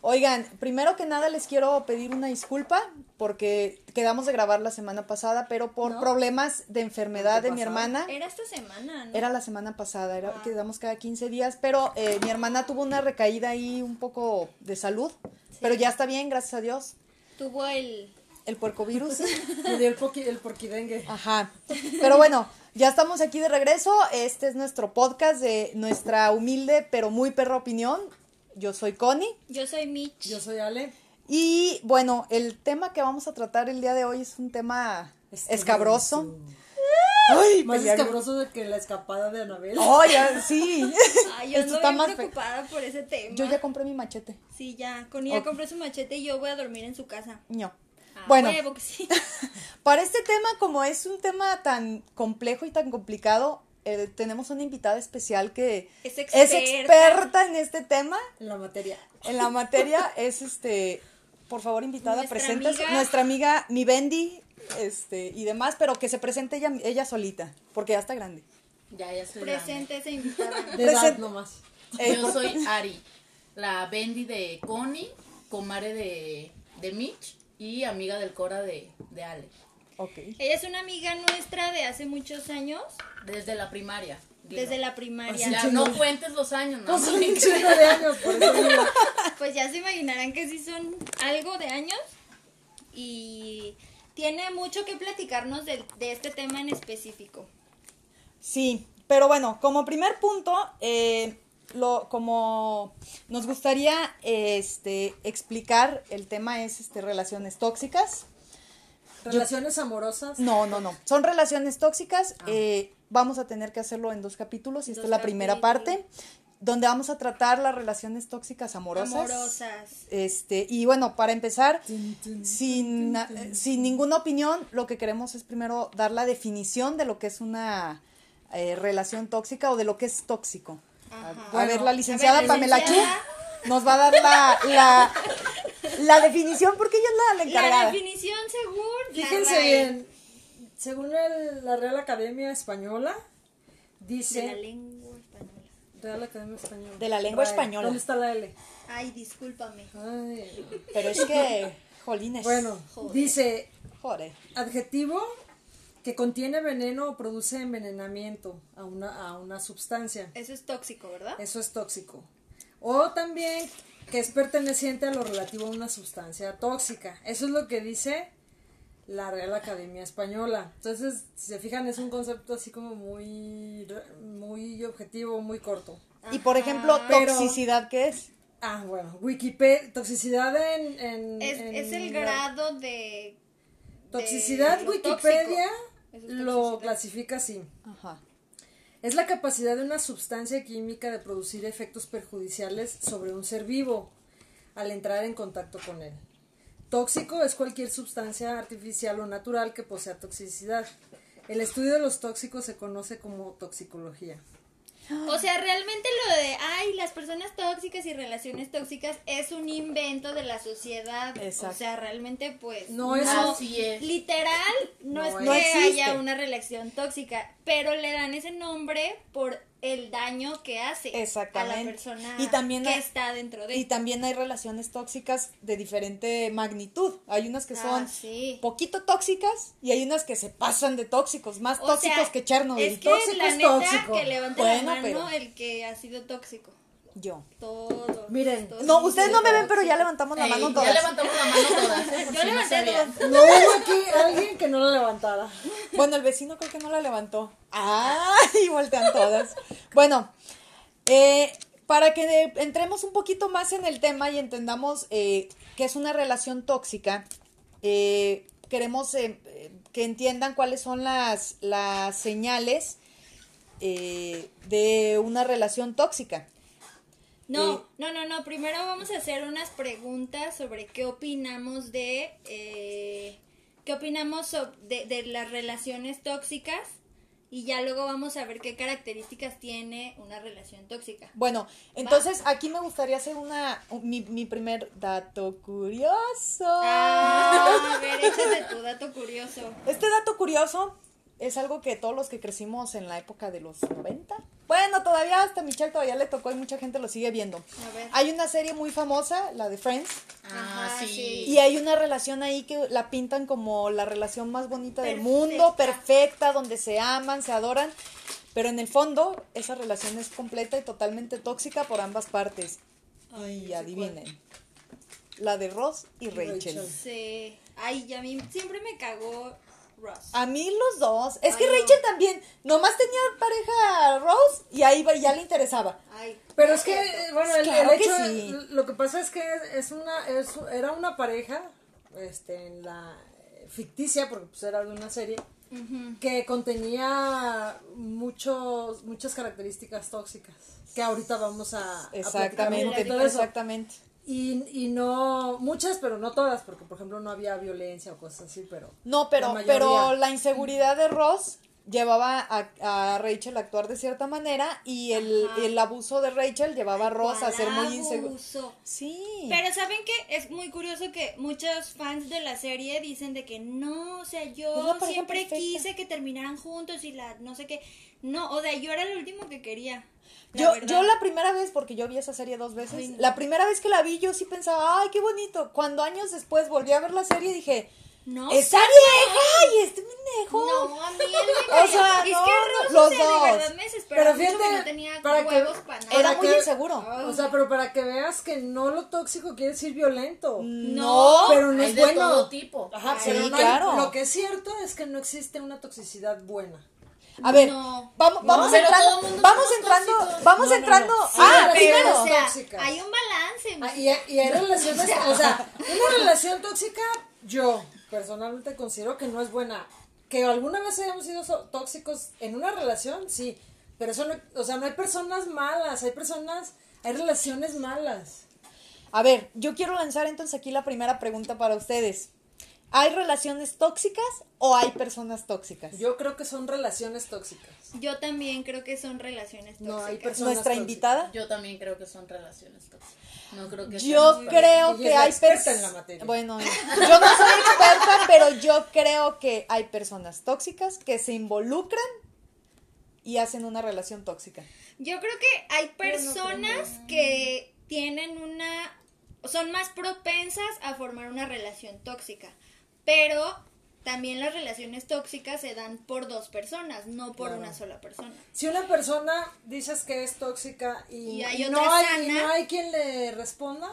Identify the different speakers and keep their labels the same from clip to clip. Speaker 1: Oigan, primero que nada les quiero pedir una disculpa porque quedamos de grabar la semana pasada, pero por
Speaker 2: No.
Speaker 1: problemas de enfermedad de mi
Speaker 2: pasada?
Speaker 1: hermana.
Speaker 3: Era esta semana, Eh, ¿no?
Speaker 1: Era la semana pasada, era,
Speaker 3: Ah.
Speaker 1: quedamos cada 15 días, pero eh, mi hermana tuvo una recaída ahí un poco de salud, pero ya está bien, gracias a Dios.
Speaker 3: Tuvo el...
Speaker 1: El puercovirus.
Speaker 2: Me dio el, poqui- el porquidengue.
Speaker 1: Ajá. Pero bueno, ya estamos aquí de regreso. Este es nuestro podcast de nuestra humilde pero muy perra opinión. Yo soy Connie.
Speaker 3: Yo soy Mitch.
Speaker 2: Yo soy Ale.
Speaker 1: Y bueno, el tema que vamos a tratar el día de hoy es un tema escabroso. Ay,
Speaker 2: Más
Speaker 1: pelear-
Speaker 2: escabroso de que la escapada de Anabel.
Speaker 1: Ay, ah, sí.
Speaker 3: Ay, yo
Speaker 1: Esto
Speaker 3: ando
Speaker 1: está
Speaker 3: bien
Speaker 1: más fe-
Speaker 3: preocupada por ese tema.
Speaker 1: Yo ya compré mi machete.
Speaker 3: Sí, ya. Connie ya
Speaker 1: Ok.
Speaker 3: compré su machete y yo voy a dormir en su casa.
Speaker 1: No.
Speaker 3: Ah,
Speaker 1: Bueno,
Speaker 3: huevo que sí.
Speaker 1: para este tema, como es un tema tan complejo y tan complicado, eh, tenemos una invitada especial que
Speaker 3: Es experta.
Speaker 1: experta en este tema.
Speaker 2: En la materia.
Speaker 1: en la materia es este por favor invitada
Speaker 3: Nuestra
Speaker 1: presentes
Speaker 3: amiga.
Speaker 1: nuestra amiga mi Bendy este y demás pero que se presente ella ella solita porque ya está grande
Speaker 4: Ya, ya estoy grande.
Speaker 3: Presente esa invitada.
Speaker 2: De edad
Speaker 1: Present-
Speaker 2: nomás.
Speaker 1: Eh,
Speaker 4: Yo soy Ari, la Bendy de Connie, comare de, de Mitch y amiga del Cora de, de Ale.
Speaker 1: ok
Speaker 3: Ella es una amiga nuestra de hace muchos años,
Speaker 4: Desde la primaria. digo.
Speaker 3: desde la primaria.
Speaker 4: Ya, no cuentes los años, ¿no?
Speaker 2: Pues son un chingo de años, por eso digo.
Speaker 3: Pues ya se imaginarán que sí son algo de años y tiene mucho que platicarnos de, de este tema en específico.
Speaker 1: sí pero bueno como primer punto eh, lo como nos gustaría este explicar el tema es este relaciones tóxicas
Speaker 2: Relaciones amorosas.
Speaker 1: No, no, no. Son relaciones tóxicas. eh, vamos a tener que hacerlo en dos capítulos y esta
Speaker 3: Ah. Dos
Speaker 1: es la primera parte,
Speaker 3: capítulos.
Speaker 1: donde vamos a tratar las relaciones tóxicas amorosas.
Speaker 3: Amorosas.
Speaker 1: Este, y bueno, para empezar,
Speaker 2: Tun, tun,
Speaker 1: sin, eh, sin ninguna opinión, lo que queremos es primero dar la definición de lo que es una eh, relación tóxica o de lo que es tóxico.
Speaker 3: Ajá.
Speaker 1: a ver, la licenciada
Speaker 3: A ver,
Speaker 1: Pamela Chu
Speaker 3: licenciada.
Speaker 1: nos va a dar la, la, la definición porque ella es la, la
Speaker 3: La
Speaker 1: encargada.
Speaker 3: definición según la
Speaker 2: Fíjense
Speaker 3: RAE.
Speaker 2: bien. Según el- la Real Academia Española,
Speaker 3: de la
Speaker 2: dice.
Speaker 3: lengua española.
Speaker 2: Real Academia Española.
Speaker 1: De la lengua
Speaker 2: Ay,
Speaker 1: española.
Speaker 2: ¿Dónde está la L?
Speaker 3: Ay, discúlpame.
Speaker 2: Ay.
Speaker 1: Pero es que, jolines.
Speaker 2: Bueno,
Speaker 3: Joder.
Speaker 2: dice
Speaker 1: Joder.
Speaker 2: Adjetivo que contiene veneno o produce envenenamiento a una, a una sustancia.
Speaker 3: Eso es tóxico, ¿verdad?
Speaker 2: Eso es tóxico. O también que es perteneciente a lo relativo a una sustancia tóxica. Eso es lo que dice la Real Academia Española. Entonces, si se fijan, es un concepto así como muy, re- muy objetivo, muy corto.
Speaker 1: Y por ejemplo,
Speaker 2: Pero-
Speaker 1: toxicidad, ¿qué es?
Speaker 2: Ah, bueno, Wikipedia, toxicidad en... en-
Speaker 3: Es,
Speaker 2: en
Speaker 3: es el
Speaker 2: la-
Speaker 3: grado de...
Speaker 2: Toxicidad,
Speaker 3: de lo
Speaker 2: Wikipedia
Speaker 3: tóxico. Eso es
Speaker 2: lo
Speaker 3: toxicidad.
Speaker 2: clasifica así.
Speaker 1: Ajá.
Speaker 2: Es la capacidad de una sustancia química de producir efectos perjudiciales sobre un ser vivo al entrar en contacto con él. Tóxico es cualquier sustancia artificial o natural que posea toxicidad. El estudio de los tóxicos se conoce como toxicología.
Speaker 3: O sea, realmente lo de, ay, las personas tóxicas y relaciones tóxicas es un invento de la sociedad.
Speaker 1: Exacto.
Speaker 3: O sea, realmente pues...
Speaker 2: No es
Speaker 4: Así es.
Speaker 3: Literal, no,
Speaker 2: No
Speaker 3: es
Speaker 2: es.
Speaker 3: que
Speaker 1: No existe.
Speaker 3: haya una relación tóxica, pero le dan ese nombre por el daño que hace a la
Speaker 1: Exactamente.
Speaker 3: persona
Speaker 1: Y también
Speaker 3: que
Speaker 1: hay-
Speaker 3: está dentro de
Speaker 1: Y también hay relaciones tóxicas de diferente magnitud. Hay unas que
Speaker 3: Ah,
Speaker 1: son
Speaker 3: sí.
Speaker 1: poquito tóxicas y hay unas que se pasan de tóxicos, más
Speaker 3: O
Speaker 1: tóxicos
Speaker 3: sea,
Speaker 1: que Chernobyl.
Speaker 3: Es que
Speaker 2: Tóxico
Speaker 3: la
Speaker 2: es
Speaker 3: neta
Speaker 2: tóxico.
Speaker 3: que levante
Speaker 1: Bueno,
Speaker 3: la mano
Speaker 1: pero-
Speaker 3: el que ha sido tóxico.
Speaker 1: Yo.
Speaker 3: Todo.
Speaker 2: Miren,
Speaker 3: todo.
Speaker 1: No, ustedes no me ven, pero ya levantamos la
Speaker 4: Ey,
Speaker 1: mano
Speaker 4: ya
Speaker 1: todas.
Speaker 4: levantamos la mano todas.
Speaker 3: Yo
Speaker 4: por si no
Speaker 3: levanté
Speaker 4: sabían.
Speaker 3: dos.
Speaker 2: No hubo aquí alguien que no la levantara.
Speaker 1: Bueno, el vecino creo que no la levantó. Ah, y voltean todas. Bueno, eh, para que de- entremos un poquito más en el tema y entendamos eh, qué es una relación tóxica, eh, queremos eh, eh, que entiendan cuáles son las, las señales eh, de una relación tóxica. Eh.
Speaker 3: No, no, no, no. Primero vamos a hacer unas preguntas sobre qué opinamos de. eh, ¿Qué opinamos so- de, de las relaciones tóxicas? Y ya luego vamos a ver qué características tiene una relación tóxica.
Speaker 1: Bueno, entonces aquí me gustaría hacer una mi, mi primer dato curioso.
Speaker 3: Ah, a ver, échate tu dato curioso.
Speaker 1: Este dato curioso es algo que todos los que crecimos en la época de los 90, Bueno, todavía hasta Michelle todavía le tocó y mucha gente lo sigue viendo.
Speaker 3: A ver.
Speaker 1: Hay una serie muy famosa, la de Friends,
Speaker 4: Ah,
Speaker 3: Ajá,
Speaker 4: sí.
Speaker 3: sí.
Speaker 1: y hay una relación ahí que la pintan como la relación más bonita del mundo,
Speaker 3: Perfecta.
Speaker 1: perfecta, donde se aman, se adoran, pero en el fondo esa relación es completa y totalmente tóxica por ambas partes. y adivinen, la de Ross y Rachel.
Speaker 2: Rachel.
Speaker 3: Sí. Ay, ya a mí siempre me cagó Ross.
Speaker 1: A mí los dos. Es que
Speaker 3: Ay, no.
Speaker 1: Rachel también, nomás tenía pareja Rose y ahí va- ya le interesaba.
Speaker 3: Ay,
Speaker 2: Pero
Speaker 3: no
Speaker 2: es que,
Speaker 3: cierto.
Speaker 2: bueno, el, el
Speaker 1: Pues Claro que
Speaker 2: hecho,
Speaker 1: sí.
Speaker 2: lo que pasa es que es una, es- era una pareja, este, en la ficticia, porque pues era de una serie, que contenía muchos, muchas características tóxicas, que ahorita vamos a, a platicar un
Speaker 1: Exactamente,
Speaker 2: poquito de eso.
Speaker 1: exactamente.
Speaker 2: Y, y no, muchas, pero no todas, porque por ejemplo no había violencia o cosas así, pero...
Speaker 1: No, pero,
Speaker 2: la
Speaker 1: pero
Speaker 2: mayoría.
Speaker 1: la inseguridad de Ross llevaba a, a Rachel a actuar de cierta manera y el,
Speaker 3: Ajá.
Speaker 1: el abuso de Rachel llevaba a Ross a ser muy inseguro.
Speaker 3: Abuso.
Speaker 1: Sí.
Speaker 3: Pero saben que es muy curioso que muchos fans de la serie dicen de que no, o sea,
Speaker 1: Es la
Speaker 3: yo
Speaker 1: pareja
Speaker 3: siempre
Speaker 1: perfecta.
Speaker 3: quise que terminaran juntos y la no sé qué. No, o sea, yo era lo último que quería. la
Speaker 1: yo,
Speaker 3: verdad.
Speaker 1: yo la primera vez, porque yo vi esa serie dos veces,
Speaker 3: Ay, no.
Speaker 1: la primera vez que la vi yo sí pensaba, ay, qué bonito. Cuando años después volví a ver la serie dije,
Speaker 3: No.
Speaker 1: ¡esa vieja! ¡Y este pendejo!
Speaker 3: No, a mí él me
Speaker 1: O sea,
Speaker 3: es que
Speaker 1: no,
Speaker 3: Ross,
Speaker 1: no,
Speaker 3: o sea,
Speaker 1: los
Speaker 3: de
Speaker 1: dos.
Speaker 3: verdad me
Speaker 2: Pero
Speaker 3: desesperaba mucho
Speaker 2: fíjate,
Speaker 3: que no tenía
Speaker 2: para que-
Speaker 3: huevos para nada.
Speaker 1: Era
Speaker 2: Para
Speaker 1: muy
Speaker 2: que-
Speaker 1: inseguro.
Speaker 2: O sea, pero para que veas que no lo tóxico quiere decir violento.
Speaker 1: Mm. No.
Speaker 2: pero no
Speaker 4: Hay
Speaker 2: es
Speaker 4: de
Speaker 2: bueno.
Speaker 4: todo tipo.
Speaker 2: Ajá,
Speaker 1: Sí,
Speaker 2: pero no hay-
Speaker 1: claro.
Speaker 2: lo que es cierto es que no existe una toxicidad buena.
Speaker 1: A ver,
Speaker 3: No.
Speaker 1: vamos, vamos
Speaker 4: pero todo
Speaker 1: entrando,
Speaker 4: mundo
Speaker 1: vamos
Speaker 4: somos
Speaker 1: entrando,
Speaker 4: tóxicos.
Speaker 1: vamos
Speaker 2: No, no,
Speaker 1: entrando.
Speaker 2: no. Sí,
Speaker 1: Ah,
Speaker 2: pero,
Speaker 1: primero.
Speaker 3: o sea,
Speaker 2: tóxicas.
Speaker 3: hay un balance.
Speaker 2: Ah, y, y hay relaciones, o sea, una relación tóxica, yo personalmente considero que no es buena. Que alguna vez hayamos sido so- tóxicos en una relación, sí. Pero eso no, o sea, no hay personas malas, hay personas, hay relaciones malas.
Speaker 1: A ver, yo quiero lanzar entonces aquí la primera pregunta para ustedes. ¿Hay relaciones tóxicas o hay personas tóxicas?
Speaker 2: Yo creo que son relaciones tóxicas.
Speaker 3: Yo también creo que son relaciones tóxicas.
Speaker 2: No, hay personas
Speaker 1: Nuestra
Speaker 2: tóxicas.
Speaker 1: invitada.
Speaker 4: Yo también creo que son relaciones tóxicas. No creo que
Speaker 1: Yo
Speaker 4: sean-
Speaker 1: creo
Speaker 2: Ella
Speaker 1: que
Speaker 2: es la
Speaker 1: hay
Speaker 2: experta
Speaker 1: pers-
Speaker 2: en la materia.
Speaker 1: Bueno, yo no soy experta, pero yo creo que hay personas tóxicas que se involucran y hacen una relación tóxica.
Speaker 3: Yo creo que hay personas que tienen una. son más propensas a formar una relación tóxica. Pero también las relaciones tóxicas se dan por dos personas, no por una sola persona.
Speaker 2: Si una persona dices que es tóxica y,
Speaker 3: Y hay
Speaker 2: y
Speaker 3: otra
Speaker 2: no, hay, y
Speaker 3: sana.
Speaker 2: no hay quien le responda,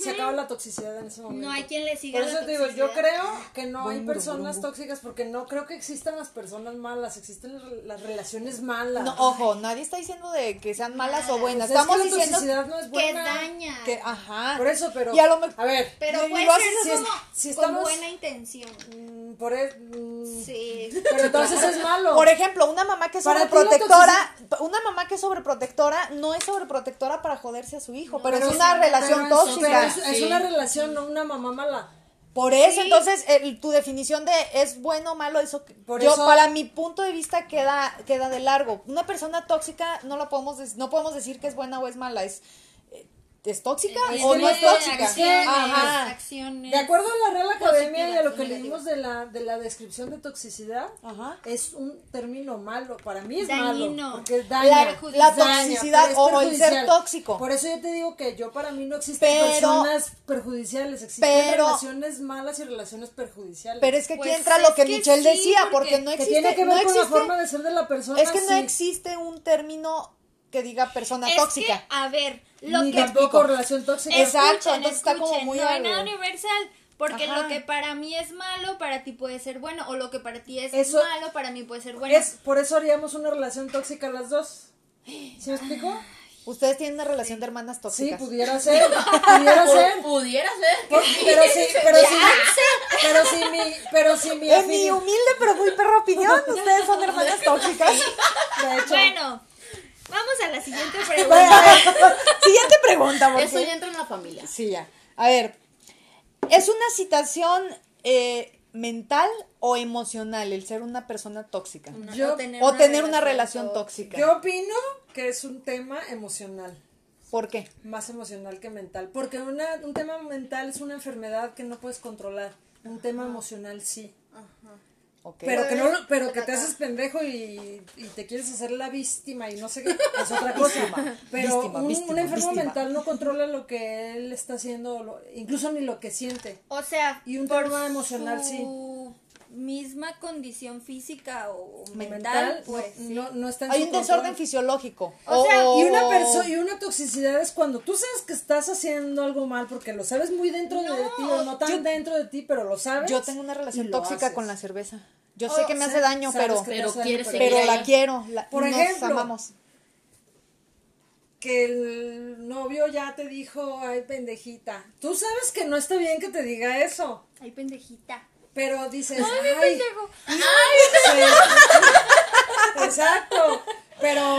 Speaker 2: se acaba la toxicidad en ese momento.
Speaker 3: No hay quien le siga.
Speaker 2: Por
Speaker 3: la
Speaker 2: eso te digo, yo
Speaker 3: toxicidad.
Speaker 2: creo que no hay personas tóxicas porque no creo que existan las personas malas, existen las re- las relaciones malas.
Speaker 1: No, ojo, nadie está diciendo de que sean malas o
Speaker 2: Pues
Speaker 1: buenas.
Speaker 2: es que
Speaker 1: Estamos
Speaker 2: la
Speaker 1: diciendo
Speaker 2: toxicidad no es
Speaker 3: Que
Speaker 2: buena.
Speaker 3: daña.
Speaker 1: que, ajá.
Speaker 2: Por eso, pero
Speaker 1: Y a lo mejor-
Speaker 2: a ver,
Speaker 1: Y-
Speaker 3: Pero
Speaker 1: y
Speaker 3: puede
Speaker 1: lo
Speaker 3: ser
Speaker 1: haces
Speaker 2: si es-
Speaker 3: como
Speaker 2: si
Speaker 3: con
Speaker 2: estamos-
Speaker 3: buena intención.
Speaker 2: mm, por e- mm,
Speaker 3: Sí.
Speaker 2: pero entonces es malo.
Speaker 1: Por ejemplo, una mamá que es
Speaker 2: Para ti la
Speaker 1: sobreprotectora, una mamá que es sobreprotectora no es sobreprotectora para joderse a su hijo, pero, es una relación
Speaker 2: pero es-
Speaker 1: tóxica.
Speaker 2: pero es, es
Speaker 4: Sí.
Speaker 2: una relación, no una mamá mala.
Speaker 1: Por eso,
Speaker 3: Sí.
Speaker 1: entonces, el- tu definición de es bueno o malo, eso, que-
Speaker 2: Por
Speaker 1: yo,
Speaker 2: eso-
Speaker 1: para mi punto de vista queda, queda de largo. Una persona tóxica no la podemos, dec- no podemos decir que es buena o es mala, es, eh, ¿es tóxica
Speaker 4: Es
Speaker 1: o
Speaker 2: que
Speaker 1: no es
Speaker 2: tiene
Speaker 1: tóxica.
Speaker 2: acciones,
Speaker 1: Ajá.
Speaker 3: Acciones.
Speaker 2: De acuerdo a la Real Academia y a lo que
Speaker 4: Positivas,
Speaker 2: leímos de la, de la descripción de toxicidad,
Speaker 1: Ajá.
Speaker 2: es un término malo. Para mí es
Speaker 3: Dañino.
Speaker 2: malo. Porque daña,
Speaker 1: La- la
Speaker 2: daña,
Speaker 1: toxicidad
Speaker 2: pero es
Speaker 1: o el ser
Speaker 2: perjudicial.
Speaker 1: tóxico.
Speaker 2: Por eso yo te digo que yo para mí no existen
Speaker 1: Pero-
Speaker 2: personas perjudiciales. Existen
Speaker 1: pero-
Speaker 2: relaciones malas y relaciones perjudiciales.
Speaker 1: Pero es que aquí
Speaker 3: Pues
Speaker 1: entra
Speaker 3: es
Speaker 1: lo que,
Speaker 3: que
Speaker 1: Michelle
Speaker 3: sí,
Speaker 1: decía, porque,
Speaker 3: porque-
Speaker 1: no
Speaker 2: que
Speaker 1: existe.
Speaker 2: tiene que ver
Speaker 1: no
Speaker 2: con
Speaker 1: existe,
Speaker 2: la forma de ser de la persona.
Speaker 1: Es que no
Speaker 2: sí.
Speaker 1: existe un término que diga persona
Speaker 3: Es
Speaker 1: tóxica.
Speaker 3: que, a ver, lo
Speaker 2: Ni
Speaker 3: que
Speaker 2: tampoco relación tóxica.
Speaker 1: Es- Exacto,
Speaker 3: Escuchen,
Speaker 1: entonces está como
Speaker 3: escuchen,
Speaker 1: muy
Speaker 3: no hay
Speaker 1: algo.
Speaker 3: nada universal porque
Speaker 1: Ajá.
Speaker 3: lo que para mí es malo para ti puede ser bueno o lo que para ti es
Speaker 2: Eso-
Speaker 3: malo para mí puede ser bueno.
Speaker 2: Es- por eso haríamos una relación tóxica las dos. ¿Sí me explico?
Speaker 1: Ah, Ustedes tienen una relación de hermanas
Speaker 2: Sí,
Speaker 1: tóxicas.
Speaker 2: pudiera ser. Pudiera ser.
Speaker 4: Pudiera ser.
Speaker 2: Por- pero sí, pero sí, pero sí mi, pero sí mi,
Speaker 1: en mi
Speaker 2: afini-
Speaker 1: humilde pero muy perra opinión, ustedes son hermanas tóxicas.
Speaker 2: de hecho.
Speaker 3: bueno, vamos a la siguiente
Speaker 1: Bueno,
Speaker 3: pregunta.
Speaker 1: a ver, siguiente pregunta, porque...
Speaker 4: Eso ya entra en la familia.
Speaker 1: Sí, ya. A ver, ¿es una situación eh, mental o emocional el ser una persona tóxica?
Speaker 2: yo-
Speaker 1: o tener una relación tóxica.
Speaker 2: Yo opino que es un tema emocional,
Speaker 1: ¿Por qué?
Speaker 2: más emocional que mental, porque una, un tema mental es una enfermedad que no puedes controlar, un tema emocional sí.
Speaker 1: Ok.
Speaker 2: Pero que, no, lo- pero que te haces pendejo y, y te quieres hacer la víctima y no sé qué, es otra cosa.
Speaker 1: Víctima,
Speaker 2: Pero
Speaker 1: víctima,
Speaker 2: un,
Speaker 1: víctima,
Speaker 2: un enfermo
Speaker 1: víctima.
Speaker 2: mental no controla lo que él está haciendo, o lo- incluso ni lo que siente.
Speaker 3: O sea,
Speaker 2: Y un
Speaker 3: por
Speaker 2: trauma emocional,
Speaker 3: su misma condición física o
Speaker 2: Mental,
Speaker 3: mental, pues
Speaker 2: no,
Speaker 3: sí.
Speaker 2: no, no está en
Speaker 1: Hay
Speaker 2: su
Speaker 1: un
Speaker 2: control.
Speaker 1: desorden fisiológico.
Speaker 3: O sea,
Speaker 2: Y una, perso- y una toxicidad es cuando tú sabes que estás haciendo algo mal porque lo sabes muy dentro de ti o no tan dentro de ti, pero lo sabes.
Speaker 1: Yo tengo una
Speaker 2: y
Speaker 1: relación
Speaker 2: lo
Speaker 1: tóxica
Speaker 2: haces.
Speaker 1: con la cerveza. Yo sé que me hace
Speaker 2: Sabes-
Speaker 1: daño,
Speaker 2: sabes
Speaker 1: pero,
Speaker 2: que te
Speaker 4: Pero
Speaker 2: hace daño,
Speaker 4: quieres
Speaker 2: pero-
Speaker 4: seguir
Speaker 1: pero la
Speaker 4: ahí.
Speaker 1: quiero. la-
Speaker 2: Por
Speaker 1: nos
Speaker 2: ejemplo,
Speaker 1: amamos.
Speaker 2: que el novio ya te dijo, ay, pendejita. Tú sabes que no está bien que te diga eso,
Speaker 3: Ay, pendejita.
Speaker 2: pero dices,
Speaker 3: Ay, mi
Speaker 2: ay,
Speaker 3: pendejo.
Speaker 2: sí. exacto, pero,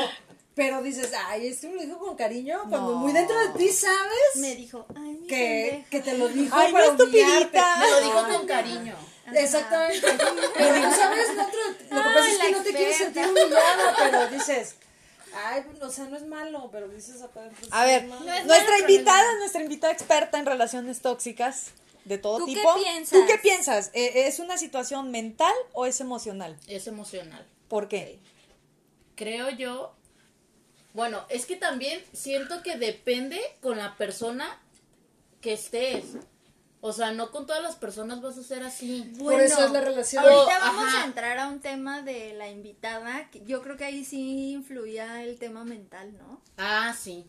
Speaker 2: pero dices, ay, es que me lo dijo con cariño, cuando
Speaker 1: No.
Speaker 2: muy dentro de ti sabes
Speaker 3: Me dijo, ay, mi
Speaker 2: que,
Speaker 3: pendejo.
Speaker 2: que te lo dijo
Speaker 1: Ay, no
Speaker 2: para
Speaker 1: estupidita.
Speaker 2: humillarte.
Speaker 4: Me lo dijo con cariño.
Speaker 2: Exactamente. Pero tú sabes, dentro de ti- lo que pasa
Speaker 3: Ay,
Speaker 2: es que
Speaker 3: la
Speaker 2: no te quieres
Speaker 3: experta.
Speaker 2: sentir humillada, pero dices, ay, o sea, no es malo, pero dices acá adentro,
Speaker 1: A ver,
Speaker 2: "No es
Speaker 3: No es
Speaker 1: nuestra
Speaker 3: malo,
Speaker 1: invitada, nuestra invitada experta en relaciones tóxicas de todo
Speaker 3: ¿Tú qué
Speaker 1: tipo.
Speaker 3: piensas?
Speaker 1: ¿Tú qué piensas? Eh, ¿Es una situación mental o es emocional?
Speaker 4: Es emocional.
Speaker 1: ¿Por qué?
Speaker 4: creo yo. Bueno, es que también siento que depende con la persona que estés. O sea, no con todas las personas vas a ser así.
Speaker 2: Por eso es la relación.
Speaker 3: Ahorita
Speaker 4: O,
Speaker 3: vamos
Speaker 4: ajá.
Speaker 3: a entrar a un tema de la invitada. que Yo creo que ahí sí influía el tema mental, ¿no?
Speaker 4: Ah, sí.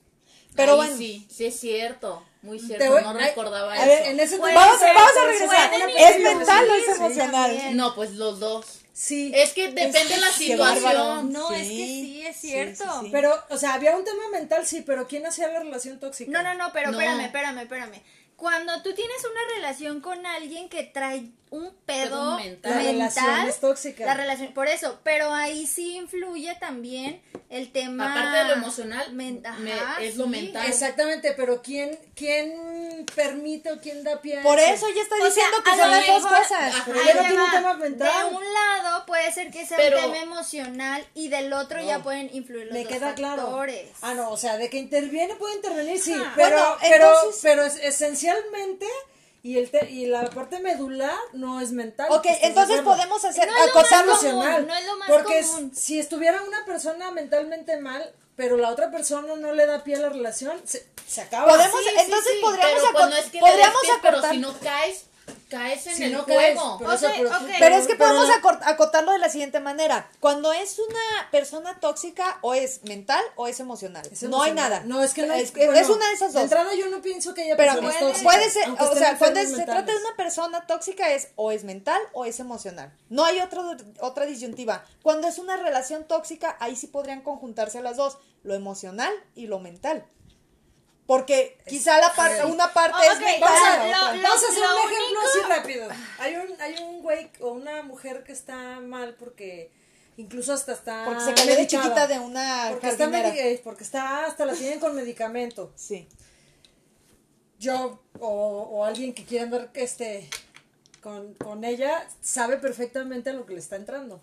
Speaker 1: Pero
Speaker 4: Ahí
Speaker 1: bueno.
Speaker 4: Sí, sí es cierto. Muy
Speaker 2: Te
Speaker 4: cierto.
Speaker 2: voy-
Speaker 4: no
Speaker 2: ay,
Speaker 4: recordaba
Speaker 2: a
Speaker 4: eso.
Speaker 2: ver, en ese
Speaker 3: Pues,
Speaker 1: vamos,
Speaker 2: tema-
Speaker 1: vamos a
Speaker 2: pero
Speaker 1: regresar.
Speaker 2: es una
Speaker 1: ¿Es
Speaker 2: película,
Speaker 1: mental o
Speaker 2: sí,
Speaker 1: es
Speaker 2: sí,
Speaker 1: emocional?
Speaker 3: también.
Speaker 4: No, pues los dos.
Speaker 2: Sí.
Speaker 4: Es que depende la
Speaker 1: qué bárbaro.
Speaker 4: situación.
Speaker 3: No,
Speaker 1: Sí.
Speaker 3: es que sí, es
Speaker 1: Sí,
Speaker 3: cierto.
Speaker 1: sí, sí.
Speaker 2: Pero, o sea, había un tema mental, sí, pero ¿quién hacía la relación tóxica?
Speaker 3: No, no, no, pero
Speaker 4: No.
Speaker 3: espérame, espérame, espérame. Cuando tú tienes una relación con alguien que trae un pedo
Speaker 4: Pedo
Speaker 3: mental,
Speaker 4: mental.
Speaker 2: La relación es tóxica.
Speaker 3: la relación, por eso, pero ahí sí influye también el tema.
Speaker 4: Aparte de lo emocional,
Speaker 3: men-
Speaker 4: me-
Speaker 3: ajá,
Speaker 4: es lo
Speaker 3: sí.
Speaker 4: mental.
Speaker 2: Exactamente, pero ¿quién, quién permite o quién da pie a
Speaker 1: Por eso ella está
Speaker 3: O sea,
Speaker 1: diciendo
Speaker 3: a
Speaker 1: que son
Speaker 3: lo
Speaker 1: las dos
Speaker 3: mejor-
Speaker 1: cosas.
Speaker 4: Ajá.
Speaker 2: Pero ella
Speaker 3: Ahí
Speaker 2: no
Speaker 3: te
Speaker 2: tiene un
Speaker 3: va.
Speaker 2: tema mental.
Speaker 3: De un lado puede ser que sea
Speaker 4: Pero-
Speaker 3: un tema emocional y del otro ya pueden influir los
Speaker 2: Me
Speaker 3: dos
Speaker 2: queda claro.
Speaker 3: factores.
Speaker 2: Ah, no, o sea, de que interviene puede intervenir, sí,
Speaker 3: Ajá.
Speaker 2: pero,
Speaker 1: Bueno,
Speaker 2: pero,
Speaker 1: entonces-
Speaker 2: pero es- esencialmente y el te- y la parte medular no es mental. pues,
Speaker 1: Ok,
Speaker 2: ¿estás de
Speaker 1: entonces
Speaker 2: acuerdo?
Speaker 1: podemos hacer
Speaker 3: No es lo
Speaker 1: acosarlo.
Speaker 3: más común. no es lo más
Speaker 2: porque s-
Speaker 3: común.
Speaker 2: si estuviera una persona mentalmente mal, pero la otra persona no le da pie a la relación, se, se acaba.
Speaker 1: Podemos,
Speaker 4: Sí, sí,
Speaker 1: entonces
Speaker 4: sí,
Speaker 1: podríamos,
Speaker 4: pero, pues,
Speaker 1: aco-
Speaker 4: no es que te
Speaker 1: podríamos
Speaker 4: despides,
Speaker 1: acortar.
Speaker 4: Pero si no caes, caes en
Speaker 2: Si
Speaker 4: el
Speaker 2: no caes,
Speaker 4: juego.
Speaker 2: pero, o sea,
Speaker 3: Ok,
Speaker 2: pero-
Speaker 3: ok.
Speaker 1: Pero es que
Speaker 2: pero
Speaker 1: podemos
Speaker 2: la-
Speaker 1: acor- acotarlo de la siguiente manera. Cuando es una persona tóxica, o es mental o es emocional.
Speaker 2: Es
Speaker 1: no hay
Speaker 2: emocional.
Speaker 1: nada.
Speaker 2: No, es que no hay-
Speaker 1: es, es
Speaker 2: bueno,
Speaker 1: una de esas dos.
Speaker 2: entrada yo no pienso que haya
Speaker 1: Pero
Speaker 2: personas
Speaker 1: puede,
Speaker 2: tóxicas,
Speaker 1: puede ser,
Speaker 2: aunque
Speaker 1: o
Speaker 2: estén
Speaker 1: sea, cuando
Speaker 2: enfermos
Speaker 1: se trata de
Speaker 2: mentales.
Speaker 1: una persona tóxica es o es mental o es emocional. No hay otro, otra disyuntiva. Cuando es una relación tóxica, ahí sí podrían conjuntarse las dos, lo emocional y lo mental. Porque quizá la parte, una parte
Speaker 3: Oh,
Speaker 1: es
Speaker 3: ok,
Speaker 1: mental.
Speaker 2: Vamos
Speaker 1: la
Speaker 2: a,
Speaker 3: Lo-
Speaker 1: otra-
Speaker 3: lo-
Speaker 2: vamos a hacer
Speaker 3: lo
Speaker 2: un
Speaker 3: único-
Speaker 2: ejemplo así rápido. Hay un, hay un güey o una mujer que está mal porque incluso hasta está.
Speaker 1: Porque se cayó de
Speaker 2: medicada.
Speaker 1: chiquita de una
Speaker 2: Ah, Porque está,
Speaker 1: jardinera.
Speaker 2: medi- eh, porque está hasta la tienen con medicamento.
Speaker 1: Sí.
Speaker 2: Yo o, o alguien que quiera andar este, con, con ella sabe perfectamente a lo que le está entrando.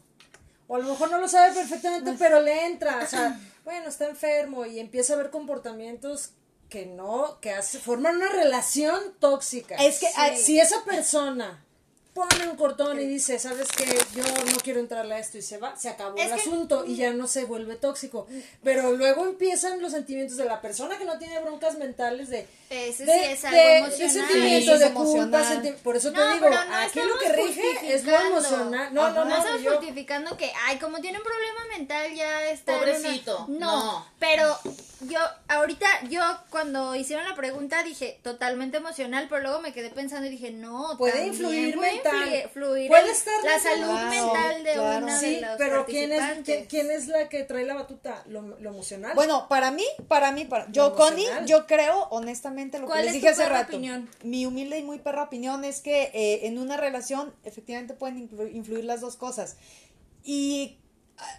Speaker 2: O a lo mejor no lo sabe perfectamente, pero le entra. O sea, bueno, está enfermo y empieza a ver comportamientos que no, que hace, forman una relación tóxica.
Speaker 1: Es que, ah,
Speaker 2: si esa persona pone un cortón y dice, ¿sabes qué? Yo no quiero entrarle a esto y se va, se acabó
Speaker 3: Es
Speaker 2: el
Speaker 3: que-
Speaker 2: asunto y ya no se vuelve tóxico. Pero luego empiezan los sentimientos de la persona que no tiene broncas mentales de...
Speaker 3: Ese
Speaker 2: de-
Speaker 3: sí es algo
Speaker 2: de-
Speaker 3: emocional.
Speaker 2: De sentimientos,
Speaker 1: Sí,
Speaker 2: de
Speaker 1: es
Speaker 2: culpa,
Speaker 1: emocional.
Speaker 2: senti- por eso te
Speaker 3: No,
Speaker 2: digo,
Speaker 3: pero no
Speaker 2: aquí lo
Speaker 3: estamos
Speaker 2: que rige es lo
Speaker 3: justificando.
Speaker 2: emocional. No, no, no,
Speaker 3: estamos
Speaker 2: yo-
Speaker 3: justificando que, ay, como tiene un problema mental ya está. en una-
Speaker 4: Pobrecito,
Speaker 3: No,
Speaker 4: no.
Speaker 3: pero yo, ahorita, yo cuando hicieron la pregunta dije totalmente emocional, pero luego me quedé pensando y dije, no,
Speaker 2: Puede
Speaker 3: también
Speaker 2: influir
Speaker 3: puede
Speaker 2: mental.
Speaker 3: influir- influir
Speaker 2: Puede
Speaker 3: en
Speaker 2: estar
Speaker 3: la salud
Speaker 2: relacionado.
Speaker 3: mental de
Speaker 1: Claro.
Speaker 3: una
Speaker 2: Sí,
Speaker 3: de los
Speaker 2: pero ¿quién es,
Speaker 3: participantes.
Speaker 2: quién, quién es la que trae la batuta? ¿Lo, lo emocional?
Speaker 1: Bueno, para mí, para mí, para, yo, Connie,
Speaker 2: Emocional.
Speaker 1: yo creo, honestamente, lo que
Speaker 3: ¿Cuál
Speaker 1: les
Speaker 3: es
Speaker 1: dije
Speaker 3: tu
Speaker 1: hace
Speaker 3: perra
Speaker 1: rato.
Speaker 3: opinión?
Speaker 1: Mi humilde y muy perra opinión es que eh, en una relación, efectivamente, pueden influ- influir las dos cosas. Y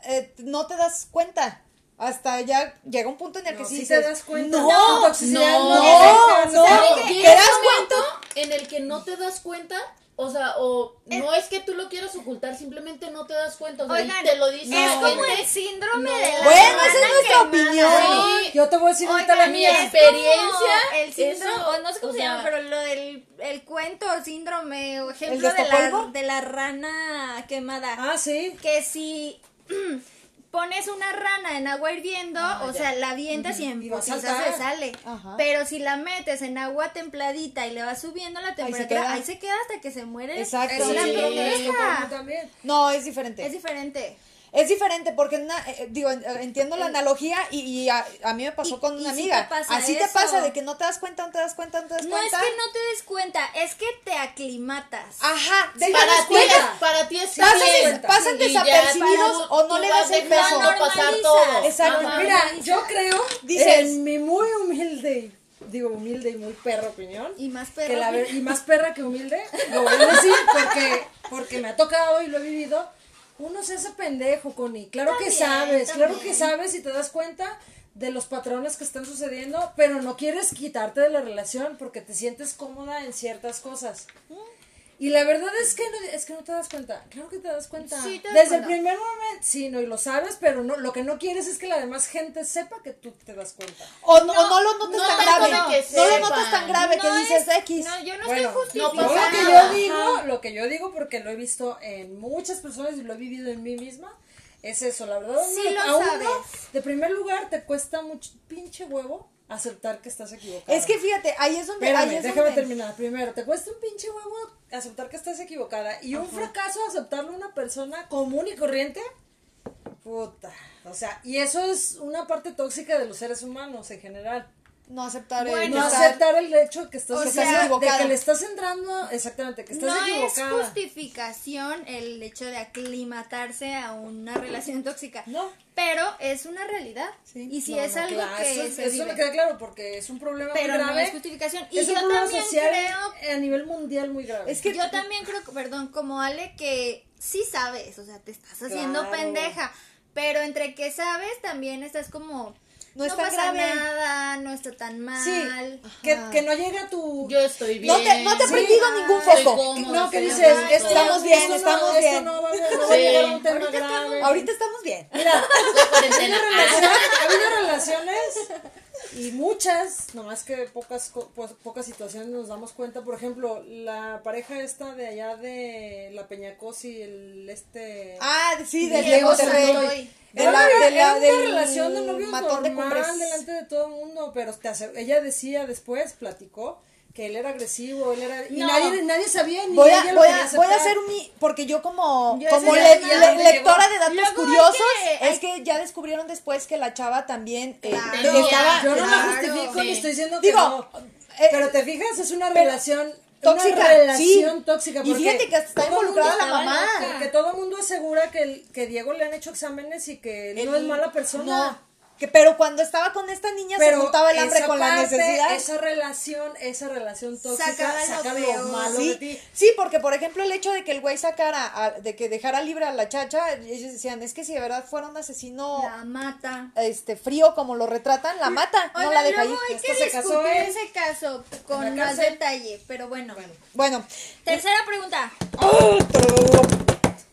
Speaker 1: eh, no te das cuenta. Hasta ya llega un punto en el
Speaker 2: No,
Speaker 1: que sí
Speaker 2: sí
Speaker 1: dices,
Speaker 2: te das cuenta.
Speaker 1: No,
Speaker 2: No,
Speaker 1: no,
Speaker 2: toxicidad,
Speaker 1: no,
Speaker 2: no, no,
Speaker 1: no,
Speaker 2: no.
Speaker 4: ¿Sabes qué?
Speaker 1: ¿Te das
Speaker 4: Hay un momento En el que no te das cuenta O sea, o no es que tú lo quieras ocultar, simplemente no te das cuenta. O sea, y
Speaker 3: Oigan,
Speaker 4: te lo dice
Speaker 3: es
Speaker 4: la
Speaker 3: como
Speaker 4: gente.
Speaker 3: el síndrome de la
Speaker 1: Bueno, esa
Speaker 3: hermana
Speaker 1: es nuestra
Speaker 3: quemada.
Speaker 1: opinión.
Speaker 4: Sí.
Speaker 2: Yo te voy a decir ahorita la
Speaker 3: Oigan,
Speaker 4: mi
Speaker 3: y
Speaker 2: mía.
Speaker 3: es
Speaker 4: experiencia,
Speaker 3: como El síndrome,
Speaker 4: eso,
Speaker 3: o no sé cómo
Speaker 4: o
Speaker 3: se
Speaker 4: sea-
Speaker 3: llama, pero lo del el cuento, síndrome, o
Speaker 1: ¿El
Speaker 3: ejemplo
Speaker 1: de
Speaker 3: de, la,
Speaker 1: Estocolmo?
Speaker 3: de la rana quemada.
Speaker 2: Ah, sí.
Speaker 3: Que si pones una rana en agua hirviendo, o sea, la avientas y en
Speaker 2: Y va a
Speaker 3: putiza
Speaker 2: saltar.
Speaker 3: se sale.
Speaker 1: Ajá.
Speaker 3: Pero si la metes en agua templadita y le vas subiendo la
Speaker 1: queda.
Speaker 3: temperatura, ahí se queda, hasta que se muere.
Speaker 1: Exacto.
Speaker 3: Es
Speaker 2: Sí,
Speaker 3: la
Speaker 2: sí,
Speaker 3: protesta.
Speaker 2: Estocolmo también.
Speaker 1: No, es diferente.
Speaker 3: Es diferente.
Speaker 1: Es diferente porque na- eh, digo, en- eh, entiendo la analogía y, y a, a mí me pasó
Speaker 3: Y-
Speaker 1: con
Speaker 3: y
Speaker 1: una
Speaker 3: sí te
Speaker 1: amiga.
Speaker 3: pasa
Speaker 1: Así te
Speaker 3: eso.
Speaker 1: pasa de que no te das cuenta, no te das cuenta, no te das
Speaker 3: No es
Speaker 1: cuenta. Ah,
Speaker 3: que no te des cuenta, es que te aclimatas.
Speaker 1: Ajá,
Speaker 2: Sí,
Speaker 1: dejas-
Speaker 4: para ti,
Speaker 2: cuenta.
Speaker 4: es- para ti es
Speaker 1: Pasan-
Speaker 4: bien.
Speaker 1: pasan
Speaker 4: Y ya
Speaker 1: desapercibidos
Speaker 4: tú-
Speaker 1: o no
Speaker 4: tú
Speaker 1: le
Speaker 4: vas
Speaker 1: das el
Speaker 4: dejando
Speaker 1: peso.
Speaker 4: pasar todo.
Speaker 1: Exacto,
Speaker 4: Ajá.
Speaker 2: Mira, yo creo,
Speaker 1: Dices-
Speaker 2: en mi muy humilde, digo humilde y muy perra opinión,
Speaker 3: Y más
Speaker 2: que
Speaker 3: perro.
Speaker 2: la ver- y más perra que humilde, lo voy a decir porque, porque me ha tocado y lo he vivido. Uno se hace pendejo, Connie. Claro que
Speaker 3: También,
Speaker 2: sabes, claro que
Speaker 3: también.
Speaker 2: sabes y te das cuenta de los patrones que están sucediendo, pero no quieres quitarte de la relación porque te sientes cómoda en ciertas cosas. Y la verdad es que no, es que no te das cuenta. Claro que te das cuenta.
Speaker 3: Sí, te das
Speaker 2: Desde el
Speaker 3: cuenta.
Speaker 2: primer momento, sí, no, y lo sabes, pero no, lo que no quieres es que la demás gente sepa que tú te das cuenta.
Speaker 1: O no, o no lo notas
Speaker 4: no
Speaker 1: tan
Speaker 4: te
Speaker 1: grave.
Speaker 4: acuerdas que
Speaker 1: No lo
Speaker 4: sepan.
Speaker 1: notas tan grave que
Speaker 3: No
Speaker 1: dices
Speaker 3: es-
Speaker 1: X.
Speaker 3: No, yo no
Speaker 2: Bueno,
Speaker 3: estoy
Speaker 4: no
Speaker 2: Yo
Speaker 3: justificando.
Speaker 4: pasa
Speaker 2: lo que
Speaker 4: nada.
Speaker 2: yo digo, lo que yo digo, porque lo he visto en muchas personas y lo he vivido en mí misma, es eso, la verdad.
Speaker 3: Sí
Speaker 2: uno-
Speaker 3: lo
Speaker 2: a uno,
Speaker 3: sabes.
Speaker 2: de primer lugar, te cuesta mucho pinche huevo aceptar que estás equivocada.
Speaker 1: Es que fíjate, ahí es donde. ahí
Speaker 2: Espérame,
Speaker 1: es
Speaker 2: déjame
Speaker 1: donde-
Speaker 2: terminar. Primero, te cuesta un pinche huevo aceptar que estás equivocada. Y un fracaso aceptarlo a una persona común y corriente. Puta. O sea, y eso es una parte tóxica de los seres humanos en general
Speaker 1: No aceptar el
Speaker 3: Bueno,
Speaker 2: no
Speaker 1: estar-
Speaker 2: aceptar el hecho que estás,
Speaker 1: O
Speaker 2: que
Speaker 1: sea,
Speaker 2: estás
Speaker 1: equivocada.
Speaker 2: de que le estás entrando exactamente que estás
Speaker 3: No es
Speaker 2: equivocada
Speaker 3: justificación el hecho de aclimatarse a una relación tóxica.
Speaker 2: No.
Speaker 3: Pero es una realidad.
Speaker 1: Sí.
Speaker 3: Y si
Speaker 2: No,
Speaker 3: es
Speaker 2: no,
Speaker 3: algo
Speaker 2: claro,
Speaker 3: que
Speaker 2: eso,
Speaker 3: se
Speaker 2: eso me
Speaker 3: vive.
Speaker 2: queda claro porque es un problema
Speaker 3: Pero
Speaker 2: muy
Speaker 3: no
Speaker 2: grave
Speaker 3: es justificación. Y
Speaker 2: es un
Speaker 3: yo
Speaker 2: problema
Speaker 3: también
Speaker 2: social
Speaker 3: creo-
Speaker 2: a nivel mundial muy grave
Speaker 1: Es que
Speaker 3: yo también creo, que- perdón, como Ale, que sí sabes, o sea, te estás haciendo
Speaker 2: Claro.
Speaker 3: pendeja. Pero entre que sabes, también estás como. No,
Speaker 1: No es tan
Speaker 3: pasa
Speaker 1: grave".
Speaker 3: nada, no está tan mal.
Speaker 2: sí que, que no llega tu
Speaker 4: Yo estoy bien.
Speaker 1: No te, no te he
Speaker 2: Sí.
Speaker 1: prendido ningún
Speaker 4: Estoy
Speaker 1: foco.
Speaker 4: cómoda,
Speaker 2: no que
Speaker 4: estoy
Speaker 2: dices
Speaker 4: a
Speaker 2: esto-
Speaker 4: gusto.
Speaker 1: Estamos bien,
Speaker 2: esto no-
Speaker 1: estamos
Speaker 2: esto
Speaker 1: bien.
Speaker 2: no va a, no va a
Speaker 4: Sí.
Speaker 2: llegar a un tema
Speaker 3: Ahorita estamos-
Speaker 2: grave
Speaker 1: Ahorita estamos bien.
Speaker 4: La cuarentena.
Speaker 2: relación- ha habido relaciones y muchas, nomás que pocas co- po- pocas situaciones nos damos cuenta. Por ejemplo, la pareja esta de allá de la Peñacos y el este.
Speaker 1: Ah, sí, del
Speaker 3: Diego
Speaker 1: Diego Santoy.
Speaker 3: Santoy.
Speaker 1: De
Speaker 2: Era
Speaker 1: la,
Speaker 2: una-
Speaker 1: de la,
Speaker 2: era
Speaker 1: del
Speaker 2: una relación de novios
Speaker 1: matón de
Speaker 2: normal
Speaker 1: cumbres.
Speaker 2: delante de todo el mundo, pero te hace- ella decía después, platicó, que él era agresivo, él era... Y
Speaker 4: No.
Speaker 2: nadie, nadie sabía, ni
Speaker 1: Voy
Speaker 2: ella
Speaker 1: a,
Speaker 2: lo
Speaker 1: voy,
Speaker 2: quería
Speaker 1: a, voy a
Speaker 2: aceptar.
Speaker 1: hacer un... mi- Porque yo como,
Speaker 2: Yo
Speaker 1: como
Speaker 2: ese día
Speaker 1: le-
Speaker 2: ya
Speaker 1: le-
Speaker 2: me
Speaker 1: lectora
Speaker 2: llegó.
Speaker 1: de datos
Speaker 3: Luego es
Speaker 1: curiosos,
Speaker 3: que-
Speaker 1: es que ya descubrieron después que la chava también eh,
Speaker 3: Claro.
Speaker 1: estaba...
Speaker 2: Yo no
Speaker 3: Claro.
Speaker 2: me justifico ni
Speaker 4: Sí.
Speaker 2: estoy diciendo que
Speaker 1: Digo,
Speaker 2: no.
Speaker 1: eh,
Speaker 2: pero te fijas, es una
Speaker 1: pero-
Speaker 2: relación
Speaker 1: tóxica,
Speaker 2: Una relación
Speaker 1: sí.
Speaker 2: tóxica.
Speaker 1: Y
Speaker 2: porque
Speaker 1: fíjate que hasta está
Speaker 2: todo el
Speaker 1: involucrada
Speaker 2: mundo-
Speaker 1: la mamá.
Speaker 2: Porque todo el mundo asegura que, el- que Diego le han hecho exámenes y que él no es mala persona.
Speaker 1: No, que, pero cuando estaba con esta niña se juntaba el hambre
Speaker 2: esa
Speaker 1: con la
Speaker 2: parte,
Speaker 1: necesidad.
Speaker 2: Esa relación, esa relación tóxica
Speaker 3: Sacaba
Speaker 2: saca,
Speaker 3: lo
Speaker 2: lo,
Speaker 3: peor.
Speaker 2: malo de
Speaker 1: Sí,
Speaker 2: ti.
Speaker 1: sí, porque por ejemplo el hecho de que el güey sacara, a- de que dejara libre a la chacha, ellos decían, es que si de verdad fuera un asesino
Speaker 3: La mata.
Speaker 1: este frío como lo retratan, la mata, no
Speaker 3: Oigan,
Speaker 1: la deja
Speaker 3: luego
Speaker 1: ir.
Speaker 3: hay que
Speaker 2: Hasta se casó,
Speaker 3: discutir
Speaker 2: ¿eh?
Speaker 3: ese caso
Speaker 2: En
Speaker 3: con
Speaker 2: la
Speaker 3: más
Speaker 2: cárcel.
Speaker 3: detalle, pero bueno.
Speaker 1: Bueno,
Speaker 3: Tercera pregunta.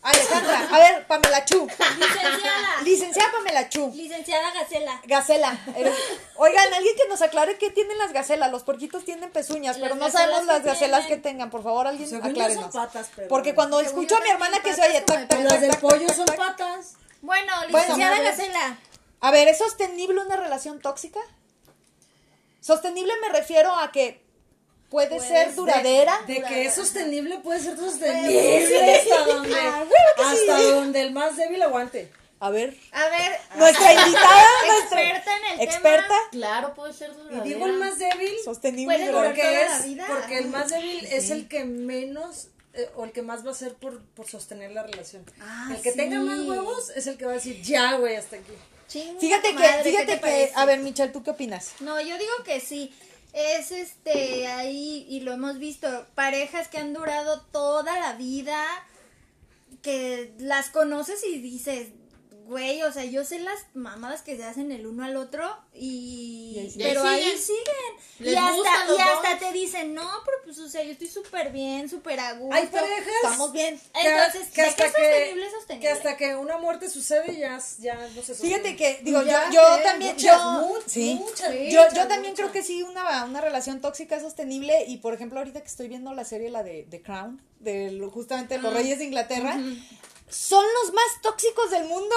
Speaker 1: Alejandra, a ver, Pamela Chu,
Speaker 3: Licenciada.
Speaker 1: licenciada Pamela Chu,
Speaker 3: Licenciada Gacela.
Speaker 1: Gacela. eres- Oigan, alguien que nos aclare qué tienen las gacelas, los porquitos tienen pezuñas,
Speaker 3: Las
Speaker 1: pero no
Speaker 3: gacelas
Speaker 1: sabemos las
Speaker 3: que
Speaker 1: gacelas
Speaker 3: tienen.
Speaker 1: que tengan, por favor, alguien
Speaker 2: Según yo son
Speaker 1: aclárenos.
Speaker 2: patas, pero
Speaker 1: Porque
Speaker 2: bueno.
Speaker 1: cuando
Speaker 3: Según
Speaker 1: escucho a
Speaker 3: yo
Speaker 1: mi hermana
Speaker 3: también
Speaker 1: que se
Speaker 3: patas
Speaker 1: oye
Speaker 3: como de
Speaker 1: tac, tac,
Speaker 2: Pero Las
Speaker 1: tac,
Speaker 2: del
Speaker 1: tac,
Speaker 2: pollo
Speaker 1: tac,
Speaker 2: son
Speaker 1: tac,
Speaker 2: patas.
Speaker 3: Bueno,
Speaker 1: Bueno,
Speaker 3: licenciada
Speaker 1: madre.
Speaker 3: Gacela.
Speaker 1: A ver, ¿es sostenible una relación tóxica? Sostenible me refiero a que puede
Speaker 3: Puede
Speaker 1: ser
Speaker 3: ser
Speaker 1: duradera.
Speaker 2: De que es sostenible puede ser
Speaker 3: Puede
Speaker 2: sostenible hasta donde,
Speaker 1: Ah, claro que sí.
Speaker 2: hasta donde el más débil aguante.
Speaker 1: A ver,
Speaker 3: A ver.
Speaker 1: nuestra invitada, nuestra
Speaker 3: Ah. Experta en el tema.
Speaker 1: experta,
Speaker 4: Claro, puede ser
Speaker 2: Y
Speaker 4: duradera.
Speaker 2: digo el más débil
Speaker 1: sostenible y
Speaker 3: Puede durar
Speaker 1: duradera.
Speaker 2: porque
Speaker 3: toda la
Speaker 2: es
Speaker 3: vida.
Speaker 2: porque el más débil es el que menos eh, o el que más va a hacer por, por sostener la relación.
Speaker 3: Ah,
Speaker 2: el que
Speaker 3: sí.
Speaker 2: tenga más huevos es el que va a decir, ya, güey, hasta aquí.
Speaker 3: Chinga
Speaker 1: Fíjate que,
Speaker 3: madre, ¿qué
Speaker 1: fíjate
Speaker 3: te
Speaker 1: que,
Speaker 3: parece?
Speaker 1: a ver, Michelle, ¿tú qué opinas?
Speaker 3: No, yo digo que sí. Es este, ahí, y lo hemos visto, parejas que han durado toda la vida, que las conoces y dices, güey, o sea, yo sé las mamadas que se hacen el uno al otro y...
Speaker 1: Y ahí siguen.
Speaker 3: pero
Speaker 4: Y ahí
Speaker 3: ahí
Speaker 4: siguen.
Speaker 3: siguen.
Speaker 4: Les
Speaker 3: Y
Speaker 4: gusta a
Speaker 3: hasta,
Speaker 4: los
Speaker 3: y hasta
Speaker 4: dos.
Speaker 3: te dicen, no, pero pues, o sea, yo estoy súper bien, súper a gusto.
Speaker 2: Hay parejas.
Speaker 1: Estamos bien.
Speaker 2: que-
Speaker 3: Entonces,
Speaker 2: que
Speaker 3: ¿de
Speaker 2: hasta
Speaker 3: qué es sostenible es sostenible?
Speaker 2: que hasta que una muerte sucede ya, ya no se sostiene.
Speaker 1: Fíjate que, digo, yo,
Speaker 2: Ya
Speaker 1: yo
Speaker 2: sé,
Speaker 1: también,
Speaker 2: muchas,
Speaker 1: yo,
Speaker 2: mu-
Speaker 1: sí. yo,
Speaker 2: muchas, muchas,
Speaker 1: yo también
Speaker 2: muchas.
Speaker 1: creo que sí, una, una relación tóxica es sostenible y, por ejemplo, ahorita que estoy viendo la serie, la de The Crown, de lo- justamente
Speaker 2: Ah.
Speaker 1: los reyes de Inglaterra, son los más tóxicos del mundo,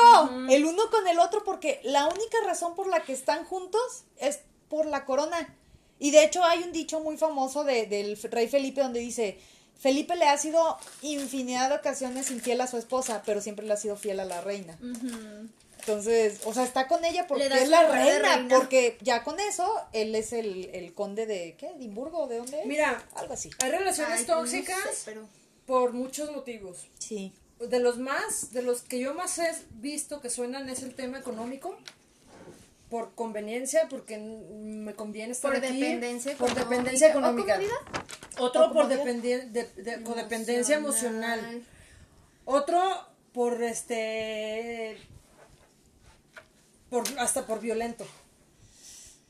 Speaker 1: el uno con el otro, porque la única razón por la que están juntos es por la corona. Y de hecho hay un dicho muy famoso de- del f- rey Felipe donde dice, Felipe le ha sido infinidad de ocasiones infiel a su esposa, pero siempre le ha sido fiel a la reina. Entonces, o sea, está con ella porque
Speaker 3: Le da
Speaker 1: es
Speaker 3: su
Speaker 1: la
Speaker 3: corona de
Speaker 1: reina,
Speaker 3: reina.
Speaker 1: porque ya con eso él es el, el conde de, ¿qué? ¿Edimburgo? ¿De dónde es?
Speaker 2: Mira,
Speaker 1: Algo así.
Speaker 2: hay relaciones
Speaker 3: Ay,
Speaker 2: tóxicas
Speaker 3: no sé, pero-
Speaker 2: por muchos motivos.
Speaker 1: Sí.
Speaker 2: De los más, de los que yo más he visto que suenan es el tema económico. Por conveniencia, porque mm, me conviene estar
Speaker 3: Por
Speaker 2: aquí,
Speaker 3: dependencia
Speaker 2: Por
Speaker 3: económica.
Speaker 2: dependencia
Speaker 3: ¿O
Speaker 2: económica.
Speaker 3: comodidad?
Speaker 2: Otro
Speaker 1: ¿O
Speaker 2: por
Speaker 1: comodidad?
Speaker 2: dependi- de- de- codependencia emocional. Otro por este por hasta por violento,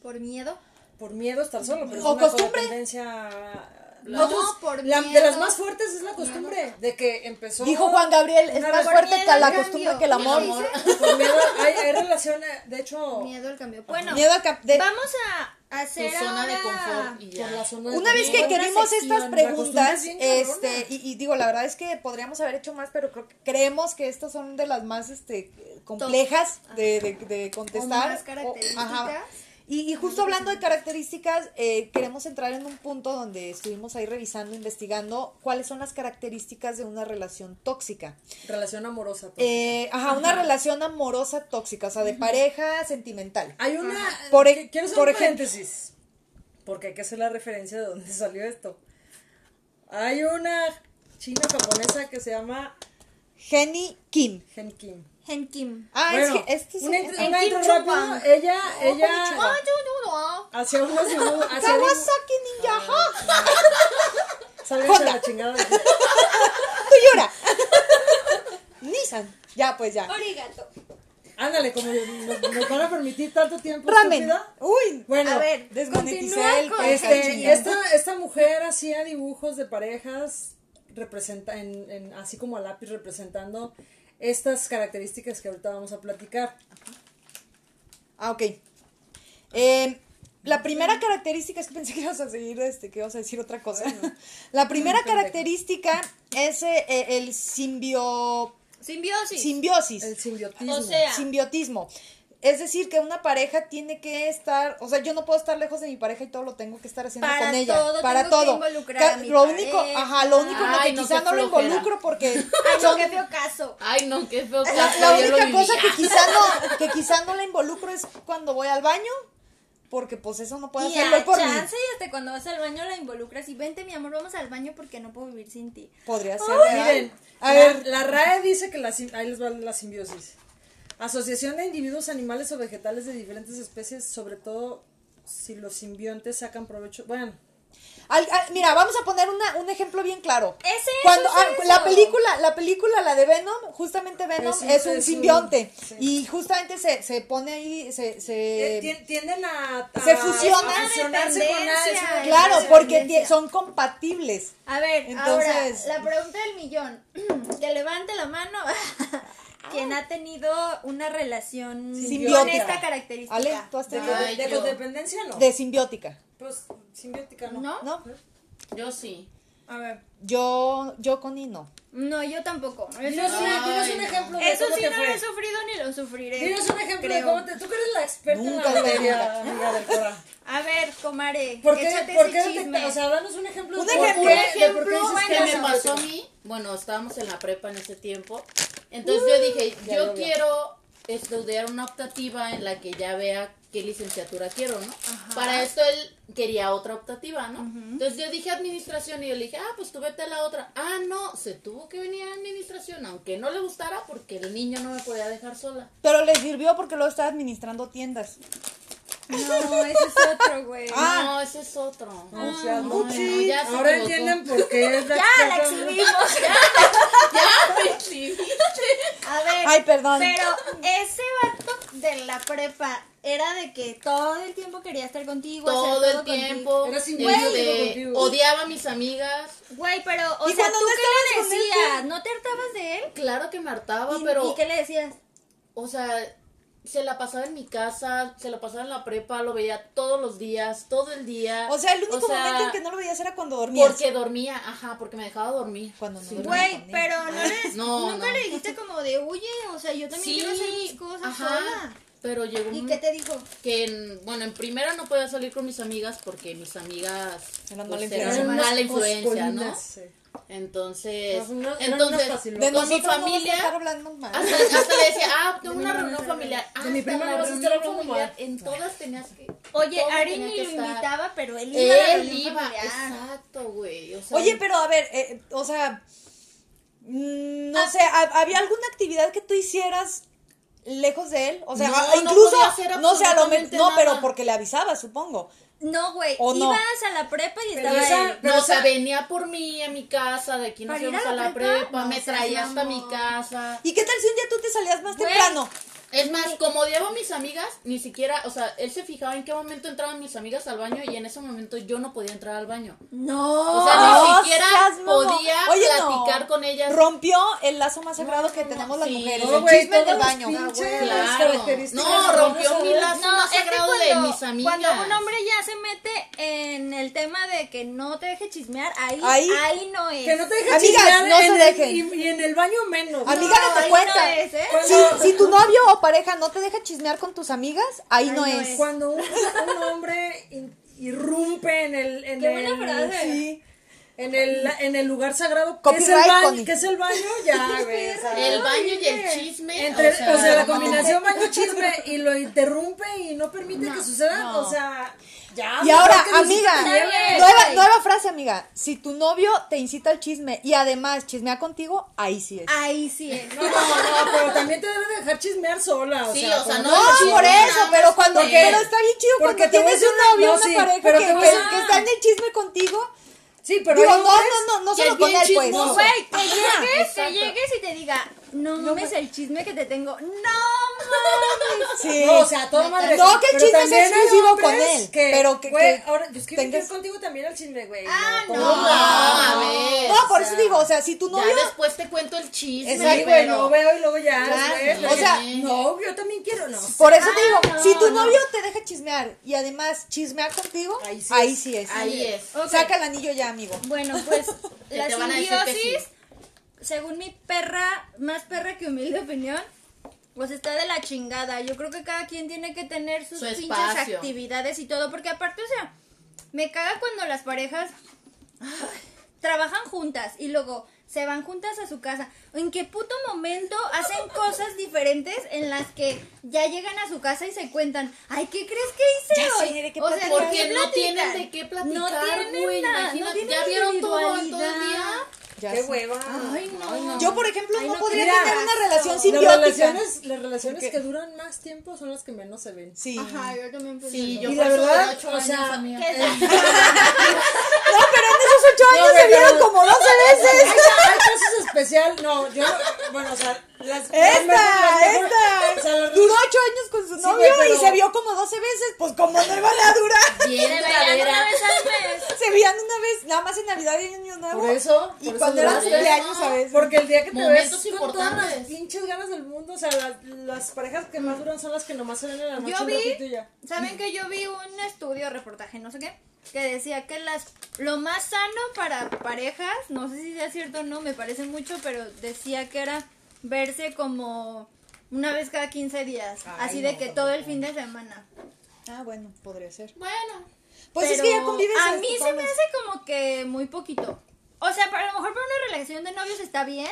Speaker 3: Por miedo.
Speaker 2: por miedo a estar solo, pero es
Speaker 1: O
Speaker 2: una
Speaker 1: costumbre.
Speaker 2: codependencia-
Speaker 3: No,
Speaker 2: Otros-
Speaker 3: por
Speaker 2: la- de
Speaker 3: miedo.
Speaker 2: las más fuertes es la costumbre de que empezó
Speaker 1: Dijo Juan Gabriel, es
Speaker 2: una
Speaker 1: más
Speaker 2: re-
Speaker 1: fuerte que la
Speaker 3: al
Speaker 1: costumbre
Speaker 3: cambio.
Speaker 1: que el
Speaker 3: ¿Qué
Speaker 1: amor.
Speaker 3: dice?
Speaker 2: por miedo, hay, hay relación, eh, de hecho,
Speaker 3: Miedo al cambio. Bueno,
Speaker 1: Miedo a cap- de-
Speaker 3: vamos a hacer
Speaker 4: Tu zona de
Speaker 3: ahora-
Speaker 4: confort y ya.
Speaker 2: por la zona de
Speaker 1: Una vez que
Speaker 2: confort.
Speaker 1: queremos
Speaker 2: sección,
Speaker 1: estas
Speaker 2: la costumbre es
Speaker 1: preguntas,
Speaker 2: bien cabrona.
Speaker 1: este, y, y digo, la verdad es que podríamos haber hecho más, pero creo que- creemos que estas son de las más este, complejas de, de- de contestar.
Speaker 3: O más características.
Speaker 1: ajá. Y, y justo hablando de características, eh, queremos entrar en un punto donde estuvimos ahí revisando, investigando cuáles son las características de una relación tóxica.
Speaker 2: relación amorosa. pues.
Speaker 1: Eh, ajá, una relación amorosa tóxica, o sea, de pareja sentimental.
Speaker 2: Hay una.
Speaker 1: Por e-
Speaker 2: que- quiero hacer
Speaker 1: por
Speaker 2: un
Speaker 1: ejemplo-
Speaker 2: paréntesis. Porque hay que hacer la referencia de dónde salió esto. Hay una china japonesa que se llama
Speaker 1: Jenny Kim.
Speaker 2: Gen Kim.
Speaker 3: Hen Kim.
Speaker 1: Ah,
Speaker 2: Bueno,
Speaker 1: es que este es
Speaker 2: una,
Speaker 1: es-
Speaker 2: intro- una
Speaker 3: Kim
Speaker 2: intro
Speaker 3: Chu-hwan.
Speaker 2: rápido. Ella,
Speaker 3: Ah,
Speaker 2: ella
Speaker 3: yo no, ah. no.
Speaker 2: hacía unos dibujos. Hacía dibujos.
Speaker 1: Kawasaki
Speaker 2: Ah.
Speaker 1: Ninja. ¡ja!
Speaker 2: Sálganse a la
Speaker 1: Honda.
Speaker 2: chingada.
Speaker 1: Tú llora. Nissan. Ya, pues ya.
Speaker 3: Origato.
Speaker 2: Ándale, como nos, nos van a permitir tanto tiempo.
Speaker 1: Ramen.
Speaker 2: estúpida.
Speaker 1: Uy.
Speaker 2: Bueno,
Speaker 3: A ver,
Speaker 1: Desmoneticé
Speaker 3: continúa
Speaker 1: el
Speaker 3: con-
Speaker 1: podcast,
Speaker 2: Este,
Speaker 1: chingada.
Speaker 2: esta, esta mujer hacía dibujos de parejas representa en, en- así como a lápiz representando estas características que ahorita vamos a platicar.
Speaker 1: Ah, ok. Eh, la primera característica, es que pensé que ibas a seguir, este, que ibas a decir otra cosa. La primera característica es eh, eh, el simbio,
Speaker 3: Simbiosis.
Speaker 1: simbiosis.
Speaker 2: El simbiotismo.
Speaker 3: o sea,
Speaker 1: Simbiotismo. Es decir, que una pareja tiene que estar, o sea, yo no puedo estar lejos de mi pareja y todo lo tengo que estar haciendo
Speaker 3: Para
Speaker 1: con ella.
Speaker 3: todo
Speaker 1: para
Speaker 3: tengo que
Speaker 1: todo.
Speaker 3: involucrar
Speaker 1: Ca-
Speaker 3: a mi
Speaker 1: lo único,
Speaker 3: pareja.
Speaker 1: ajá, lo único en lo
Speaker 4: Ay,
Speaker 1: que
Speaker 4: no,
Speaker 1: quizá
Speaker 4: qué
Speaker 1: no lo
Speaker 4: flojera.
Speaker 1: involucro porque
Speaker 3: ay, no,
Speaker 1: son-
Speaker 3: qué feo caso.
Speaker 4: Ay, no, qué feo.
Speaker 1: la,
Speaker 4: caso,
Speaker 1: la
Speaker 4: yo lo
Speaker 1: única cosa
Speaker 4: vivía.
Speaker 1: que quizá no, que quizá no la involucro es cuando voy al baño, porque pues eso no puedo
Speaker 3: Y
Speaker 1: hacerlo
Speaker 3: a
Speaker 1: por mí.
Speaker 3: chance y hasta cuando vas al baño la involucras y vente mi amor, vamos al baño porque no puedo vivir sin ti.
Speaker 1: Podría ser real.
Speaker 2: Miren,
Speaker 1: A
Speaker 2: la-
Speaker 1: ver,
Speaker 2: la RAE dice que la, sim- ahí les va la simbiosis. Asociación de individuos, animales o vegetales de diferentes especies, sobre todo si los simbiontes sacan provecho. Bueno,
Speaker 1: al- al- mira, vamos a poner una- un ejemplo bien claro.
Speaker 3: Es eso,
Speaker 1: Cuando
Speaker 3: es
Speaker 1: ah,
Speaker 3: eso.
Speaker 1: la película, la película, la de Venom, justamente Venom es
Speaker 2: Es
Speaker 1: un,
Speaker 2: un- es un-
Speaker 1: simbionte.
Speaker 2: sí.
Speaker 1: Y justamente se, se pone ahí, se, se-
Speaker 2: eh, tien- tienden a, a-
Speaker 1: se fusionan.
Speaker 2: a fusionarse con
Speaker 3: Dependencia,
Speaker 2: es una-
Speaker 3: eh.
Speaker 1: claro,
Speaker 3: es
Speaker 1: porque
Speaker 3: tendencia.
Speaker 1: tie- son compatibles.
Speaker 3: A ver,
Speaker 1: Entonces-
Speaker 3: ahora, la pregunta del millón. que levante la mano quien ha tenido una relación
Speaker 1: Simbiótica.
Speaker 3: con esta característica.
Speaker 1: Ale, tú has
Speaker 2: De,
Speaker 1: tenido
Speaker 4: Ay,
Speaker 2: de
Speaker 4: yo.
Speaker 2: codependencia no.
Speaker 1: de simbiótica,
Speaker 2: Pues simbiótica no.
Speaker 3: ¿No?
Speaker 1: ¿no?
Speaker 4: Ah, Yo sí.
Speaker 3: A ver.
Speaker 1: Yo, yo con Nino.
Speaker 3: No, yo tampoco. Eso
Speaker 2: Dinos,
Speaker 3: sí-
Speaker 2: un- e- dinos
Speaker 4: Ay,
Speaker 2: un
Speaker 4: no.
Speaker 2: ejemplo de
Speaker 3: Eso
Speaker 2: cómo
Speaker 3: sí
Speaker 2: te
Speaker 3: no
Speaker 2: fue.
Speaker 3: lo he sufrido ni lo sufriré.
Speaker 2: Dinos un ejemplo de
Speaker 3: creo.
Speaker 2: cómo te... Tú que eres la experta
Speaker 1: Nunca,
Speaker 2: en la
Speaker 1: nunca,
Speaker 2: materia, amiga del Cora.
Speaker 3: A ver, comare,
Speaker 2: ¿Por qué,
Speaker 3: échate
Speaker 2: por
Speaker 3: ese
Speaker 2: qué detecta-
Speaker 3: chisme.
Speaker 2: O sea, danos un ejemplo.
Speaker 1: Un
Speaker 2: de por
Speaker 1: ejemplo.
Speaker 2: qué-
Speaker 1: Un
Speaker 2: de por qué
Speaker 3: ejemplo,
Speaker 2: dices que
Speaker 4: ¿Qué
Speaker 3: Bueno,
Speaker 2: eres
Speaker 4: me
Speaker 3: no.
Speaker 4: pasó a
Speaker 2: simbiótica.
Speaker 4: mí? Bueno, estábamos en la prepa en ese tiempo. Entonces yo dije,
Speaker 2: Ya
Speaker 4: yo
Speaker 2: lo veo.
Speaker 4: quiero estudiar una optativa en la que ya vea qué licenciatura quiero, ¿no? Para esto él quería otra optativa, ¿no? Entonces yo dije administración y yo le dije, ah, pues tú vete a la otra. Ah, no, se tuvo que venir a administración, aunque no le gustara porque el niño no me podía dejar sola.
Speaker 1: Pero le sirvió porque luego estaba administrando tiendas.
Speaker 3: No, ese es otro, güey.
Speaker 1: Ah.
Speaker 4: No, ese es otro.
Speaker 2: O sea,
Speaker 4: Ay,
Speaker 2: no.
Speaker 4: Ah, no, ya se
Speaker 2: Ahora
Speaker 4: equivocó.
Speaker 2: entienden por qué es la
Speaker 3: ya, la
Speaker 2: experta.
Speaker 3: exhibimos. ya. A ver.
Speaker 1: Ay, perdón.
Speaker 3: Pero ese vato de la prepa era de que todo el tiempo quería estar contigo. hacer
Speaker 4: todo el
Speaker 3: Pues, contigo.
Speaker 4: tiempo.
Speaker 2: Eras
Speaker 4: este,
Speaker 2: incomprensivo contigo.
Speaker 4: odiaba a mis amigas.
Speaker 3: Güey, pero, o
Speaker 1: ¿Y
Speaker 3: sea,
Speaker 1: cuando
Speaker 3: ¿tú
Speaker 1: no
Speaker 3: qué le
Speaker 1: estabas con él,
Speaker 3: decías? ¿No te hartabas de él?
Speaker 4: Claro que me hartaba,
Speaker 3: ¿Y,
Speaker 4: pero
Speaker 3: ¿Y qué le decías?
Speaker 4: o sea, se la pasaba en mi casa, se la pasaba en la prepa, lo veía todos los días, todo el día.
Speaker 1: O sea, el único
Speaker 4: sea,
Speaker 1: momento en que no lo veías era cuando dormías.
Speaker 4: porque dormía, ajá, porque me dejaba dormir.
Speaker 1: Cuando no
Speaker 4: Sí.
Speaker 1: dormía.
Speaker 3: Güey, pero no le,
Speaker 4: No,
Speaker 3: nunca
Speaker 4: no.
Speaker 3: le dijiste como de, oye, o sea, yo también quiero hacer mis cosas sola.
Speaker 4: Pero llegó
Speaker 3: ¿Y
Speaker 4: un-
Speaker 3: qué te dijo?
Speaker 4: que en- bueno, en primera no podía salir con mis amigas porque mis amigas
Speaker 1: Eran
Speaker 4: pues,
Speaker 1: mala
Speaker 4: eran
Speaker 1: influencia.
Speaker 2: unas
Speaker 4: mala influencia, ¿no?
Speaker 2: coscolinas, sí.
Speaker 4: Entonces,
Speaker 2: Eran unas- eran
Speaker 4: entonces
Speaker 2: unas facilocas.
Speaker 1: De
Speaker 4: con mi
Speaker 1: nosotros no vas a
Speaker 4: familia
Speaker 1: estar hablando mal.
Speaker 4: hasta, hasta le decía, ah, tengo una reunión familiar. Ah,
Speaker 2: De mi prima no
Speaker 4: la
Speaker 2: vas a estar
Speaker 4: reunión
Speaker 2: hablando
Speaker 4: familiar.
Speaker 2: mal.
Speaker 4: En todas tenías que.
Speaker 3: Oye,
Speaker 4: todo
Speaker 3: Ari
Speaker 4: tenía
Speaker 3: ni
Speaker 4: que
Speaker 3: lo
Speaker 4: estar.
Speaker 3: invitaba, pero él iba a la
Speaker 4: Él
Speaker 3: reunión
Speaker 4: iba,
Speaker 3: familiar.
Speaker 4: exacto, güey. o sea,
Speaker 1: Oye, pero a ver, eh, o sea, mm,
Speaker 4: Ah.
Speaker 1: no sé, ¿ha- ¿había alguna actividad que tú hicieras lejos de él? O sea,
Speaker 4: No,
Speaker 1: a-
Speaker 4: no
Speaker 1: incluso,
Speaker 4: podía hacer
Speaker 1: no sé, a lo mejor,
Speaker 4: absolutamente
Speaker 1: no, pero
Speaker 4: nada.
Speaker 1: porque le avisaba, supongo.
Speaker 3: No, güey,
Speaker 1: ¿O no?
Speaker 3: ibas a la prepa y
Speaker 2: Pero
Speaker 3: estaba
Speaker 2: esa-
Speaker 3: él.
Speaker 4: No,
Speaker 2: pero,
Speaker 4: o
Speaker 2: o
Speaker 4: sea,
Speaker 2: sea,
Speaker 4: venía por mí a mi casa, de aquí nos
Speaker 3: ¿Para ir a
Speaker 4: íbamos a
Speaker 3: la
Speaker 4: la
Speaker 3: prepa?
Speaker 4: prepa,
Speaker 3: No
Speaker 4: me
Speaker 3: seas
Speaker 4: traía hasta mi
Speaker 3: mamón.
Speaker 4: casa.
Speaker 1: ¿Y qué tal si un día tú te salías más
Speaker 3: Güey.
Speaker 1: temprano?
Speaker 4: Es más, como odiaba a mis amigas, ni siquiera, o sea, él se fijaba en qué momento entraban mis amigas al baño y en ese momento yo no podía entrar al baño.
Speaker 3: No.
Speaker 4: O sea, ni
Speaker 1: No
Speaker 4: siquiera
Speaker 1: seas mamón.
Speaker 4: podía
Speaker 1: Oye, no.
Speaker 4: platicar con ellas.
Speaker 1: Rompió el lazo más sagrado que tenemos las
Speaker 4: sí.
Speaker 1: mujeres,
Speaker 2: No,
Speaker 1: el
Speaker 2: güey,
Speaker 1: chisme en el
Speaker 2: todos
Speaker 1: baño.
Speaker 2: los pinches-
Speaker 3: Eh,
Speaker 1: Ah, güey.
Speaker 2: las
Speaker 4: Claro.
Speaker 2: características
Speaker 4: No,
Speaker 2: que
Speaker 4: rompió
Speaker 2: vamos a
Speaker 4: mi
Speaker 2: ver.
Speaker 4: lazo
Speaker 3: No,
Speaker 4: más
Speaker 3: es que
Speaker 4: sagrado de
Speaker 3: cuando,
Speaker 4: mis amigas.
Speaker 3: cuando un hombre ya se mete en el tema de que no te deje chismear, ahí,
Speaker 1: Ahí-
Speaker 3: ahí, no es.
Speaker 2: Que no te dejen
Speaker 1: Amigas,
Speaker 2: chismear
Speaker 1: no se
Speaker 2: en el-
Speaker 1: dejen.
Speaker 2: y, y en el baño menos.
Speaker 1: Amiga,
Speaker 3: No,
Speaker 1: no te
Speaker 3: ahí
Speaker 1: cuenta.
Speaker 3: no es, ¿eh?
Speaker 1: Si, si tu novio o pareja no te deja chismear con tus amigas, ahí no, es.
Speaker 2: Cuando un, un hombre in- irrumpe en el, en
Speaker 3: Qué buena
Speaker 2: el-
Speaker 3: frase.
Speaker 2: sí, en el, en el lugar sagrado que
Speaker 1: Copyright,
Speaker 2: es el baño,
Speaker 1: Connie.
Speaker 2: que es el baño, ya, güey. o sea,
Speaker 4: El baño y el chisme.
Speaker 2: entre, o sea, la
Speaker 4: no.
Speaker 2: combinación baño chisme y lo interrumpe y no permite que suceda, o sea, ya.
Speaker 1: Y
Speaker 2: mejor
Speaker 1: ahora,
Speaker 2: que nos
Speaker 1: amiga,
Speaker 2: interrumpe.
Speaker 1: nueva,
Speaker 3: güey.
Speaker 1: nueva frase, amiga. Si tu novio te incita al chisme y además chismea contigo, ahí sí es.
Speaker 3: Ahí sí es.
Speaker 2: No, no, no, pero también te debe dejar chismear sola, o
Speaker 4: Sí,
Speaker 2: sea,
Speaker 4: o sea,
Speaker 2: como-
Speaker 1: no,
Speaker 4: no, chisme,
Speaker 1: por
Speaker 4: nada
Speaker 1: eso,
Speaker 4: más
Speaker 1: pero cuando
Speaker 4: porque-
Speaker 1: pero está bien chido
Speaker 2: porque
Speaker 1: cuando
Speaker 2: te voy a
Speaker 1: tienes
Speaker 2: decir
Speaker 1: un
Speaker 2: una-
Speaker 1: novio,
Speaker 2: no,
Speaker 1: una
Speaker 2: sí,
Speaker 1: pareja
Speaker 2: pero
Speaker 1: que,
Speaker 2: te voy a
Speaker 1: que-
Speaker 2: decir-
Speaker 1: que está en el chisme contigo.
Speaker 2: Sí, pero
Speaker 1: digo,
Speaker 2: hay
Speaker 1: no,
Speaker 2: hombres-
Speaker 1: no, no, no
Speaker 4: que
Speaker 1: solo
Speaker 4: es
Speaker 1: con él,
Speaker 4: bien
Speaker 1: pues.
Speaker 4: chismoso.
Speaker 3: Güey, que
Speaker 4: Ajá,
Speaker 3: llegues, que
Speaker 4: exacto.
Speaker 3: llegues y te diga, no mames el chisme que te tengo. No mames.
Speaker 1: Sí.
Speaker 2: No, o sea, todo madre.
Speaker 1: No, que el
Speaker 2: Pero
Speaker 1: chisme es
Speaker 2: también hay
Speaker 1: exclusivo
Speaker 2: hombres
Speaker 1: con él,
Speaker 2: que,
Speaker 1: pero que-
Speaker 2: güey,
Speaker 1: que
Speaker 2: ahora, pues, ¿qué
Speaker 1: tengas-
Speaker 2: tengas contigo también el chisme, güey?
Speaker 3: Ah,
Speaker 2: ¿cómo
Speaker 3: no.
Speaker 4: No, a
Speaker 2: no?
Speaker 4: ver.
Speaker 1: No, por
Speaker 4: o
Speaker 1: eso
Speaker 4: sea,
Speaker 1: digo, o sea, si tu novio
Speaker 4: Ya después te cuento el chisme.
Speaker 1: Exacto.
Speaker 2: Sí, güey,
Speaker 4: pero-
Speaker 2: lo veo y luego ya.
Speaker 1: Claro.
Speaker 2: después,
Speaker 1: O sea,
Speaker 2: no, yo también quiero, no.
Speaker 1: Por eso te digo,
Speaker 3: Ah, no,
Speaker 1: si tu
Speaker 3: no.
Speaker 1: novio te deja chismear y además chismear contigo, ahí
Speaker 2: Ahí sí
Speaker 1: sí, es.
Speaker 4: Ahí es.
Speaker 3: Ok.
Speaker 1: Saca el anillo ya, amigo.
Speaker 3: Bueno, pues
Speaker 4: Que
Speaker 3: la
Speaker 4: te van a decir que sí.
Speaker 3: simbiosis, según mi perra, más perra que humilde opinión, pues está de la chingada. Yo creo que cada quien tiene que tener sus
Speaker 4: Su
Speaker 3: pinches
Speaker 4: espacio.
Speaker 3: actividades y todo, porque aparte, o sea, me caga cuando las parejas ay, trabajan juntas y luego se van juntas a su casa. ¿En qué puto momento hacen cosas diferentes en las que ya llegan a su casa y se cuentan, ay, ¿qué crees que hice
Speaker 1: Ya
Speaker 3: hoy?
Speaker 1: sé, ¿de qué
Speaker 3: O sea, ¿de
Speaker 4: Porque
Speaker 3: qué
Speaker 4: no tienen
Speaker 3: platican?
Speaker 4: de qué
Speaker 3: No
Speaker 4: platicar,
Speaker 3: tienen
Speaker 4: güey.
Speaker 3: nada, no
Speaker 4: Imagínate,
Speaker 3: tienen
Speaker 4: ya vieron todo en todo el
Speaker 3: individualidad.
Speaker 4: día.
Speaker 1: Ya
Speaker 2: Qué
Speaker 1: sé.
Speaker 2: hueva.
Speaker 3: Ay, no.
Speaker 1: Yo, por ejemplo,
Speaker 3: Ay,
Speaker 1: no,
Speaker 3: no,
Speaker 1: podría
Speaker 2: mira,
Speaker 1: tener una relación
Speaker 2: Las
Speaker 1: simbiótica.
Speaker 2: relaciones, las relaciones
Speaker 1: ¿Por qué?
Speaker 2: que duran más tiempo son las que menos se ven.
Speaker 1: Sí.
Speaker 3: Ajá, yo también pensé.
Speaker 4: Sí, yo
Speaker 2: Y la
Speaker 4: por eso
Speaker 2: verdad,
Speaker 4: duré ocho
Speaker 2: o sea,
Speaker 4: años, amiga.
Speaker 3: ¿Qué es?
Speaker 1: No, pero en esos ocho
Speaker 2: No,
Speaker 1: años se
Speaker 2: pero-
Speaker 1: vieron como 12
Speaker 2: Hay,
Speaker 1: veces.
Speaker 2: hay casos especial, no, yo, bueno, o sea, las. las mejores- las
Speaker 1: Esta,
Speaker 2: mejores- o sea,
Speaker 1: esta.
Speaker 2: las-
Speaker 1: Duró ocho años con su
Speaker 2: Sí,
Speaker 1: novio
Speaker 2: güey, pero-
Speaker 1: y se vio como 12 veces. Pues, como no iban a durar?
Speaker 4: Bien
Speaker 3: Se veían
Speaker 4: cadera.
Speaker 3: una vez al mes.
Speaker 1: Se veían una vez, nada más en Navidad y Año Nuevo.
Speaker 2: Por eso,
Speaker 1: Y
Speaker 2: por eso
Speaker 1: cuando eran
Speaker 2: duraste.
Speaker 1: cumpleaños a veces.
Speaker 2: Porque el día que te
Speaker 4: Momentos
Speaker 2: ves con todas las
Speaker 4: importantes.
Speaker 2: pinches ganas del mundo, o sea, las, las parejas que más duran son las que nomás se ven en la noche
Speaker 3: Yo
Speaker 2: un ratito y
Speaker 3: vi,
Speaker 2: ya.
Speaker 3: saben que yo vi un estudio, reportaje, no sé qué, que decía que las lo más sano para parejas, no sé si sea cierto o no, me parece mucho, pero decía que era verse como una vez cada 15 días,
Speaker 2: Ay,
Speaker 3: así de
Speaker 2: no,
Speaker 3: que todo el fin de semana.
Speaker 1: Ah, bueno, podría ser.
Speaker 4: Bueno.
Speaker 1: Pues es
Speaker 3: Pero
Speaker 1: que ya convives.
Speaker 3: A
Speaker 1: en
Speaker 3: mí
Speaker 1: tu
Speaker 3: se me
Speaker 1: casa.
Speaker 3: hace como que muy poquito. O sea, para, a lo mejor para una relación de novios está bien,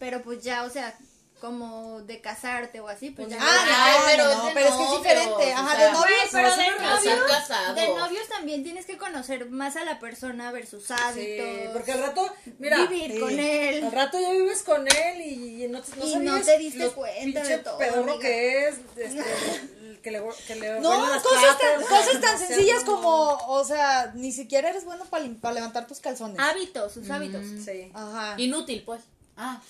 Speaker 3: pero pues ya, o sea, como de casarte o así, pues ya.
Speaker 1: Ah, no,
Speaker 4: Ay, pero
Speaker 1: no,
Speaker 4: es de
Speaker 1: pero es que es
Speaker 4: novios,
Speaker 1: diferente.
Speaker 4: o
Speaker 1: Ajá,
Speaker 4: sea.
Speaker 1: de
Speaker 3: Güey,
Speaker 1: novios.
Speaker 3: pero
Speaker 1: no, sí,
Speaker 3: de
Speaker 1: no.
Speaker 4: casar
Speaker 3: novios,
Speaker 4: casados.
Speaker 3: de novios también tienes que conocer más a la persona versus hábitos.
Speaker 2: Sí, porque al rato, mira, eh,
Speaker 3: vivir
Speaker 1: sí.
Speaker 3: con
Speaker 2: al
Speaker 3: él.
Speaker 2: rato ya vives con él y, y no, te- no
Speaker 3: Y
Speaker 2: sabías
Speaker 3: no te diste
Speaker 2: lo
Speaker 3: cuenta de
Speaker 2: pinche
Speaker 3: todo,
Speaker 2: pedorro
Speaker 3: amiga.
Speaker 2: que es, este, que le, que le
Speaker 1: No,
Speaker 2: huelen las
Speaker 1: cosas tan,
Speaker 2: patas,
Speaker 1: cosas tan
Speaker 2: o sea,
Speaker 1: sencillas
Speaker 2: no.
Speaker 1: como, o sea, ni siquiera eres bueno para levantar tus calzones.
Speaker 3: Hábitos, sus hábitos.
Speaker 2: Mm, Sí.
Speaker 1: Ajá.
Speaker 4: Inútil, pues. Ah,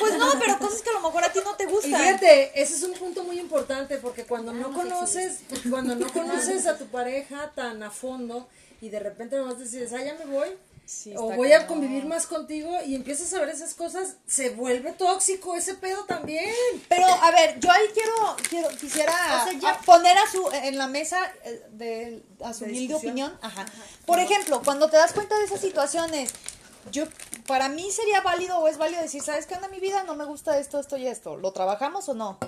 Speaker 1: Pues no, pero cosas que a lo mejor a ti no te
Speaker 2: Y
Speaker 1: gustan. Ah,
Speaker 2: fíjate, ese es un punto muy importante porque cuando no conoces, cuando no conoces a tu pareja tan a fondo y de repente nomás decides, ah, ya me voy,
Speaker 1: Sí,
Speaker 2: o
Speaker 1: está
Speaker 2: voy a
Speaker 1: cañón.
Speaker 2: convivir más contigo y empiezas a ver esas cosas, se vuelve tóxico ese pedo también.
Speaker 1: Pero a ver, yo ahí quiero, quiero quisiera
Speaker 3: O sea, yo-
Speaker 1: a- poner a su en la mesa eh, de a su
Speaker 2: De
Speaker 1: humilde
Speaker 2: discusión.
Speaker 1: opinión, ajá. Por ejemplo, cuando te das cuenta de esas situaciones, yo para mí sería válido o es válido decir, ¿sabes qué onda mi vida? No me gusta esto, esto y esto. ¿Lo trabajamos o no?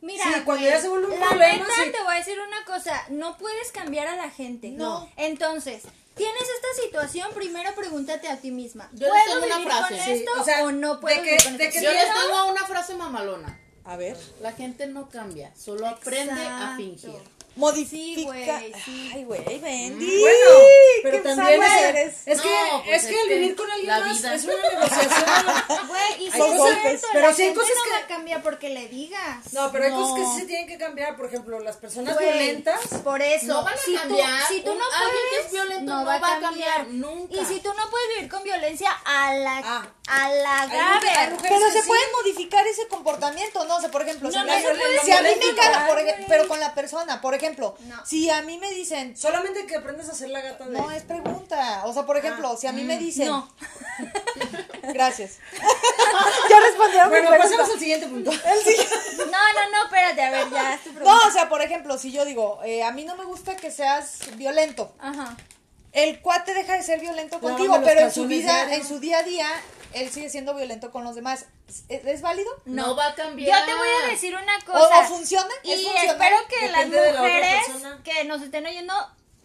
Speaker 3: Mira,
Speaker 2: Sí,
Speaker 3: güey,
Speaker 2: cuando ya se vuelve un
Speaker 3: la
Speaker 2: problema,
Speaker 3: neta,
Speaker 2: sí.
Speaker 3: te voy a decir una cosa, no puedes cambiar a la gente.
Speaker 1: No.
Speaker 3: Entonces, tienes esta situación, primero pregúntate a ti misma.
Speaker 4: Yo les
Speaker 3: ¿Puedo
Speaker 4: tengo una
Speaker 3: vivir
Speaker 4: frase.
Speaker 3: con
Speaker 4: Sí,
Speaker 3: esto
Speaker 2: o sea,
Speaker 3: o no
Speaker 2: de
Speaker 3: puedo
Speaker 2: que-
Speaker 3: vivir con
Speaker 2: de
Speaker 3: esto?
Speaker 2: que
Speaker 4: yo
Speaker 2: Sí,
Speaker 4: les
Speaker 2: ¿no?
Speaker 4: tengo una frase mamalona.
Speaker 1: A ver,
Speaker 4: La gente no cambia, solo aprende a
Speaker 3: Exacto.
Speaker 4: fingir.
Speaker 1: modifica.
Speaker 3: Sí, güey, sí.
Speaker 1: Ay, güey, Mm, Bendy.
Speaker 2: Bueno, pero
Speaker 1: qué
Speaker 2: también
Speaker 1: sabes
Speaker 2: es,
Speaker 1: eres.
Speaker 2: es que,
Speaker 4: No, pues
Speaker 2: es
Speaker 4: es
Speaker 2: que el
Speaker 4: que
Speaker 2: vivir con alguien
Speaker 4: la
Speaker 2: más
Speaker 4: vida.
Speaker 2: es una negociación.
Speaker 3: Güey, y si
Speaker 1: Son
Speaker 3: es
Speaker 1: golpes,
Speaker 3: cierto,
Speaker 2: pero
Speaker 3: la
Speaker 2: sí hay
Speaker 3: gente
Speaker 2: cosas
Speaker 3: no
Speaker 2: que-
Speaker 3: va a cambiar porque le digas.
Speaker 2: No, pero hay
Speaker 1: No.
Speaker 2: cosas que sí se tienen que cambiar. Por ejemplo, las personas
Speaker 3: Güey,
Speaker 2: violentas.
Speaker 3: Por eso,
Speaker 4: No van a
Speaker 3: si,
Speaker 4: cambiar.
Speaker 3: tú, si tú
Speaker 4: Un-
Speaker 3: no
Speaker 4: alguien que
Speaker 3: puedes,
Speaker 4: es violento
Speaker 3: no, va a cambiar,
Speaker 4: nunca.
Speaker 3: Y si tú no puedes vivir con violencia, a la,
Speaker 2: Ah.
Speaker 3: a la grave.
Speaker 2: mujeres- hay mujeres
Speaker 1: Pero
Speaker 2: que
Speaker 1: se
Speaker 2: sí.
Speaker 1: puede modificar ese comportamiento, no sé, por ejemplo,
Speaker 3: No,
Speaker 1: si,
Speaker 3: no
Speaker 1: me-
Speaker 3: se puede
Speaker 1: si a mí me
Speaker 3: modificar,
Speaker 1: caga, por ej-
Speaker 3: güey.
Speaker 1: pero con la persona, por ejemplo,
Speaker 3: No.
Speaker 1: si a mí me dicen,
Speaker 2: Solamente que aprendes a hacer la gata de.
Speaker 1: no es pregunta, o sea, por ejemplo, si a mí me dicen,
Speaker 3: Ah, mm, No.
Speaker 1: gracias, ya respondieron mi
Speaker 2: Bueno,
Speaker 1: pregunta.
Speaker 2: pasemos al siguiente punto.
Speaker 1: El siguiente-
Speaker 3: No, no, no, espérate, a ver, ya, es tu
Speaker 1: No,
Speaker 3: pregunta.
Speaker 1: o sea, por ejemplo, si yo digo, eh, a mí no me gusta que seas violento,
Speaker 3: Ajá.
Speaker 1: el cuate deja de ser violento
Speaker 2: Lávame
Speaker 1: contigo,
Speaker 2: los
Speaker 1: pero en su
Speaker 2: calzones
Speaker 1: vida,
Speaker 2: diario.
Speaker 1: en su día a día, él sigue siendo violento con los demás. ¿Es, es válido?
Speaker 4: No va a cambiar.
Speaker 3: Yo te voy a decir una
Speaker 1: ¿O,
Speaker 3: cosa.
Speaker 1: o funciona?
Speaker 3: Y
Speaker 1: ¿Es funcional?
Speaker 3: espero que las
Speaker 2: Depende de la otra
Speaker 3: mujeres
Speaker 2: persona.
Speaker 3: que nos estén oyendo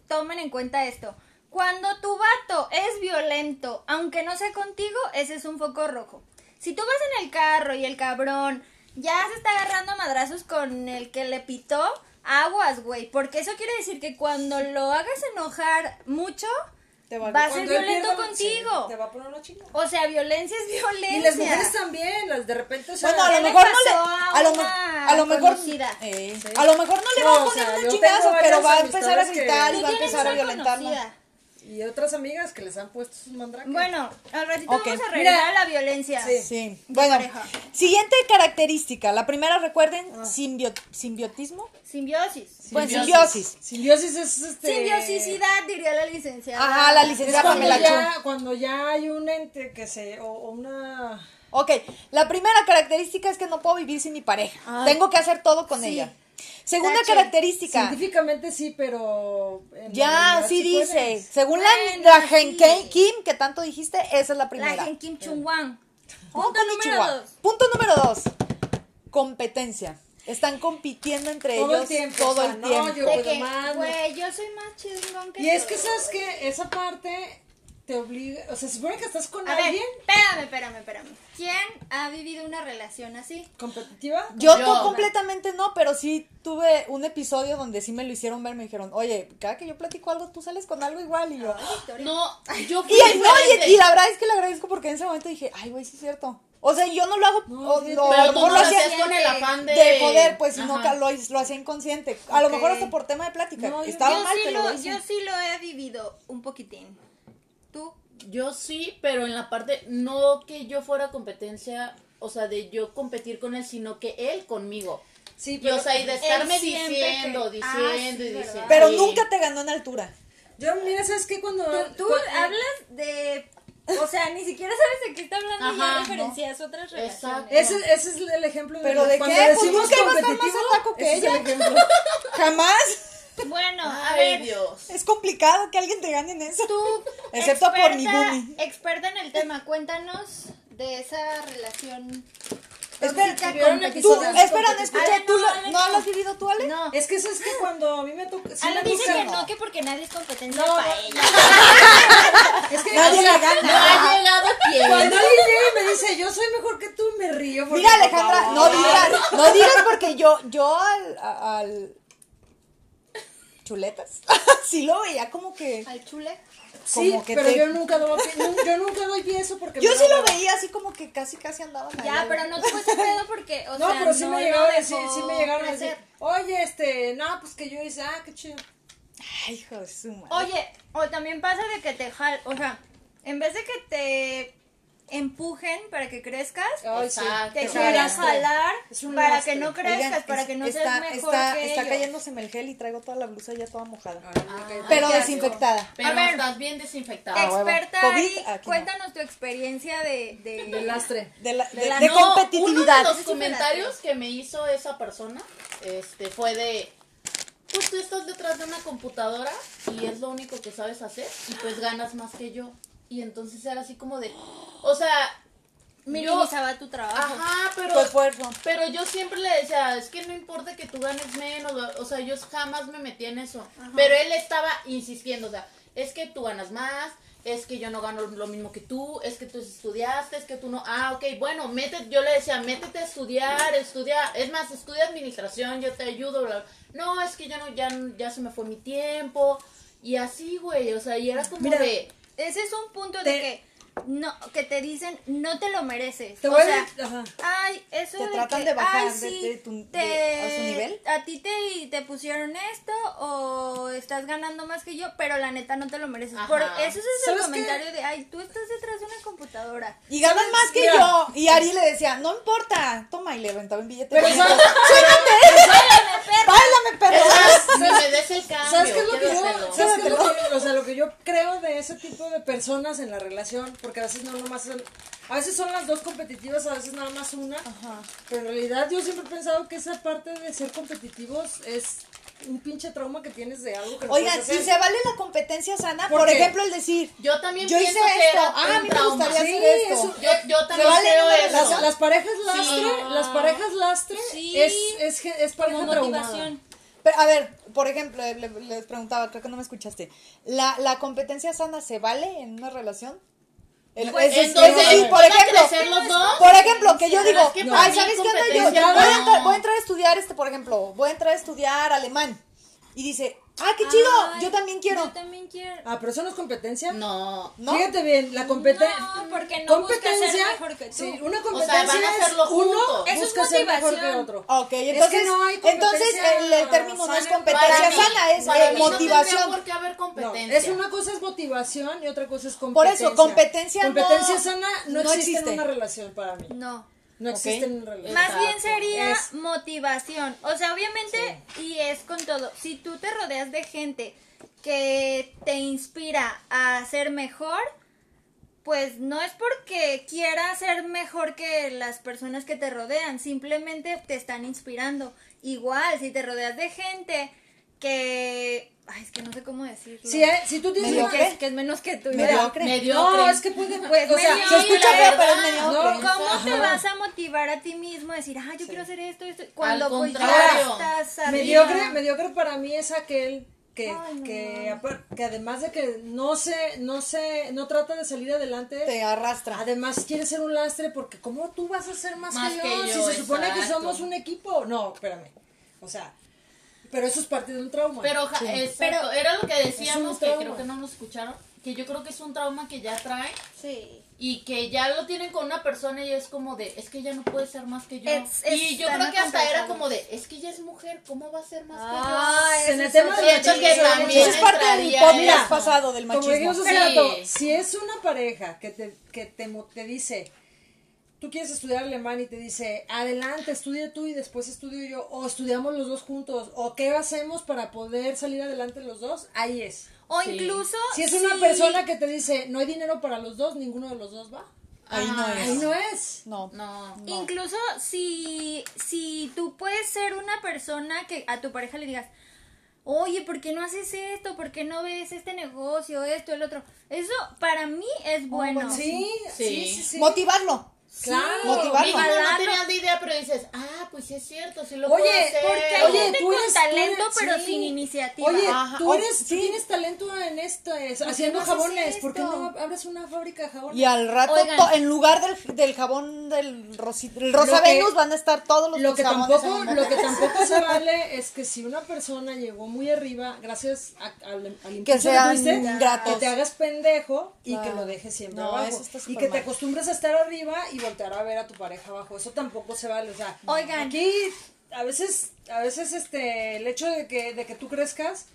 Speaker 3: tomen en cuenta esto. Cuando tu vato es violento, aunque no sea contigo, ese es un foco rojo. Si tú vas en el carro y el cabrón ya se está agarrando a madrazos con el que le pitó, aguas, güey. Porque eso quiere decir que cuando lo hagas enojar mucho,
Speaker 1: Te va a-
Speaker 3: va a ser
Speaker 2: Cuando él
Speaker 3: violento
Speaker 2: pierda la-
Speaker 3: contigo.
Speaker 2: sí, Te va a poner la chingada.
Speaker 3: O sea, violencia es violencia.
Speaker 2: Y las mujeres también, las de repente. o sea,
Speaker 1: Bueno, a
Speaker 3: ¿Qué
Speaker 1: lo
Speaker 3: le
Speaker 1: mejor no
Speaker 3: pasó
Speaker 1: le,
Speaker 3: a
Speaker 1: a lo, me-
Speaker 3: una
Speaker 1: a lo mejor,
Speaker 3: conocida?
Speaker 1: eh, a lo mejor no le
Speaker 2: No,
Speaker 1: va a
Speaker 2: o
Speaker 1: poner
Speaker 2: sea,
Speaker 1: un
Speaker 2: yo
Speaker 1: chingazo,
Speaker 2: tengo
Speaker 1: pero
Speaker 2: varias
Speaker 1: va a empezar a
Speaker 2: amistades que-
Speaker 1: gritar
Speaker 3: Tú
Speaker 1: y va a
Speaker 3: tienes
Speaker 1: empezar a
Speaker 3: una
Speaker 1: violentarla.
Speaker 3: conocida.
Speaker 2: Y otras amigas que les han puesto sus mandraques.
Speaker 3: Bueno, al ratito
Speaker 1: Ok.
Speaker 3: vamos a
Speaker 2: Mira.
Speaker 3: regresar a la violencia.
Speaker 1: Sí. Bueno,
Speaker 3: pareja.
Speaker 1: siguiente característica. La primera, recuerden, simbio- simbiotismo.
Speaker 3: Simbiosis.
Speaker 1: Bueno,
Speaker 4: Simbiosis.
Speaker 1: simbiosis.
Speaker 2: Simbiosis es este.
Speaker 3: Simbiosicidad, diría la licenciada.
Speaker 1: Ajá, la
Speaker 2: Es
Speaker 1: licenciada
Speaker 2: cuando
Speaker 1: Pamela Chu.
Speaker 2: ya, cuando ya hay un ente que se. O, o una.
Speaker 1: Ok, la primera característica es que no puedo vivir sin mi pareja.
Speaker 2: Ah.
Speaker 1: Tengo que hacer todo con
Speaker 3: Sí.
Speaker 1: ella. Segunda
Speaker 3: Tache.
Speaker 1: característica.
Speaker 2: Científicamente sí, pero. en
Speaker 1: Ya,
Speaker 2: realidad
Speaker 1: sí dice.
Speaker 2: puedes.
Speaker 1: Según
Speaker 3: Bueno,
Speaker 1: la, la Gen
Speaker 3: sí.
Speaker 1: Ken- Kim, que tanto dijiste, esa es la primera. Oh,
Speaker 3: La Gen Kim Chung Wang.
Speaker 1: Punto
Speaker 3: Punto número
Speaker 1: número
Speaker 3: dos.
Speaker 1: Punto número dos. Competencia. Están compitiendo entre
Speaker 2: Todo el
Speaker 1: ellos
Speaker 2: tiempo,
Speaker 1: todo
Speaker 2: o sea,
Speaker 1: el
Speaker 2: no,
Speaker 1: tiempo.
Speaker 2: yo-
Speaker 3: De
Speaker 2: Pues,
Speaker 3: que,
Speaker 2: mano.
Speaker 3: güey, yo soy más chingón que
Speaker 2: Y es que,
Speaker 3: tú.
Speaker 2: ¿sabes que Esa parte te obliga. O sea, se supone que estás con
Speaker 3: A ver,
Speaker 2: alguien
Speaker 3: espérame, espérame, espérame. ¿Quién ha vivido una relación así?
Speaker 2: competitiva.
Speaker 1: Yo,
Speaker 4: Yo.
Speaker 1: tú completamente no, pero sí tuve un episodio donde sí me lo hicieron ver, me dijeron, oye, cada que yo platico algo, tú sales con algo igual y yo.
Speaker 4: No, yo
Speaker 1: Y,
Speaker 4: fui
Speaker 1: ay, no, y-
Speaker 4: diferente.
Speaker 1: y la verdad es que le agradezco porque en ese momento dije, ay, güey, sí es cierto. O sea, yo no lo hago,
Speaker 2: No,
Speaker 1: o-
Speaker 2: fíjate.
Speaker 1: lo- a
Speaker 4: Pero
Speaker 1: lo
Speaker 4: tú no
Speaker 1: mejor
Speaker 4: lo
Speaker 1: lo hacía
Speaker 4: hacías con el afán de...
Speaker 1: de poder, pues, sino
Speaker 4: Ajá.
Speaker 1: que lo, lo hacía inconsciente. A lo
Speaker 2: Ok.
Speaker 1: mejor hasta por tema de plática.
Speaker 2: No, yo-
Speaker 1: Estaba
Speaker 3: yo,
Speaker 1: mal,
Speaker 3: sí
Speaker 1: pero
Speaker 3: lo,
Speaker 1: lo hice.
Speaker 3: yo sí lo he vivido un poquitín. ¿Tú?
Speaker 4: Yo sí, pero en la parte, no que yo fuera competencia, o sea, de yo competir con él, sino que él conmigo.
Speaker 2: Sí,
Speaker 4: Y, o sea, y de estarme
Speaker 3: Él siempre te-
Speaker 4: diciendo,
Speaker 3: Ah,
Speaker 4: diciendo
Speaker 3: sí,
Speaker 4: y
Speaker 3: ¿verdad?
Speaker 4: diciendo.
Speaker 1: Pero
Speaker 4: Sí.
Speaker 1: nunca te ganó en altura.
Speaker 2: Yo, mira, ¿sabes qué? Cuando.
Speaker 3: Tú, tú
Speaker 2: cua-
Speaker 3: hablas de. O sea, ni siquiera sabes de qué está hablando y ya
Speaker 4: Ajá,
Speaker 3: referencias otras
Speaker 4: Exacto.
Speaker 3: relaciones.
Speaker 2: Ese, ese es el ejemplo de.
Speaker 1: ¿Pero de
Speaker 2: cuando
Speaker 1: qué? Pues
Speaker 2: decimos
Speaker 1: nunca iba a estar más
Speaker 2: competitivo.
Speaker 1: ataco que
Speaker 2: ese es el
Speaker 1: ella.
Speaker 2: ejemplo.
Speaker 1: Jamás.
Speaker 3: Bueno, a
Speaker 4: Ay,
Speaker 3: ver,
Speaker 4: Dios.
Speaker 1: Es complicado que alguien te gane en eso.
Speaker 3: tú,
Speaker 1: Excepto por mi
Speaker 3: experta-
Speaker 1: Gumi.
Speaker 3: Experta en el tema, cuéntanos de esa relación.
Speaker 1: Espera,
Speaker 3: tóxica,
Speaker 2: tuvieron
Speaker 1: Tú,
Speaker 3: competitiva.
Speaker 2: episodios.
Speaker 1: espera, no
Speaker 3: Ale,
Speaker 1: escuché,
Speaker 3: no,
Speaker 1: ¿tú lo-
Speaker 3: Ale,
Speaker 1: no
Speaker 3: no.
Speaker 1: lo has vivido tú, Ale?
Speaker 3: No,
Speaker 2: Es que eso es que cuando a mí me toca. Eh, sí
Speaker 3: Alan
Speaker 2: me
Speaker 3: dice
Speaker 2: toca-
Speaker 3: que no, que porque nadie es competencia
Speaker 2: No,
Speaker 3: para
Speaker 2: no.
Speaker 3: ella.
Speaker 2: Es que.
Speaker 1: Nadie
Speaker 2: o sea,
Speaker 1: le gana.
Speaker 4: No ha llegado
Speaker 2: Cuando
Speaker 4: quien.
Speaker 2: alguien llega y me dice, yo soy mejor que tú, me río. porque,
Speaker 1: Mira,
Speaker 2: por
Speaker 1: Alejandra,
Speaker 2: favor.
Speaker 1: no digas, no digas porque yo, yo al, a- al chuletas, sí lo veía como que,
Speaker 3: Al chule.
Speaker 2: Sí,
Speaker 1: como que
Speaker 2: pero
Speaker 1: te-
Speaker 2: yo nunca doy yo nunca doy pie eso porque
Speaker 1: yo
Speaker 2: me
Speaker 1: sí
Speaker 2: da
Speaker 1: lo
Speaker 2: hueva.
Speaker 1: veía así como que casi, casi andaban ahí
Speaker 3: Ya,
Speaker 1: al-
Speaker 3: pero no tuvo ese pedo porque, o
Speaker 2: no,
Speaker 3: sea,
Speaker 2: pero sí
Speaker 3: no
Speaker 2: me
Speaker 3: lo
Speaker 2: llegaron, sí,
Speaker 3: dejó
Speaker 2: sí me llegaron a
Speaker 3: crecer.
Speaker 2: decir, oye, este, no, pues que yo hice, ah, qué chido.
Speaker 1: Ay, hijo de su madre.
Speaker 3: Oye, o también pasa de que te jal, o sea, en vez de que te empujen para que crezcas.
Speaker 2: Ay, sí.
Speaker 4: Exacto.
Speaker 3: Te
Speaker 1: es un
Speaker 3: quieran
Speaker 1: lastre.
Speaker 3: jalar
Speaker 2: Es un
Speaker 3: para
Speaker 2: lastre.
Speaker 3: que no crezcas,
Speaker 1: Oigan,
Speaker 3: para
Speaker 1: es-
Speaker 3: que no
Speaker 1: está,
Speaker 3: seas mejor
Speaker 1: está,
Speaker 3: que
Speaker 1: está
Speaker 3: ellos.
Speaker 1: cayéndose el gel y traigo toda la blusa ya toda mojada.
Speaker 2: Ay, me cae-
Speaker 1: Pero
Speaker 3: qué asco.
Speaker 1: desinfectada.
Speaker 4: Ah, Pero
Speaker 3: A ver.
Speaker 4: estás bien desinfectada.
Speaker 1: Ah, huevo.
Speaker 3: Experta,
Speaker 1: COVID,
Speaker 3: Ari,
Speaker 1: aquí no.
Speaker 3: cuéntanos tu experiencia de, de,
Speaker 2: El lastre.
Speaker 1: De, la- de-
Speaker 3: la-
Speaker 1: de
Speaker 3: no,
Speaker 1: competitividad.
Speaker 4: Uno de los comentarios que me hizo esa persona este, fue de, pues tú estás detrás de una computadora y es lo único que sabes hacer y pues ganas más que yo. Y entonces era así como de, o sea,
Speaker 3: minimizaba tu trabajo.
Speaker 4: ajá, pero...
Speaker 1: Tu esfuerzo.
Speaker 4: Pero yo siempre le decía, es que no importa que tú ganes menos, o sea, yo jamás me metí en eso. Pero él estaba insistiendo, o sea, es que tú ganas más, es que yo no gano lo mismo que tú, es que tú estudiaste, es que tú no... Ah, ok, bueno, métete, yo le decía, métete a estudiar, estudia, es más, estudia administración, yo te ayudo, bla, bla. No, es que ya no, ya, ya se me fue mi tiempo. Y así, güey, o sea, y era como
Speaker 2: Mira,
Speaker 4: de...
Speaker 3: Ese es un punto de
Speaker 2: Te-
Speaker 3: que no que te dicen no te lo mereces.
Speaker 2: Te
Speaker 3: o
Speaker 2: voy a-
Speaker 3: sea,
Speaker 2: ajá.
Speaker 3: ay, eso
Speaker 1: Ah. Te
Speaker 3: de
Speaker 1: tratan
Speaker 3: que,
Speaker 1: de bajar
Speaker 3: ay,
Speaker 1: de-
Speaker 3: sí,
Speaker 1: de tu- de-
Speaker 3: te-
Speaker 1: a su nivel.
Speaker 3: A ti te, te pusieron esto o estás ganando más que yo, pero la neta no te lo mereces.
Speaker 4: Ajá.
Speaker 3: Por, eso es el
Speaker 2: ¿Sabes qué?
Speaker 3: comentario de, ay, tú estás detrás de una computadora.
Speaker 1: Y ganas
Speaker 2: ¿Sabes?
Speaker 1: más que
Speaker 2: Mira.
Speaker 1: yo. Y Ari le decía, no importa. Toma y le rentaba un billete.
Speaker 2: Pero
Speaker 1: de
Speaker 2: ¿sabes?
Speaker 1: quinientos.
Speaker 3: Espérame, perro.
Speaker 1: ¡Báilame, perro!
Speaker 4: "Ah, no me des el cambio.
Speaker 2: ¿Sabes qué es lo que
Speaker 4: quiero
Speaker 2: yo,
Speaker 4: hacerlo".
Speaker 2: ¿sabes qué es lo que- o sea, lo que yo creo de ese tipo de personas en la relación? Porque a veces no nomás son- a veces son las dos competitivas, a veces nada más una. Pero en realidad yo siempre he pensado que esa parte de ser competitivos es un pinche trauma que tienes de algo que no
Speaker 1: Oigan,
Speaker 2: puedes
Speaker 1: si
Speaker 2: hacer.
Speaker 1: se vale la competencia sana,
Speaker 2: ¿Por
Speaker 1: por,
Speaker 2: qué?
Speaker 1: ejemplo, el decir,
Speaker 4: Yo también
Speaker 1: yo hice
Speaker 4: pienso que
Speaker 1: esto,
Speaker 4: era
Speaker 1: ah, a mí
Speaker 4: un
Speaker 1: me
Speaker 4: trauma.
Speaker 1: gustaría
Speaker 2: Sí,
Speaker 1: hacer esto.
Speaker 2: eso-
Speaker 4: Yo, yo también
Speaker 1: vale
Speaker 4: creo
Speaker 1: una
Speaker 4: eso.
Speaker 2: Las, las parejas lastre,
Speaker 4: Sí.
Speaker 2: las parejas lastre
Speaker 3: Sí.
Speaker 2: es, es, gen- es pareja
Speaker 3: Como
Speaker 2: traumada.
Speaker 3: motivación.
Speaker 1: Pero, a ver, por ejemplo, le- le- les preguntaba, creo que no me escuchaste. ¿La, la competencia sana se vale en una relación? El-
Speaker 4: Pues,
Speaker 1: es, es-
Speaker 4: entonces,
Speaker 1: es decir, por
Speaker 4: ¿van a
Speaker 1: ejemplo,
Speaker 4: crecer los dos?
Speaker 1: por ejemplo, que yo
Speaker 4: Pero
Speaker 1: digo,
Speaker 4: es que para
Speaker 1: ay,
Speaker 4: mí
Speaker 1: ¿sabes qué ando yo? Voy
Speaker 4: competencia
Speaker 1: a,
Speaker 4: no.
Speaker 1: entrar, voy a entrar a estudiar, este, por ejemplo, voy a entrar a estudiar alemán. Y dice, ah, qué chido,
Speaker 3: Ay,
Speaker 1: yo también quiero.
Speaker 3: Yo también quiero.
Speaker 2: Ah, pero eso no es competencia.
Speaker 4: No.
Speaker 1: ¿No?
Speaker 2: Fíjate bien, la competencia.
Speaker 3: No, porque no buscas ser mejor que tú.
Speaker 2: Sí, una
Speaker 4: van a
Speaker 2: competencia es
Speaker 4: hacerlo
Speaker 2: uno
Speaker 4: juntos.
Speaker 3: Eso es
Speaker 2: busca ser mejor que
Speaker 3: motivación.
Speaker 2: otro.
Speaker 1: Ok,
Speaker 2: Es
Speaker 1: entonces,
Speaker 2: que no hay
Speaker 1: entonces
Speaker 2: competencia
Speaker 1: el, el término no es
Speaker 2: sana.
Speaker 1: competencia
Speaker 4: Para mí-
Speaker 1: sana, es
Speaker 4: para
Speaker 1: eh,
Speaker 4: mí no tendría
Speaker 1: motivación.
Speaker 4: por qué haber
Speaker 2: No,
Speaker 4: competencia.
Speaker 2: es una cosa es motivación y otra cosa es
Speaker 1: Por
Speaker 2: competencia.
Speaker 1: eso, competencia no-
Speaker 2: Competencia sana no,
Speaker 1: no
Speaker 2: existe,
Speaker 1: existe.
Speaker 2: en una relación para mí.
Speaker 3: No.
Speaker 2: No
Speaker 1: Ok.
Speaker 2: existe en una relación.
Speaker 3: Más bien
Speaker 4: Exacto.
Speaker 3: sería
Speaker 2: Es-
Speaker 3: motivación. O sea, obviamente, y es con todo. Si tú te rodeas de gente que te inspira a ser mejor, pues no es porque quieras ser mejor que las personas que te rodean, simplemente te están inspirando. Igual, si te rodeas de gente que... Ay, es que no sé cómo decirlo.
Speaker 2: Si, hay- eh, si tú tienes
Speaker 1: Medio
Speaker 2: una-
Speaker 1: ¿Mediocre?
Speaker 3: Que, que es menos que tú.
Speaker 1: Medio- Mediocre.
Speaker 4: Mediocre.
Speaker 2: No, es que puede.
Speaker 3: Pues
Speaker 2: o sea,
Speaker 3: medio-
Speaker 2: se escucha
Speaker 3: la
Speaker 2: feo, pero
Speaker 1: verdad,
Speaker 2: es
Speaker 1: no,
Speaker 2: mediocre.
Speaker 3: ¿Cómo te
Speaker 2: Ajá.
Speaker 3: vas a motivar a ti mismo a decir, ah, yo quiero hacer esto, esto? Cuando
Speaker 4: Al
Speaker 3: pues ya
Speaker 4: contrario.
Speaker 3: estás arriba.
Speaker 2: Mediocre, mediocre para mí es aquel que,
Speaker 3: Ay, no.
Speaker 2: que, apar- que además de que no se, no se, no trata de salir adelante,
Speaker 1: Te arrastra.
Speaker 2: además quiere ser un lastre porque ¿cómo tú vas a ser más,
Speaker 4: Más
Speaker 2: que,
Speaker 4: que
Speaker 2: yo,
Speaker 4: yo,
Speaker 2: si se supone que
Speaker 4: exacto.
Speaker 2: somos un equipo? No, espérame. O sea, pero eso es parte de un trauma.
Speaker 4: Pero, ja- exacto,
Speaker 3: Pero-
Speaker 4: era lo que
Speaker 2: Es
Speaker 4: decíamos
Speaker 2: un
Speaker 4: que
Speaker 2: trauma.
Speaker 4: creo que no nos escucharon. Que yo creo que es un trauma que ya traen
Speaker 3: Sí.
Speaker 4: y que ya lo tienen con una persona y es como de, es que ya no puede ser más que yo.
Speaker 3: Es-
Speaker 4: y yo
Speaker 3: están
Speaker 4: creo que hasta era
Speaker 3: acomplejado.
Speaker 4: como de, es que ella es mujer, ¿cómo va a ser más
Speaker 3: Ah,
Speaker 2: en el
Speaker 3: ese
Speaker 2: tema
Speaker 3: es
Speaker 2: de
Speaker 4: otro. Siento que
Speaker 2: machismo,
Speaker 4: también
Speaker 1: Eso es parte del
Speaker 4: entraría
Speaker 1: podcast
Speaker 4: eso.
Speaker 1: pasado del
Speaker 2: Como
Speaker 1: machismo.
Speaker 2: dijimos hace
Speaker 4: Sí.
Speaker 2: rato, si es una pareja que te, que te, mo- te dice, tú quieres estudiar alemán y te dice, adelante, estudia tú y después estudio yo, o estudiamos los dos juntos, o qué hacemos para poder salir adelante los dos, ahí es.
Speaker 3: O
Speaker 4: Sí.
Speaker 3: incluso...
Speaker 2: Si es una persona que te dice, no hay dinero para los dos, ninguno de los dos va,
Speaker 1: Ahí no
Speaker 4: Ah,
Speaker 1: es.
Speaker 2: ahí no es.
Speaker 1: No.
Speaker 4: No.
Speaker 3: Incluso si, si tú puedes ser una persona que a tu pareja le digas, oye, ¿por qué no haces esto? ¿Por qué no ves este negocio, esto, el otro? Eso para mí es bueno.
Speaker 2: Oh, Sí, sí,
Speaker 4: Sí.
Speaker 2: sí, sí.
Speaker 1: Motivarlo.
Speaker 2: Claro.
Speaker 1: Motivarlo.
Speaker 4: Mínimo
Speaker 3: Ojalá
Speaker 4: no
Speaker 3: no-
Speaker 4: tenías ni idea, pero dices, ah, pues sí es cierto, sí lo
Speaker 2: Oye,
Speaker 4: puedo hacer.
Speaker 3: Porque hay
Speaker 2: Oye,
Speaker 3: gente
Speaker 2: tú
Speaker 3: con
Speaker 2: eres- tú
Speaker 3: talento,
Speaker 2: eres-
Speaker 3: pero
Speaker 2: sí.
Speaker 3: sin iniciativa.
Speaker 2: Oye,
Speaker 1: Ajá.
Speaker 2: tú eres,
Speaker 1: Oye,
Speaker 2: tú
Speaker 1: sí.
Speaker 2: tienes talento en esto, es, haciendo
Speaker 3: no haces
Speaker 2: jabones, ¿por qué
Speaker 3: esto?
Speaker 2: no abres una fábrica de jabones?
Speaker 1: Y al rato,
Speaker 3: Oigan.
Speaker 1: to- en lugar del, del jabón del rosi- el
Speaker 2: Lo
Speaker 1: Rosa
Speaker 2: que-
Speaker 1: Venus, van a estar todos los
Speaker 2: lo que
Speaker 1: jabones
Speaker 2: tampoco
Speaker 1: en el
Speaker 2: lo que
Speaker 1: mundo.
Speaker 2: tampoco se vale es que si una persona llegó muy arriba gracias a- al, al impulso
Speaker 1: sean
Speaker 2: tuviste,
Speaker 1: ingratos.
Speaker 2: que te hagas pendejo y que
Speaker 1: Claro.
Speaker 2: lo dejes siempre
Speaker 1: No,
Speaker 2: abajo
Speaker 1: eso está
Speaker 2: y
Speaker 1: súper
Speaker 2: que te
Speaker 1: mal.
Speaker 2: acostumbres a estar arriba y voltear a ver a tu pareja abajo eso tampoco se vale o sea
Speaker 3: Oigan.
Speaker 2: aquí a veces a veces este el hecho de que de que tú crezcas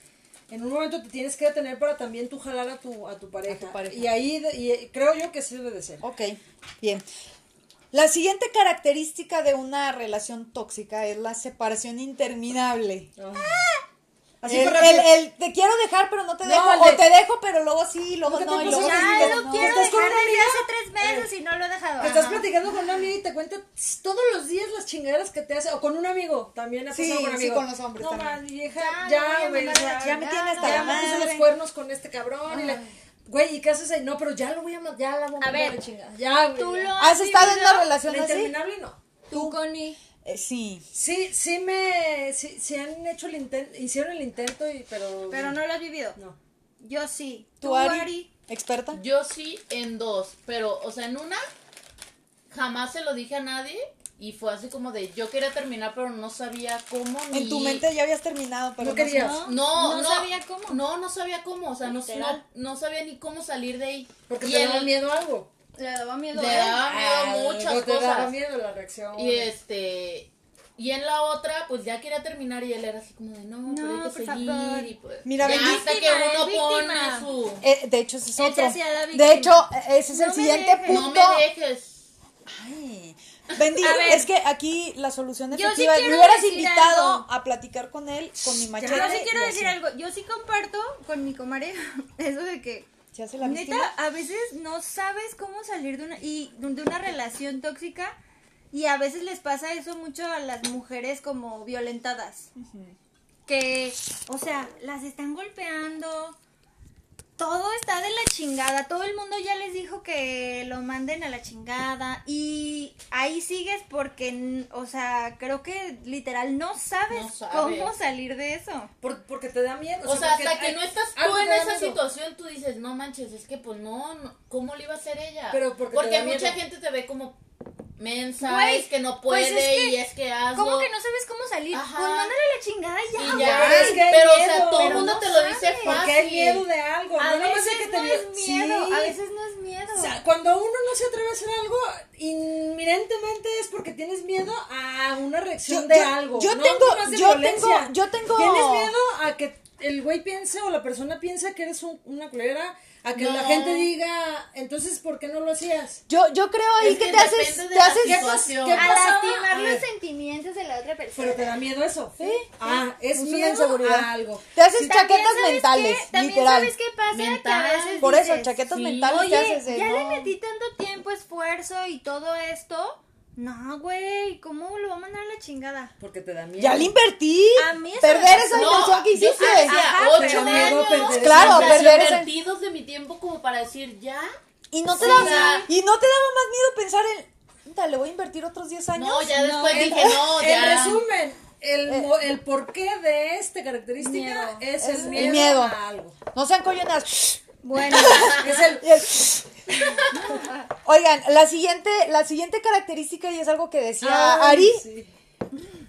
Speaker 2: en un momento te tienes que detener para también tú jalar a tu, a tu pareja.
Speaker 1: pareja.
Speaker 2: Y ahí de- y creo yo que sí debe de ser.
Speaker 1: Ok, bien. La siguiente característica de una relación tóxica es la separación interminable.
Speaker 2: Así
Speaker 1: Oh. el,
Speaker 2: por rápido.
Speaker 1: el- el te quiero dejar, pero no te
Speaker 2: No,
Speaker 1: dejo.
Speaker 2: el
Speaker 1: O
Speaker 2: de-
Speaker 1: te dejo, pero luego sí, luego
Speaker 2: ¿Qué te
Speaker 1: no. Y
Speaker 2: pasó?
Speaker 1: luego sí,
Speaker 2: Ya,
Speaker 1: luego
Speaker 3: Ya
Speaker 2: no,
Speaker 3: lo
Speaker 1: no.
Speaker 3: quiero
Speaker 2: ¿Estás con
Speaker 3: dejar
Speaker 2: una
Speaker 3: desde hace tres meses y no lo he dejado.
Speaker 2: Que estás
Speaker 3: Ajá.
Speaker 2: platicando con una amiga y te cuenta tss, todos los días las chingaderas que te hace, o con un amigo, también ha
Speaker 1: Sí,
Speaker 2: pasado con
Speaker 1: sí,
Speaker 2: amigos.
Speaker 1: con los hombres
Speaker 2: No,
Speaker 1: también.
Speaker 2: ma,
Speaker 3: Ya, lo
Speaker 2: vieja,
Speaker 3: voy
Speaker 2: ya,
Speaker 3: a
Speaker 2: güey,
Speaker 3: mandar a
Speaker 2: ya,
Speaker 3: la
Speaker 1: ya me tiene hasta
Speaker 2: ya
Speaker 3: chingada.
Speaker 1: la
Speaker 2: me puse los
Speaker 1: madre.
Speaker 2: cuernos con este cabrón y la- güey, y qué haces ahí, no, pero ya lo voy a mandar, ya la voy a
Speaker 3: A
Speaker 2: mandar
Speaker 3: ver,
Speaker 2: la chingada. Ya, güey.
Speaker 3: tú
Speaker 2: ya.
Speaker 3: lo-
Speaker 1: ¿Has
Speaker 3: Ah,
Speaker 1: estado en
Speaker 3: sí,
Speaker 1: una
Speaker 3: ¿no?
Speaker 2: La
Speaker 1: relación así?
Speaker 2: interminable no.
Speaker 3: Tú, Connie.
Speaker 1: Eh, sí.
Speaker 2: Sí, sí me sí, sí han hecho el intento, hicieron el intento y pero
Speaker 3: Pero no lo has vivido.
Speaker 2: No.
Speaker 3: Yo sí.
Speaker 1: ¿Tú, Ari? ¿Experta?
Speaker 4: Yo sí en dos, pero, o sea, en una jamás se lo dije a nadie y fue así como de yo quería terminar, pero no sabía cómo ni.
Speaker 1: En tu mente ya habías terminado, pero
Speaker 2: No querías.
Speaker 1: sabes.
Speaker 4: No,
Speaker 3: No
Speaker 4: no,
Speaker 3: sabía cómo.
Speaker 4: No, no sabía cómo, o sea, no,
Speaker 3: Literal.
Speaker 4: no, no sabía ni cómo salir de ahí.
Speaker 2: porque
Speaker 4: Y
Speaker 2: te
Speaker 4: el-
Speaker 2: daba miedo algo.
Speaker 3: Le daba miedo. ¿eh?
Speaker 4: Le
Speaker 3: a él.
Speaker 4: daba miedo
Speaker 2: Ay,
Speaker 4: muchas
Speaker 2: no te daba
Speaker 4: cosas.
Speaker 2: miedo la reacción.
Speaker 4: Y este y en la otra pues ya quería terminar y él era así como de no, pero hay que
Speaker 3: por
Speaker 4: seguir
Speaker 3: favor.
Speaker 4: y pues
Speaker 1: Mira,
Speaker 4: ya
Speaker 1: ven,
Speaker 4: hasta que
Speaker 3: víctima,
Speaker 4: uno
Speaker 3: es víctima.
Speaker 4: pone su
Speaker 1: Eh, de hecho, ese es
Speaker 3: Ella
Speaker 1: otro.
Speaker 3: hacía la víctima.
Speaker 1: De hecho, eh, ese es
Speaker 3: No
Speaker 1: el
Speaker 3: me
Speaker 1: siguiente
Speaker 3: dejes.
Speaker 1: punto.
Speaker 4: no me dejes.
Speaker 1: Ay, Bendy,
Speaker 3: A ver.
Speaker 1: es que aquí la solución
Speaker 3: Yo sí
Speaker 1: efectiva es me
Speaker 3: quiero
Speaker 1: hubieras
Speaker 3: decir
Speaker 1: invitado
Speaker 3: algo.
Speaker 1: a platicar con él con mi machete.
Speaker 3: Yo sí quiero
Speaker 1: y
Speaker 3: decir
Speaker 1: así.
Speaker 3: algo. Yo sí comparto con mi comadre eso de que.
Speaker 1: ¿Se hace la
Speaker 3: Neta,
Speaker 1: víctima?
Speaker 3: a veces no sabes cómo salir de una, y, de una relación tóxica. Y a veces les pasa eso mucho a las mujeres como violentadas. Que, o sea, las están golpeando. Todo está de la chingada. Todo el mundo ya les dijo que lo manden a la chingada. Y ahí sigues porque, n- o sea, creo que literal no sabes,
Speaker 4: No sabes.
Speaker 3: cómo salir de eso.
Speaker 2: Por- porque te da miedo.
Speaker 4: O sea,
Speaker 2: porque
Speaker 4: hasta que
Speaker 2: hay-
Speaker 4: no estás
Speaker 2: algo
Speaker 4: tú en
Speaker 2: te da
Speaker 4: esa
Speaker 2: miedo.
Speaker 4: situación, tú dices, no manches, es que pues no, no, ¿cómo le iba a hacer ella?
Speaker 2: Pero porque te da
Speaker 4: mucha
Speaker 2: miedo.
Speaker 4: gente te ve como mensa,
Speaker 3: Güey,
Speaker 4: es que no
Speaker 3: pues
Speaker 4: puede
Speaker 3: es que-
Speaker 4: y es que hazlo.
Speaker 3: ¿Cómo que no sabes cómo salir?
Speaker 4: Ajá.
Speaker 3: Pues mándale a la chingada y ya,
Speaker 4: Y ya,
Speaker 3: güey.
Speaker 2: es que hay
Speaker 4: pero o
Speaker 2: miedo.
Speaker 4: sea, todo el
Speaker 2: Pero
Speaker 4: mundo
Speaker 3: no
Speaker 4: te lo
Speaker 3: sabes.
Speaker 4: dice fácil.
Speaker 2: Porque hay miedo de algo.
Speaker 3: A
Speaker 2: no nomás de
Speaker 3: veces
Speaker 2: que te
Speaker 3: no
Speaker 2: miedo.
Speaker 3: es miedo,
Speaker 2: Sí.
Speaker 3: a veces no es miedo.
Speaker 2: O sea, cuando uno no se atreve a hacer algo, inminentemente es porque tienes miedo a una reacción
Speaker 1: Yo-
Speaker 2: de
Speaker 1: yo-
Speaker 2: algo.
Speaker 1: yo
Speaker 2: no
Speaker 1: tengo-
Speaker 2: nomás de
Speaker 1: yo
Speaker 2: violencia.
Speaker 1: tengo- yo tengo-
Speaker 2: Tienes miedo a que el güey piense o la persona piensa que eres un- una culera, a que la
Speaker 4: No.
Speaker 2: gente diga, entonces, ¿por qué no lo hacías?
Speaker 1: Yo, yo creo ahí
Speaker 4: Es
Speaker 1: que,
Speaker 4: que
Speaker 1: te haces,
Speaker 4: depende de
Speaker 1: te
Speaker 4: la
Speaker 1: haces,
Speaker 4: situación.
Speaker 2: ¿Qué
Speaker 4: A
Speaker 3: a
Speaker 2: pasaba?
Speaker 3: lastimar
Speaker 2: A
Speaker 3: los
Speaker 2: ver,
Speaker 3: sentimientos de la otra persona.
Speaker 2: Pero te da miedo eso. Sí. Ah,
Speaker 1: Es
Speaker 2: es,
Speaker 1: una
Speaker 2: miedo
Speaker 1: inseguridad.
Speaker 2: a algo.
Speaker 1: te haces
Speaker 3: También,
Speaker 1: chaquetas
Speaker 3: ¿sabes
Speaker 1: mentales,
Speaker 3: qué? También
Speaker 1: literal.
Speaker 3: sabes qué pasa que
Speaker 4: Mental.
Speaker 3: a veces
Speaker 1: Por eso,
Speaker 3: dices,
Speaker 1: chaquetas
Speaker 4: sí,
Speaker 1: mentales
Speaker 3: Oye,
Speaker 1: te haces de,
Speaker 3: ya le
Speaker 1: no.
Speaker 3: metí tanto tiempo, esfuerzo y todo esto. No, güey, ¿cómo lo va a mandar a la chingada?
Speaker 2: Porque te da miedo.
Speaker 1: Ya le invertí.
Speaker 3: A mí eso me
Speaker 1: Perder
Speaker 3: pasa.
Speaker 1: esa
Speaker 3: No,
Speaker 1: inversión que hiciste.
Speaker 4: Yo hacía
Speaker 3: Ajá,
Speaker 4: ocho
Speaker 2: pero luego perder
Speaker 4: años
Speaker 2: esa Claro,
Speaker 4: o sea,
Speaker 1: perder esa-
Speaker 4: invertidos de mi tiempo como para decir ya.
Speaker 1: Y no te
Speaker 4: Sí,
Speaker 1: daba,
Speaker 4: o sea-
Speaker 1: y no te daba más miedo pensar en, "Puta, le voy a invertir otros 10 años.
Speaker 4: No, ya después
Speaker 2: En-
Speaker 4: dije no, ya.
Speaker 2: En resumen, el,
Speaker 1: Eh.
Speaker 2: mo- el porqué de esta característica
Speaker 3: Miedo.
Speaker 2: es
Speaker 1: Es
Speaker 2: el
Speaker 1: el
Speaker 2: miedo,
Speaker 1: miedo.
Speaker 2: a algo.
Speaker 1: No sean coyonas.
Speaker 3: Bueno,
Speaker 2: Es el
Speaker 1: Y el- Oigan, la siguiente, la siguiente característica y es algo que decía
Speaker 2: Ay,
Speaker 1: Ari,
Speaker 2: sí.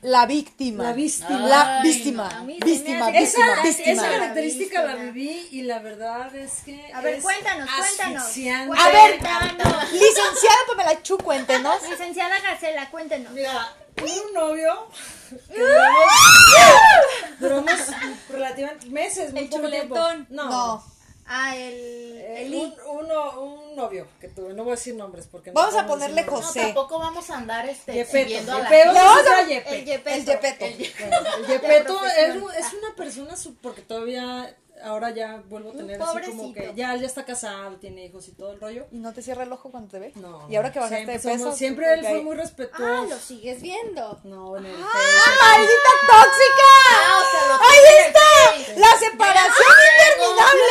Speaker 1: la víctima.
Speaker 2: La víctima.
Speaker 1: La
Speaker 4: Ay,
Speaker 1: víctima.
Speaker 3: no. A mí se me
Speaker 1: víctima,
Speaker 3: hace-
Speaker 1: víctima,
Speaker 2: Esa,
Speaker 1: víctima.
Speaker 2: esa característica la
Speaker 3: Víctima.
Speaker 2: viví y la verdad es que.
Speaker 3: a ver,
Speaker 2: es
Speaker 3: cuéntanos, cuéntanos.
Speaker 2: asfixiante.
Speaker 1: A ver.
Speaker 3: Cuéntanos.
Speaker 1: Licenciada pues Pamela Chu, cuéntenos.
Speaker 3: Licenciada Gacela, cuéntanos.
Speaker 2: Mira, tuve un novio. que Duramos, duramos relativamente meses, muy
Speaker 3: El
Speaker 2: poco tiempo.
Speaker 3: chuletón.
Speaker 1: No.
Speaker 3: Ah, el,
Speaker 2: Eh,
Speaker 3: el
Speaker 2: un, uno- un novio que tuve, no voy a decir nombres porque no
Speaker 1: Vamos a
Speaker 2: podemos decir
Speaker 1: ponerle
Speaker 2: nombres.
Speaker 4: No,
Speaker 1: José.
Speaker 4: tampoco vamos a andar este
Speaker 2: Yepeto.
Speaker 4: siguiendo a la
Speaker 2: Yepeto,
Speaker 1: Le vamos
Speaker 2: sí
Speaker 1: a-
Speaker 2: será Yepe.
Speaker 3: el Yepeto.
Speaker 1: El Yepeto.
Speaker 2: El Yepeto es, es una persona su- porque todavía ahora ya vuelvo a tener así como
Speaker 3: pobrecito.
Speaker 2: que ya él ya está casado, tiene hijos y todo el rollo.
Speaker 1: Y no te cierra el ojo cuando te ve.
Speaker 2: No.
Speaker 1: Y ahora que bajaste
Speaker 2: siempre
Speaker 1: de peso.
Speaker 2: somos- siempre él fue muy
Speaker 3: Ah,
Speaker 2: respetuoso.
Speaker 3: lo sigues viendo.
Speaker 2: No, en el
Speaker 1: ¡Ah, maldita tóxica!
Speaker 4: Ah, o sea, lo
Speaker 1: ¡Ahí
Speaker 4: tienes
Speaker 1: está! ¡La separación interminable!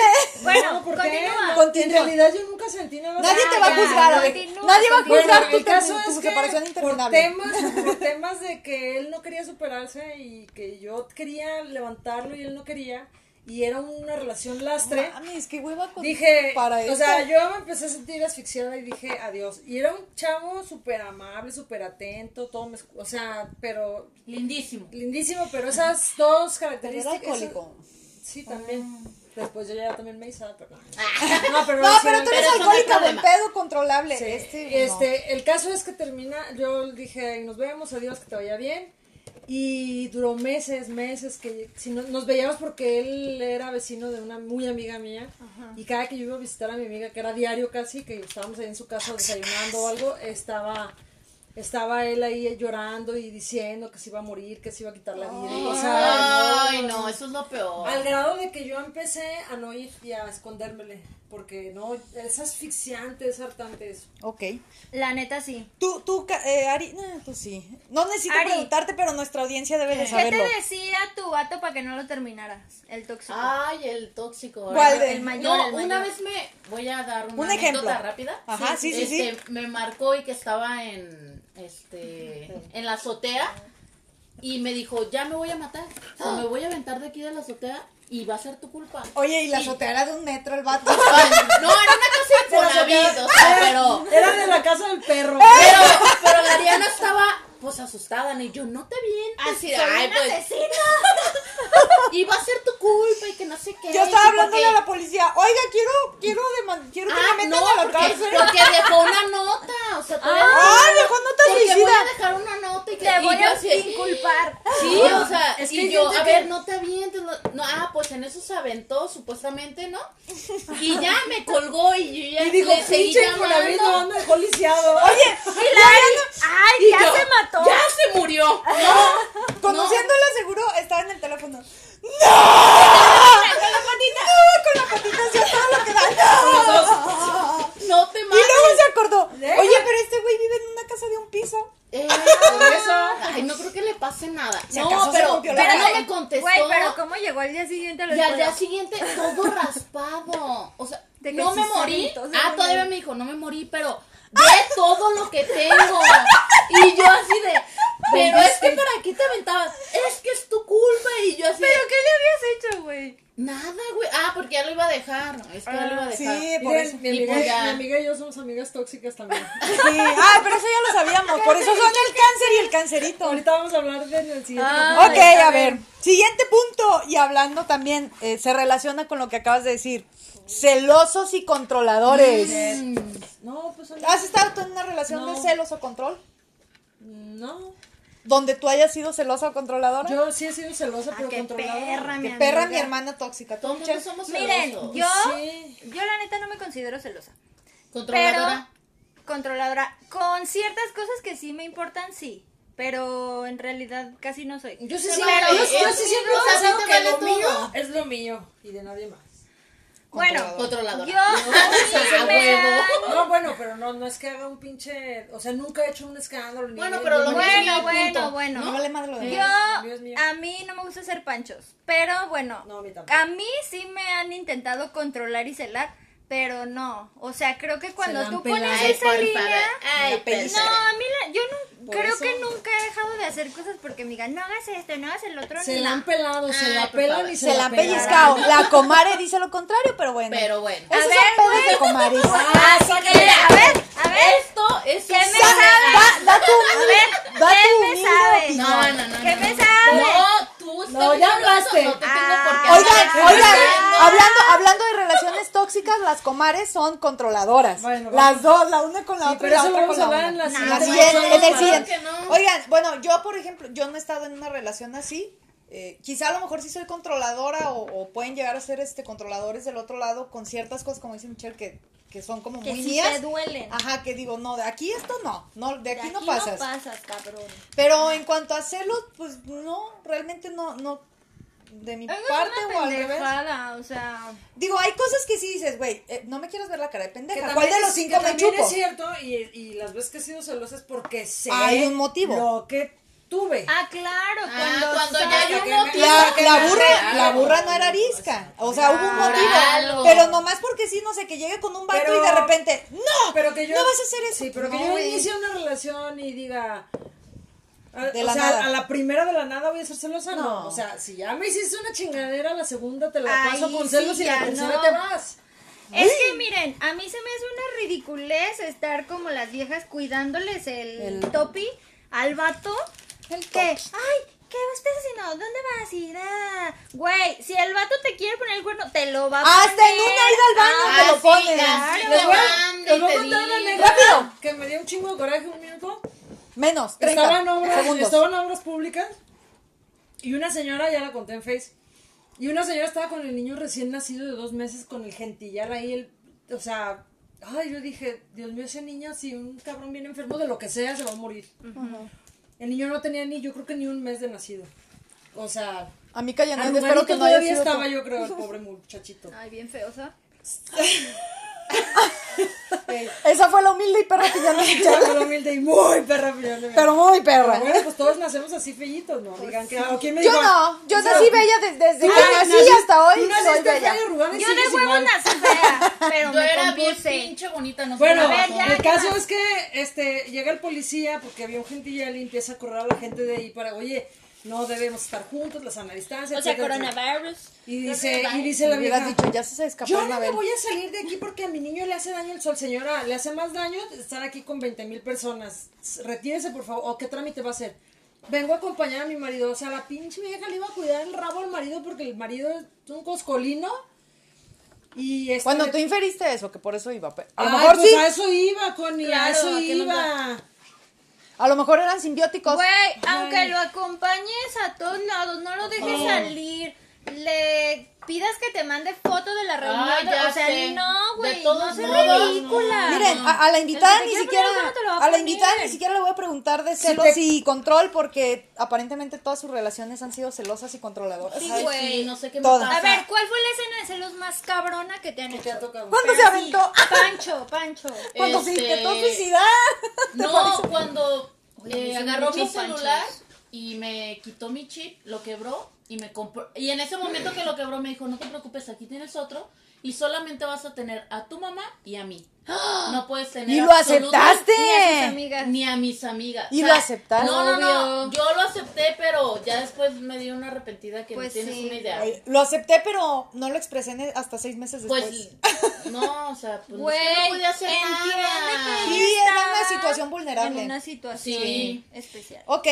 Speaker 3: Bueno,
Speaker 2: no, ¿por qué?
Speaker 3: continúa.
Speaker 2: No, en
Speaker 1: Continúa.
Speaker 2: realidad yo nunca sentí nada.
Speaker 1: Nadie
Speaker 3: Ya,
Speaker 1: te va a
Speaker 3: ya,
Speaker 1: juzgar, a ver.
Speaker 3: continúa,
Speaker 1: Nadie va a
Speaker 2: Bueno,
Speaker 1: juzgar tu,
Speaker 2: el caso
Speaker 1: tu- tu
Speaker 2: es que
Speaker 1: separación
Speaker 2: por
Speaker 1: interminable.
Speaker 2: temas, por temas de que él no quería superarse y que yo quería levantarlo y él no quería y era una relación lastre.
Speaker 1: Mames, qué hueva con-
Speaker 2: Dije,
Speaker 1: Pues, para
Speaker 2: o
Speaker 1: esto.
Speaker 2: sea, yo me empecé a sentir asfixiada y dije adiós. Y era un chavo súper amable, súper atento, todo me, escu- o sea, pero
Speaker 4: Lindísimo.
Speaker 2: lindísimo, pero esas dos
Speaker 1: Pero era
Speaker 2: características.
Speaker 1: alcohólico. Ah.
Speaker 2: esas- sí, también. Después yo ya también me hice, pero no. No, pero,
Speaker 1: No,
Speaker 2: sí
Speaker 1: pero
Speaker 2: era
Speaker 1: tú eres
Speaker 4: Pero eso no es
Speaker 1: alcohólica, buen
Speaker 4: problema.
Speaker 1: pedo, controlable.
Speaker 2: Sí,
Speaker 1: Este,
Speaker 2: Este, el caso es que termina, yo le dije, nos vemos, adiós, que te vaya bien. Y duró meses, meses que si no- nos veíamos porque él era vecino de una muy amiga mía. Y cada que yo iba a visitar a mi amiga, que era diario casi, que estábamos ahí en su casa desayunando o algo, estaba, estaba él ahí llorando y diciendo que se iba a morir, que se iba a quitar la vida. O sea,
Speaker 4: Ay, no, eso es lo peor.
Speaker 2: al grado de que yo empecé a no ir y a escondérmele. Porque no, es asfixiante, es hartante eso.
Speaker 1: Ok.
Speaker 3: La neta sí.
Speaker 1: Tú, tú, Ca- eh, Ari, no, tú sí. No necesito
Speaker 3: Ari.
Speaker 1: preguntarte, pero nuestra audiencia debe de
Speaker 3: ¿Qué
Speaker 1: saberlo.
Speaker 3: te decía tu vato para que no lo terminaras? El tóxico.
Speaker 4: Ay, el tóxico.
Speaker 1: ¿Cuál
Speaker 4: ¿verdad?
Speaker 1: de-
Speaker 3: El mayor,
Speaker 4: Ah, no,
Speaker 3: el
Speaker 4: una
Speaker 3: mayor.
Speaker 4: vez me voy a dar una
Speaker 1: Un ejemplo.
Speaker 4: anécdota rápida.
Speaker 1: Ajá, sí, sí, sí.
Speaker 4: Este, Me marcó y que estaba en este en la azotea y me dijo, "Ya me voy a matar. O me voy a aventar de aquí de la azotea y va a ser tu culpa."
Speaker 1: Oye, y la azotea era de un metro el vato.
Speaker 4: Ay, No, era una casa de Infonavit, o sea, pero
Speaker 2: Era de la casa del perro.
Speaker 4: pero pero la Diana estaba pues asustada, ¿no? y yo no te vi.
Speaker 3: Así de, ay, pues.
Speaker 4: Y va a ser tu culpa y que no sé qué.
Speaker 1: Yo estaba
Speaker 4: y
Speaker 1: hablándole
Speaker 4: porque- ah,
Speaker 1: a la policía, oiga, quiero, quiero, deman- quiero que me metan a la
Speaker 4: porque,
Speaker 1: cárcel. Ah,
Speaker 4: porque dejó una nota, o sea, todavía
Speaker 1: Ay, dejó nota
Speaker 4: porque
Speaker 1: suicida.
Speaker 4: voy a dejar una nota y que
Speaker 3: Te
Speaker 4: y
Speaker 3: voy
Speaker 4: yo
Speaker 3: a
Speaker 4: así-
Speaker 3: inculpar.
Speaker 4: Sí, o sea,
Speaker 2: Es que
Speaker 4: y
Speaker 2: hay
Speaker 4: yo,
Speaker 2: gente
Speaker 4: a
Speaker 2: que-
Speaker 4: ver, no te avientes, no, no, ah, pues en eso se aventó, supuestamente, ¿no? Y ya me colgó y yo ya
Speaker 2: Y dijo,
Speaker 4: le seguí
Speaker 2: pinche Infonavit, no
Speaker 4: llamando.
Speaker 2: me dejó lisiado. Oye,
Speaker 3: Y la Ari, ay,
Speaker 4: Y
Speaker 3: ya
Speaker 4: yo,
Speaker 3: se mató.
Speaker 4: Ya se murió.
Speaker 1: Conociéndola seguro, estaba en el teléfono. ¡No! ¡No! Con la patita hacía todo lo que da. ¡No!
Speaker 4: No te
Speaker 1: Y luego
Speaker 4: mates.
Speaker 1: se acordó. Oye, pero este güey vive en una casa de un piso.
Speaker 4: Eh, Ay, no creo que le pase nada.
Speaker 1: Si acaso
Speaker 4: no,
Speaker 1: se
Speaker 4: pero,
Speaker 1: rompió
Speaker 4: pero
Speaker 1: la
Speaker 4: no
Speaker 1: cara.
Speaker 4: me contestó.
Speaker 3: Güey, pero ¿cómo llegó al día siguiente? a la
Speaker 4: Y al día
Speaker 3: escuela?
Speaker 4: siguiente todo raspado. O sea,
Speaker 3: De que
Speaker 4: no
Speaker 3: sí
Speaker 4: me
Speaker 3: se
Speaker 4: morí.
Speaker 3: aventó, se
Speaker 4: Ah,
Speaker 3: murió.
Speaker 4: todavía me dijo, no me morí, pero ve todo lo que tengo. Y yo así de, pero es que para qué te aventabas. Es que es tu culpa. Y yo así de,
Speaker 3: ¿Pero qué le habías hecho, güey?
Speaker 4: nada, güey. Ah, porque ya lo iba a dejar. Es que ya lo iba a dejar.
Speaker 1: Ah, Sí, por eso.
Speaker 2: mi,
Speaker 4: Y
Speaker 2: amiga,
Speaker 4: pues ya.
Speaker 2: mi amiga y yo somos amigas tóxicas también.
Speaker 1: Sí. Ah, pero eso ya lo sabíamos. Por eso son el cáncer y el cancerito.
Speaker 2: Ahorita vamos a hablar del el siguiente.
Speaker 3: Ah.
Speaker 2: capítulo.
Speaker 1: Ok, a ver. Siguiente punto. Y hablando también, eh, se relaciona con lo que acabas de decir. Celosos y controladores.
Speaker 2: No, pues oye,
Speaker 1: ¿Has estado tú en una relación de
Speaker 2: No.
Speaker 1: celos o control?
Speaker 2: no.
Speaker 1: Donde tú hayas sido celosa o controladora.
Speaker 2: Yo sí he sido
Speaker 4: Ah,
Speaker 2: celosa, pero
Speaker 3: Ah, qué
Speaker 2: controlada.
Speaker 3: perra, mi
Speaker 1: Que perra
Speaker 3: amiga.
Speaker 1: mi hermana tóxica. ¿Tú,
Speaker 4: Todos
Speaker 1: Michelle?
Speaker 4: somos
Speaker 3: Miren,
Speaker 4: celosos.
Speaker 3: yo,
Speaker 2: Sí.
Speaker 3: yo la neta no me considero celosa.
Speaker 4: Controladora.
Speaker 3: Pero, controladora. Con ciertas cosas que sí me importan, sí. Pero en realidad casi no soy.
Speaker 2: Yo sí,
Speaker 4: Se
Speaker 2: sí,
Speaker 4: vale,
Speaker 2: yo,
Speaker 4: es-
Speaker 2: yo sí siempre
Speaker 4: no,
Speaker 2: he pensado
Speaker 4: a ti te
Speaker 2: que
Speaker 4: vale
Speaker 2: lo
Speaker 4: todo.
Speaker 2: mío es lo mío y de nadie más.
Speaker 3: bueno,
Speaker 4: Controladora.
Speaker 3: yo a mí
Speaker 4: a
Speaker 3: me
Speaker 4: huevo.
Speaker 3: dan-
Speaker 2: No, bueno, pero no, no es que haga un pinche. O sea, nunca he hecho un escándalo. Ni
Speaker 4: Bueno,
Speaker 2: ni-
Speaker 4: pero
Speaker 2: ni-
Speaker 4: lo
Speaker 2: ni-
Speaker 4: mío es mío,
Speaker 3: Bueno, bueno,
Speaker 4: punto.
Speaker 3: bueno.
Speaker 1: No vale madre lo demás.
Speaker 3: Yo,
Speaker 2: Lo mío es mío.
Speaker 3: a mí no me gusta hacer panchos, pero bueno,
Speaker 2: No, a mí tampoco.
Speaker 3: a mí sí me han intentado controlar y celar, pero no, o sea, creo que cuando
Speaker 2: la han
Speaker 3: tú
Speaker 2: pelado.
Speaker 3: pones
Speaker 4: Ay,
Speaker 3: esa
Speaker 4: por
Speaker 3: línea,
Speaker 4: favor. Ay,
Speaker 1: apellido.
Speaker 3: no, a mí la- yo no,
Speaker 2: Por
Speaker 3: creo
Speaker 2: eso-
Speaker 3: que nunca he dejado de hacer cosas porque me digan, no hagas esto, no hagas el otro,
Speaker 2: Se
Speaker 3: ni
Speaker 2: la
Speaker 3: nada".
Speaker 2: han pelado, se
Speaker 4: Ay,
Speaker 2: la
Speaker 4: por
Speaker 2: pelan
Speaker 4: favor.
Speaker 2: y se,
Speaker 1: Se la
Speaker 2: la
Speaker 1: ha
Speaker 2: pelan.
Speaker 1: pellizcado. La comare dice lo contrario, pero bueno.
Speaker 4: Pero bueno.
Speaker 1: Esos
Speaker 3: A
Speaker 1: son
Speaker 3: ver,
Speaker 1: pedos de comares.
Speaker 3: Ah, sí, que- a ver, a ver,
Speaker 4: Esto es
Speaker 3: ¿qué
Speaker 4: un-
Speaker 3: me sabe?
Speaker 1: Da, da tu
Speaker 3: A ver,
Speaker 1: da
Speaker 3: ¿qué
Speaker 1: tu
Speaker 3: me
Speaker 1: humilde
Speaker 3: sabe?
Speaker 1: opinión.
Speaker 4: No, no, no.
Speaker 3: ¿Qué
Speaker 4: no,
Speaker 3: me
Speaker 4: no.
Speaker 3: sabe?
Speaker 4: No, tú estás
Speaker 2: No, ya hablaste.
Speaker 4: No te tengo por qué
Speaker 3: Ah.
Speaker 1: Oigan,
Speaker 4: hablar.
Speaker 1: oigan,
Speaker 4: No,
Speaker 1: hablando, hablando de relaciones tóxicas, las comares son controladoras.
Speaker 2: Bueno,
Speaker 1: las dos, la una con la
Speaker 2: Sí,
Speaker 1: otra
Speaker 2: pero
Speaker 1: y la
Speaker 2: eso lo
Speaker 1: otra con
Speaker 2: vamos
Speaker 1: la
Speaker 2: a hablar en
Speaker 1: otra.
Speaker 2: la
Speaker 1: Así
Speaker 2: siguiente
Speaker 1: es,
Speaker 2: sección.
Speaker 1: en el
Speaker 2: Claro
Speaker 1: siguiente.
Speaker 4: que no.
Speaker 1: Oigan, bueno, yo por ejemplo, yo no he estado en una relación así. eh, quizá a lo mejor sí soy controladora o, o pueden llegar a ser este controladores del otro lado con ciertas cosas, como dice Michelle, que, que son como
Speaker 3: que
Speaker 1: muy
Speaker 3: sí
Speaker 1: mías.
Speaker 3: te duelen.
Speaker 1: Ajá, que digo, no, de aquí esto no, no de
Speaker 3: De
Speaker 1: aquí, no pasas.
Speaker 3: pasas, cabrón.
Speaker 1: Pero en cuanto a celos, pues no, realmente no, no, de mi
Speaker 3: Oigo, es
Speaker 1: parte
Speaker 3: una
Speaker 1: o al revés.
Speaker 3: pendejada, o sea,
Speaker 1: Digo, hay cosas que sí dices, güey, eh, no me quieres ver la cara de
Speaker 2: Que
Speaker 1: pendeja.
Speaker 2: también
Speaker 1: ¿Cuál de
Speaker 2: es-
Speaker 1: los cinco
Speaker 2: que
Speaker 1: me
Speaker 2: también
Speaker 1: chupo?
Speaker 2: es cierto, y, y las veces que he sido celosa es porque sé
Speaker 1: Hay un motivo.
Speaker 2: lo que tuve.
Speaker 3: ah, claro,
Speaker 4: Ah,
Speaker 3: cuando,
Speaker 4: cuando ya
Speaker 3: sale-
Speaker 4: hay un
Speaker 2: La-
Speaker 4: motivo
Speaker 1: La,
Speaker 4: que
Speaker 1: la
Speaker 4: me
Speaker 1: burra,
Speaker 4: hace
Speaker 1: la
Speaker 4: algo.
Speaker 1: burra no era arisca. O sea, hubo un
Speaker 4: Por
Speaker 1: motivo.
Speaker 4: algo.
Speaker 1: Pero nomás porque sí, no sé, que llegue con un vato
Speaker 2: Pero-
Speaker 1: y de repente, ¡no!
Speaker 2: pero que yo,
Speaker 1: no vas a hacer eso.
Speaker 2: Sí, pero que
Speaker 1: No,
Speaker 2: yo
Speaker 1: güey.
Speaker 2: inicie una relación y diga. a-
Speaker 1: De
Speaker 2: o
Speaker 1: la
Speaker 2: sea,
Speaker 1: nada.
Speaker 2: a la primera de la nada voy a ser celosa. No.
Speaker 1: No.
Speaker 2: o sea, si ya me hiciste una chingadera, la segunda te la
Speaker 3: Ahí
Speaker 2: paso con
Speaker 3: sí,
Speaker 2: celos y
Speaker 3: ya
Speaker 2: la tercera
Speaker 3: no.
Speaker 2: te vas.
Speaker 3: Es que miren, a mí se me hace una ridiculez estar como las viejas cuidándoles el,
Speaker 1: El-
Speaker 3: topi al vato.
Speaker 1: El
Speaker 3: que, ay,
Speaker 1: topi.
Speaker 3: ¿qué estás haciendo? ¿Dónde vas a ir? Ah, Güey, si el vato te quiere poner el cuerno, te lo va a
Speaker 1: Hasta en
Speaker 3: poner.
Speaker 1: una ida al baño te
Speaker 4: Ah,
Speaker 1: lo
Speaker 4: sí,
Speaker 1: pones.
Speaker 4: ya, sí,
Speaker 2: Les voy, a-
Speaker 4: manda y
Speaker 2: les voy a
Speaker 4: te
Speaker 2: contar una
Speaker 4: digo.
Speaker 2: anécdota
Speaker 1: Rápido.
Speaker 2: que me dio un chingo de coraje un minuto.
Speaker 1: Menos, 30
Speaker 2: Estaba en obras,
Speaker 1: segundos.
Speaker 2: estaba en obras públicas Y una señora, ya la conté en Face, y una señora estaba con el niño recién nacido de dos meses, con el gentillar ahí, el, o sea, ay, yo dije, Dios mío, ese niño, si un cabrón viene enfermo de lo que sea, se va a morir. El niño no tenía ni, yo creo que ni un mes de nacido. O sea,
Speaker 1: A mí Cayanay,
Speaker 2: arrugadito
Speaker 1: espero que no haya
Speaker 2: todavía
Speaker 1: sido
Speaker 2: estaba,
Speaker 1: tu-
Speaker 2: yo creo, el pobre muchachito.
Speaker 5: Ay, bien feosa.
Speaker 1: Esa fue la humilde y perra que ya no escucharon.
Speaker 2: Muy humilde y muy perra, finalmente.
Speaker 1: Pero muy perra.
Speaker 2: Pero bueno, pues todos nacemos así fellitos, ¿no? Digan que, ¿o quién me
Speaker 1: Yo
Speaker 2: dijo?
Speaker 1: no, yo
Speaker 2: O sea,
Speaker 1: nací bella de- desde
Speaker 2: tú
Speaker 1: que
Speaker 2: nací-
Speaker 1: nací hasta hoy.
Speaker 2: tú naciste
Speaker 1: soy bella.
Speaker 2: fea y arrugada y
Speaker 3: Yo
Speaker 2: sigues
Speaker 3: de huevo
Speaker 2: igual.
Speaker 3: nací fea, pero
Speaker 4: Yo
Speaker 3: me
Speaker 4: era bien
Speaker 3: compuse.
Speaker 4: pinche bonita, no sé
Speaker 2: Bueno,
Speaker 4: cómo.
Speaker 3: ver, ya,
Speaker 2: el
Speaker 3: ¿qué
Speaker 2: caso
Speaker 3: más?
Speaker 2: es que este llega el policía porque había un gentil y empieza a correr a la gente de ahí para, oye, no debemos estar juntos, la sana distancia.
Speaker 3: O sea,
Speaker 2: etcétera, etcétera.
Speaker 3: coronavirus.
Speaker 2: Y dice, y
Speaker 1: Si
Speaker 2: dice
Speaker 1: le
Speaker 2: la
Speaker 1: hubieras
Speaker 2: vieja,
Speaker 1: dicho, ya se se escapó
Speaker 2: yo no me
Speaker 1: Anabel.
Speaker 2: voy a salir de aquí porque a mi niño le hace daño el sol, señora, le hace más daño estar aquí con 20 mil personas. Retírese, por favor, o qué trámite va a hacer. Vengo a acompañar a mi marido, o sea, la pinche vieja le iba a cuidar el rabo al marido porque el marido es un coscolino. Y este
Speaker 1: Bueno,
Speaker 2: le-
Speaker 1: tú inferiste eso, que por eso iba. pe- A lo
Speaker 2: Ay,
Speaker 1: mejor
Speaker 2: pues
Speaker 1: sí,
Speaker 2: a eso iba, Connie, a
Speaker 3: Claro,
Speaker 2: eso
Speaker 3: ¿a qué nos
Speaker 2: iba.
Speaker 1: a lo mejor eran simbióticos.
Speaker 3: Güey, aunque lo acompañes a todos lados, no lo dejes
Speaker 1: Oh.
Speaker 3: salir. Le pidas que te mande foto de la reunión.
Speaker 4: Ah, ya
Speaker 3: o sea,
Speaker 4: sé.
Speaker 3: no,
Speaker 4: De
Speaker 3: güey.
Speaker 4: todos
Speaker 3: No seas
Speaker 4: modos,
Speaker 3: ridícula.
Speaker 1: Miren, a, a la invitada
Speaker 3: El que
Speaker 1: ni
Speaker 3: te quiera
Speaker 1: siquiera,
Speaker 3: poner algo te lo va a
Speaker 1: a la
Speaker 3: poner.
Speaker 1: invitada ni siquiera le voy a preguntar de celos y control porque aparentemente todas sus relaciones han sido celosas y controladoras.
Speaker 3: Sí,
Speaker 4: Ay,
Speaker 3: güey.
Speaker 4: sí, no sé qué me
Speaker 1: Todas.
Speaker 4: pasa.
Speaker 3: A ver, ¿cuál fue la escena de celos más cabrona que te han hecho?
Speaker 1: ¿Cuándo se aventó?
Speaker 3: Pancho, Pancho.
Speaker 1: Cuando se
Speaker 4: Este,
Speaker 1: intentó suicidar.
Speaker 4: No, cuando
Speaker 3: Oye, a mí
Speaker 4: eh,
Speaker 3: se me
Speaker 4: agarró mi
Speaker 3: hinchó Pancho.
Speaker 4: celular y me quitó mi chip, lo quebró y me compró. Y en ese momento que lo quebró me dijo, no te preocupes, aquí tienes otro y solamente vas a tener a tu mamá y a mí. No puedes tener
Speaker 1: Y lo
Speaker 4: absoluta-
Speaker 3: Ni a sus
Speaker 1: aceptaste.
Speaker 3: amigas.
Speaker 4: Ni a mis amigas.
Speaker 1: ¿Y lo aceptaste?
Speaker 4: No, no, no.
Speaker 3: Obvio.
Speaker 4: Yo lo acepté, pero ya después me dio una arrepentida que
Speaker 3: Pues
Speaker 4: no tienes
Speaker 3: sí.
Speaker 4: una idea.
Speaker 1: Ay, Lo acepté, pero no lo expresé en- hasta seis meses después.
Speaker 4: Pues no, o sea, pues
Speaker 3: Güey,
Speaker 4: es que no podía hacer
Speaker 3: entiende
Speaker 4: nada.
Speaker 3: que-
Speaker 1: Y era una
Speaker 3: está
Speaker 1: situación vulnerable.
Speaker 3: En una situación
Speaker 4: Sí.
Speaker 3: especial.
Speaker 1: Ok.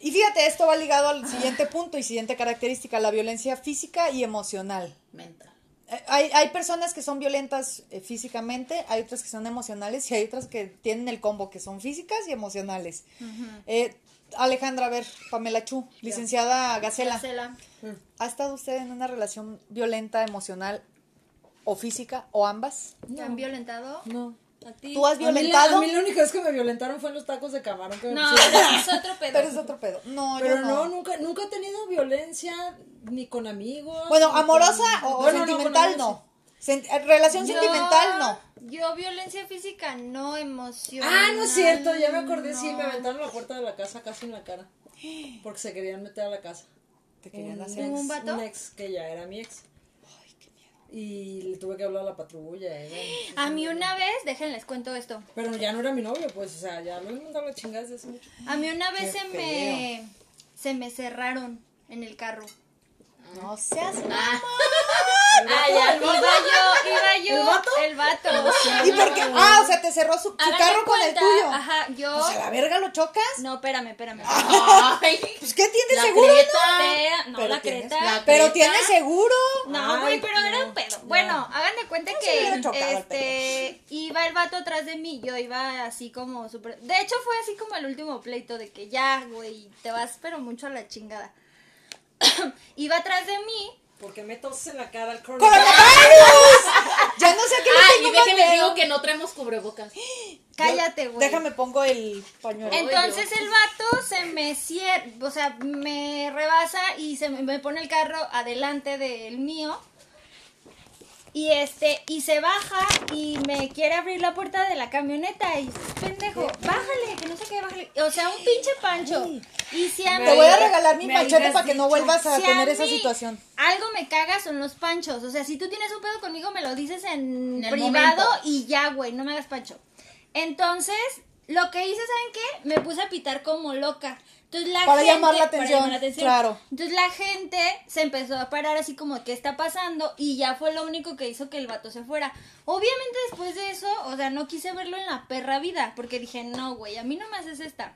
Speaker 1: Y fíjate, esto va ligado al siguiente punto y siguiente característica, la violencia física y emocional.
Speaker 4: Mental.
Speaker 1: Eh, Hay, hay personas que son violentas eh, físicamente, hay otras que son emocionales y hay otras que tienen el combo, que son físicas y emocionales. Eh, Alejandra, a ver, Pamela Chu, licenciada Gacela,
Speaker 3: Marcela.
Speaker 2: Mm,
Speaker 1: ¿ha estado usted en una relación violenta, emocional o física o ambas?
Speaker 3: ¿Te han violentado?
Speaker 2: No.
Speaker 3: ¿A ti?
Speaker 1: ¿Tú has
Speaker 2: A
Speaker 1: violentado?
Speaker 2: mí, la única vez que me violentaron fue en los tacos de camarón que me
Speaker 3: No,
Speaker 2: pusieron.
Speaker 3: no, es otro pedo.
Speaker 1: Pero es otro pedo. No,
Speaker 2: Pero
Speaker 1: yo
Speaker 2: no, nunca, nunca he tenido violencia ni con amigos.
Speaker 1: Bueno,
Speaker 2: ni con-
Speaker 1: amorosa o, o
Speaker 2: Bueno, no, con
Speaker 1: sentimental
Speaker 2: amigos
Speaker 1: no. Sen- eh, relación
Speaker 3: Yo-
Speaker 1: sentimental no.
Speaker 3: Yo violencia física no
Speaker 2: sí.
Speaker 3: emocional.
Speaker 2: Ah, no es cierto, ya me acordé, sí,
Speaker 3: no.
Speaker 2: me aventaron la puerta de la casa casi en la cara. Porque se querían meter a la casa.
Speaker 1: Te querían
Speaker 2: Un
Speaker 1: hacer.
Speaker 2: ex-
Speaker 3: ¿Un vato?
Speaker 2: Un ex que ya era mi ex. Y le tuve que hablar a la patrulla. era-
Speaker 3: A mí una vez, déjenles cuento esto.
Speaker 2: Pero ya no era mi novio, pues, o sea, ya lo he mandado a chingar desde hace mucho.
Speaker 3: A mí una vez
Speaker 1: Qué
Speaker 3: se me se me cerraron en el carro.
Speaker 1: No seas.
Speaker 4: Ah. Ay, ya,
Speaker 3: Iba yo, iba yo.
Speaker 2: Ah, ¿El vato?
Speaker 3: El vato.
Speaker 1: ¿Y por qué? Ah, o sea, te cerró su, su
Speaker 3: Hagan de
Speaker 1: carro con el
Speaker 3: cuenta,
Speaker 1: tuyo. Ah.
Speaker 3: Ajá, yo.
Speaker 1: Pues a la verga lo chocas.
Speaker 3: No, espérame, espérame.
Speaker 4: Ay,
Speaker 1: Pues ¿qué tiene
Speaker 4: la
Speaker 1: seguro?
Speaker 4: creta.
Speaker 3: Espera, no,
Speaker 1: Pero
Speaker 3: la
Speaker 1: tienes-
Speaker 3: creta.
Speaker 4: la
Speaker 1: Pero
Speaker 4: creta.
Speaker 1: tiene seguro.
Speaker 3: No,
Speaker 2: Ay,
Speaker 3: güey, pero era un pedo. Bueno, hagan de cuenta
Speaker 1: se hubiera chocado
Speaker 3: que
Speaker 1: el
Speaker 3: este iba el vato atrás de mí, yo iba así como súper... De hecho fue así como el último pleito de que ya, güey, te vas pero mucho a la chingada. iba atrás de mí.
Speaker 2: Porque me toses en la cara al coronel.
Speaker 1: ¡Coronavirus! ya no sé a qué le
Speaker 4: Ay,
Speaker 1: tengo
Speaker 4: y déjenme
Speaker 1: miedo.
Speaker 4: digo que no traemos cubrebocas.
Speaker 3: Cállate, güey.
Speaker 1: Déjame pongo el pañuelo.
Speaker 4: En-
Speaker 3: Entonces el vato se me cierra, o sea, me rebasa y se me, me pone el carro adelante del mío. Y este, y se baja y me quiere abrir la puerta de la camioneta y pendejo, bájale, que no sé qué, bájale. O sea, un pinche pancho. Y si a
Speaker 1: Te voy a
Speaker 3: mí-
Speaker 1: regalar mi
Speaker 2: Me
Speaker 1: machete
Speaker 2: habías
Speaker 1: para que no
Speaker 2: dicho.
Speaker 1: vuelvas a
Speaker 3: si a
Speaker 1: tener esa
Speaker 3: mí
Speaker 1: situación.
Speaker 3: Algo me caga son los panchos. O sea, si tú tienes un pedo conmigo, me lo dices en,
Speaker 4: En el
Speaker 3: privado
Speaker 4: momento.
Speaker 3: y ya, güey, no me hagas pancho. Entonces, lo que hice, ¿saben qué? Me puse a pitar como loca. Entonces, la
Speaker 1: Para
Speaker 3: gente-
Speaker 1: llamar la atención, claro.
Speaker 3: Entonces la gente se empezó a parar así como, ¿qué está pasando? Y ya fue lo único que hizo que el vato se fuera. Obviamente después de eso, o sea, no quise verlo en la perra vida, porque dije, no, güey, a mí no me haces esta.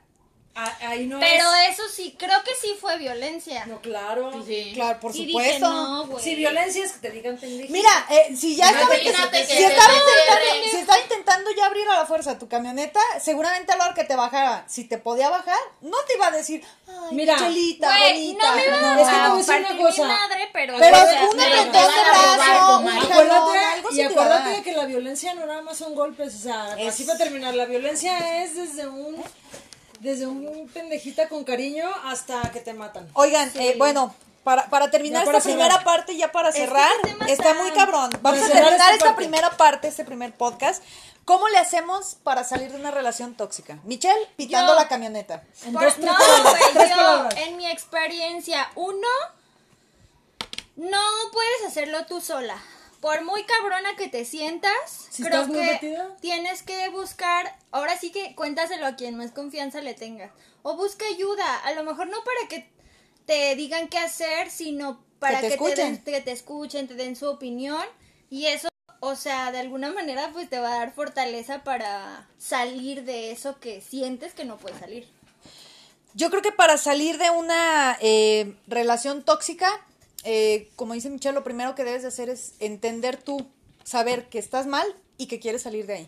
Speaker 2: Ah, Ahí no
Speaker 3: Pero
Speaker 2: es.
Speaker 3: eso sí, creo que sí fue violencia.
Speaker 2: No, claro.
Speaker 4: Sí.
Speaker 1: Claro, por
Speaker 3: Y dije,
Speaker 1: supuesto.
Speaker 3: no, güey.
Speaker 2: Si violencia es que te digan pendejo.
Speaker 1: Mira, eh, si ya estaba, si,
Speaker 4: Imagínate que
Speaker 1: si
Speaker 4: te
Speaker 1: estaba
Speaker 4: cierre.
Speaker 1: intentando, si estaba intentando ya abrir a la fuerza tu camioneta, seguramente a la hora que te bajara, si te podía bajar, no te iba a decir, ay,
Speaker 2: Mira,
Speaker 1: chelita,
Speaker 3: Güey,
Speaker 1: bonita.
Speaker 3: no me iba a,
Speaker 1: no.
Speaker 2: es que te voy a decir
Speaker 3: partir
Speaker 2: una cosa.
Speaker 3: mi madre, pero...
Speaker 1: Pero
Speaker 3: o sea,
Speaker 1: un
Speaker 4: pero te
Speaker 1: apretón
Speaker 4: van a
Speaker 1: de
Speaker 4: robar,
Speaker 1: brazo, un
Speaker 4: comadre.
Speaker 1: jalón,
Speaker 2: Acuérdate,
Speaker 1: algo
Speaker 2: y
Speaker 1: se te va a
Speaker 2: acuérdate
Speaker 1: dar.
Speaker 2: de que la violencia no nada más son golpes, o sea,
Speaker 1: Es-
Speaker 2: así para terminar, la violencia es desde un desde un pendejita con cariño hasta que te matan.
Speaker 1: Oigan, eh, bueno, para, para terminar
Speaker 2: Ya para
Speaker 1: esta primera
Speaker 2: cerrar.
Speaker 1: parte, ya para cerrar,
Speaker 3: este tema
Speaker 1: está
Speaker 3: está-
Speaker 1: muy cabrón. Vamos a
Speaker 2: cerrar
Speaker 1: terminar
Speaker 2: esta
Speaker 1: esta
Speaker 2: parte.
Speaker 1: primera parte, este primer podcast. ¿Cómo le hacemos para salir de una relación tóxica? Michelle, pitando
Speaker 3: Yo-
Speaker 1: la camioneta.
Speaker 2: En
Speaker 3: Por-
Speaker 2: dos
Speaker 3: no,
Speaker 2: palabras,
Speaker 3: güey,
Speaker 2: tres
Speaker 3: yo,
Speaker 2: palabras.
Speaker 3: en mi experiencia, uno, no puedes hacerlo tú sola. Por muy cabrona que te sientas,
Speaker 2: Si
Speaker 3: creo
Speaker 2: estás muy
Speaker 3: que
Speaker 2: metida.
Speaker 3: tienes que buscar, ahora sí que cuéntaselo a quien más confianza le tengas. O busca ayuda, a lo mejor no para que te digan qué hacer, sino para
Speaker 1: te
Speaker 3: que, te, den-
Speaker 1: escuchen.
Speaker 3: que te escuchen, te den su opinión. Y eso, o sea, de alguna manera pues te va a dar fortaleza para salir de eso que sientes que no puedes salir.
Speaker 1: Yo creo que para salir de una eh, relación tóxica, eh, como dice Michelle, lo primero que debes de hacer es entender tú, saber que estás mal y que quieres salir de ahí.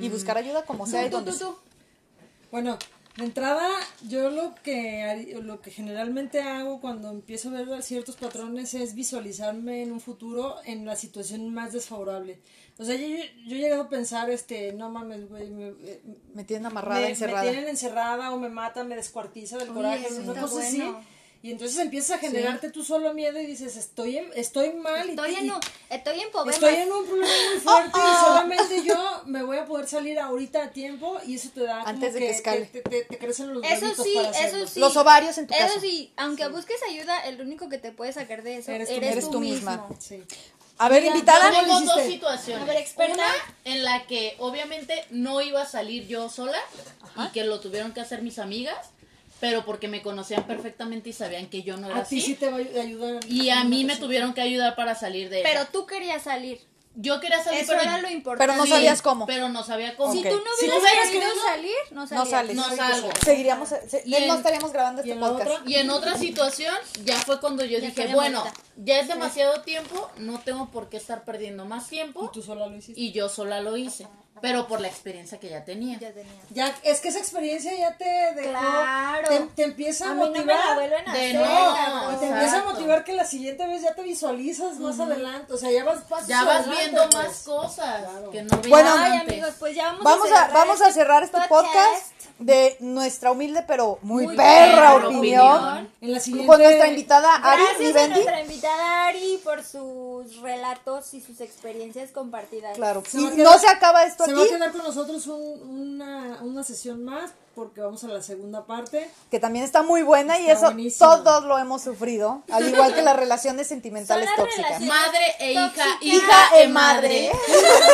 Speaker 1: Y buscar ayuda como sea y
Speaker 3: Tú,
Speaker 1: donde
Speaker 3: tú,
Speaker 1: sea.
Speaker 3: tú.
Speaker 2: Bueno, de entrada, yo lo que, hari- lo que generalmente hago cuando empiezo a ver ciertos patrones es visualizarme en un futuro en la situación más desfavorable. O sea, yo, yo- yo he llegado a pensar, este, no mames, güey, me- eh,
Speaker 1: Me tienen amarrada,
Speaker 2: me, me
Speaker 1: encerrada.
Speaker 2: tienen encerrada o me mata, me descuartiza del coraje,
Speaker 3: eso
Speaker 2: una
Speaker 3: está
Speaker 2: cosa
Speaker 3: bueno.
Speaker 2: así. Y entonces empiezas a generarte tú solo miedo y dices, estoy, en- estoy mal. y-
Speaker 3: Estoy
Speaker 2: y-
Speaker 3: en un, Oh, estoy en pobrema.
Speaker 2: Estoy en un problema muy fuerte y solamente yo me voy a poder salir ahorita a tiempo y eso te da como
Speaker 1: Antes de que escale.
Speaker 2: Te, te- te crecen los
Speaker 3: Eso
Speaker 2: huevitos
Speaker 3: sí,
Speaker 2: para
Speaker 3: eso
Speaker 2: hacerlo.
Speaker 3: sí.
Speaker 1: Los ovarios en tu
Speaker 3: Eso
Speaker 1: caso.
Speaker 3: sí, aunque busques ayuda, el único que te puede sacar de eso
Speaker 2: Eres
Speaker 3: eres,
Speaker 2: tú
Speaker 3: tú,
Speaker 2: mismo. Eres
Speaker 1: tú misma.
Speaker 3: misma.
Speaker 2: Sí.
Speaker 1: A ver, invitada.
Speaker 2: ¿Cómo
Speaker 4: Tenemos
Speaker 2: lo
Speaker 4: dos
Speaker 2: hiciste?
Speaker 4: situaciones.
Speaker 3: A ver, experta.
Speaker 4: Una en la que obviamente no iba a salir yo sola y que lo tuvieron que hacer mis amigas, pero porque me conocían perfectamente y sabían que yo no era
Speaker 2: A ti
Speaker 4: así.
Speaker 2: sí Ah, te va a ayu- ayudar.
Speaker 4: Y a mí me tuvieron que ayudar para salir de
Speaker 3: Pero
Speaker 4: ella.
Speaker 3: tú querías salir.
Speaker 4: Yo quería salir,
Speaker 3: Eso
Speaker 4: pero
Speaker 3: era lo importante.
Speaker 1: Pero no
Speaker 4: Sí,
Speaker 1: sabías cómo.
Speaker 4: Pero no sabía cómo.
Speaker 3: Si
Speaker 1: Ok.
Speaker 3: tú no
Speaker 2: Si tú
Speaker 3: hubieras
Speaker 2: hubieras
Speaker 3: querido
Speaker 2: querido,
Speaker 3: salir, no
Speaker 1: No
Speaker 3: salías.
Speaker 1: sales.
Speaker 4: No salgo.
Speaker 1: Seguiríamos, se-
Speaker 4: Y en-
Speaker 1: no estaríamos grabando
Speaker 2: y
Speaker 1: este
Speaker 2: en la
Speaker 1: podcast.
Speaker 2: otra,
Speaker 4: Y en otra situación ya fue cuando yo
Speaker 3: Ya
Speaker 4: dije,
Speaker 3: estaría
Speaker 4: bueno,
Speaker 3: muerta.
Speaker 4: ya es demasiado tiempo, no tengo por qué estar perdiendo más tiempo.
Speaker 2: Y tú sola lo hiciste.
Speaker 4: Y yo sola lo hice, pero por la experiencia que ya tenía.
Speaker 3: Ya tenía.
Speaker 2: Ya, es que esa experiencia ya te dejó.
Speaker 3: Claro.
Speaker 2: Te, te empieza a,
Speaker 3: A mí no me la
Speaker 2: motivar.
Speaker 3: vuelven a
Speaker 4: De
Speaker 3: hacer.
Speaker 4: no,
Speaker 3: cabrón.
Speaker 2: y te
Speaker 4: Exacto.
Speaker 2: empieza a motivar que la siguiente vez ya te visualizas más adelante. O sea, ya vas pasos
Speaker 4: Ya vas
Speaker 2: adelante,
Speaker 4: viendo
Speaker 2: pues.
Speaker 4: más cosas
Speaker 2: Claro.
Speaker 4: que no veías
Speaker 1: Bueno,
Speaker 3: Ay,
Speaker 4: antes.
Speaker 3: amigos, pues ya vamos,
Speaker 1: Vamos
Speaker 3: a
Speaker 1: a,
Speaker 3: cerrar,
Speaker 1: vamos a cerrar este podcast
Speaker 3: podcast.
Speaker 1: de nuestra humilde pero muy,
Speaker 3: Muy
Speaker 1: perra
Speaker 4: perra
Speaker 1: opinión,
Speaker 4: opinión.
Speaker 2: En la siguiente.
Speaker 1: con nuestra invitada Ari
Speaker 3: Gracias a
Speaker 1: Vivendi.
Speaker 3: nuestra invitada Ari por sus relatos y sus experiencias compartidas.
Speaker 1: Claro,
Speaker 2: Se
Speaker 1: y
Speaker 2: va a
Speaker 1: no
Speaker 2: quedar-
Speaker 1: se acaba esto
Speaker 2: Se va a
Speaker 1: aquí,
Speaker 2: quedar con nosotros un- una, una sesión más porque vamos a la segunda parte.
Speaker 1: que también está muy buena y
Speaker 2: Está
Speaker 1: eso
Speaker 2: buenísima.
Speaker 1: todos lo hemos sufrido, al igual que las relaciones sentimentales
Speaker 3: Son las
Speaker 1: tóxicas.
Speaker 3: relaciones-
Speaker 4: Madre e hija,
Speaker 3: Tóxica.
Speaker 4: hija e madre.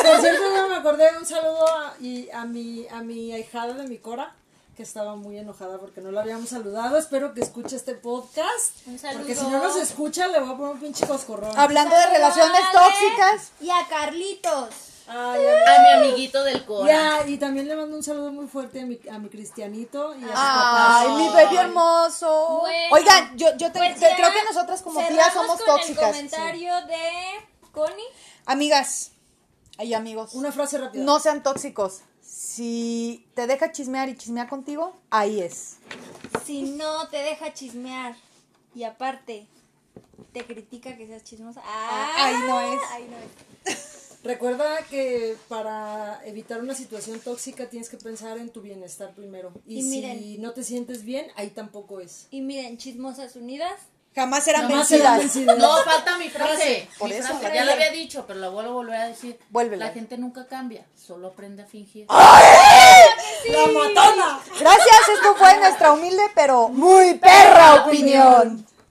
Speaker 2: Por cierto, no me acordé un saludo a, y a mi a mi ahijada de mi Cora que estaba muy enojada porque no la habíamos saludado. Espero que escuche este podcast.
Speaker 3: Un saludo.
Speaker 2: Porque si no nos escucha le voy a poner un pinche coscorrón.
Speaker 1: Hablando de relaciones
Speaker 3: Ale
Speaker 1: tóxicas,
Speaker 3: Y a Carlitos.
Speaker 2: Ay, a mi-
Speaker 4: A mi amiguito del Cora.
Speaker 2: ya, y también le mando un saludo muy fuerte a mi, a mi cristianito y a su papá.
Speaker 1: ay, mi bebé hermoso.
Speaker 3: Bueno,
Speaker 1: Oigan, yo, yo te-
Speaker 3: pues
Speaker 1: te-
Speaker 3: ya
Speaker 1: creo que nosotras como tías
Speaker 3: cerramos
Speaker 1: somos
Speaker 3: con
Speaker 1: tóxicas.
Speaker 3: El comentario de Connie.
Speaker 1: sí. Amigas y amigos.
Speaker 2: Una frase rápida.
Speaker 1: No sean tóxicos. Si te deja chismear y chismear contigo, ahí es.
Speaker 3: Si no te deja chismear y aparte te critica que seas chismosa. Ah,
Speaker 1: ahí no es.
Speaker 3: ahí no es.
Speaker 2: Recuerda que para evitar una situación tóxica tienes que pensar en tu bienestar primero. Y,
Speaker 3: Y
Speaker 2: si
Speaker 3: miren.
Speaker 2: no te sientes bien, ahí tampoco es.
Speaker 3: Y miren, chismosas unidas.
Speaker 1: Jamás serán
Speaker 2: Jamás
Speaker 1: vencidas.
Speaker 2: serán vencidas.
Speaker 4: No, falta mi frase.
Speaker 1: Ah, Por
Speaker 4: mi
Speaker 1: eso,
Speaker 4: frase.
Speaker 1: la
Speaker 4: Ya
Speaker 1: quiero.
Speaker 4: la había dicho, pero la vuelvo a volver a decir.
Speaker 1: Vuélvela.
Speaker 4: La gente nunca cambia, solo aprende a fingir.
Speaker 2: ¡La matona!
Speaker 1: Gracias, esto fue nuestra humilde pero muy perra opinión.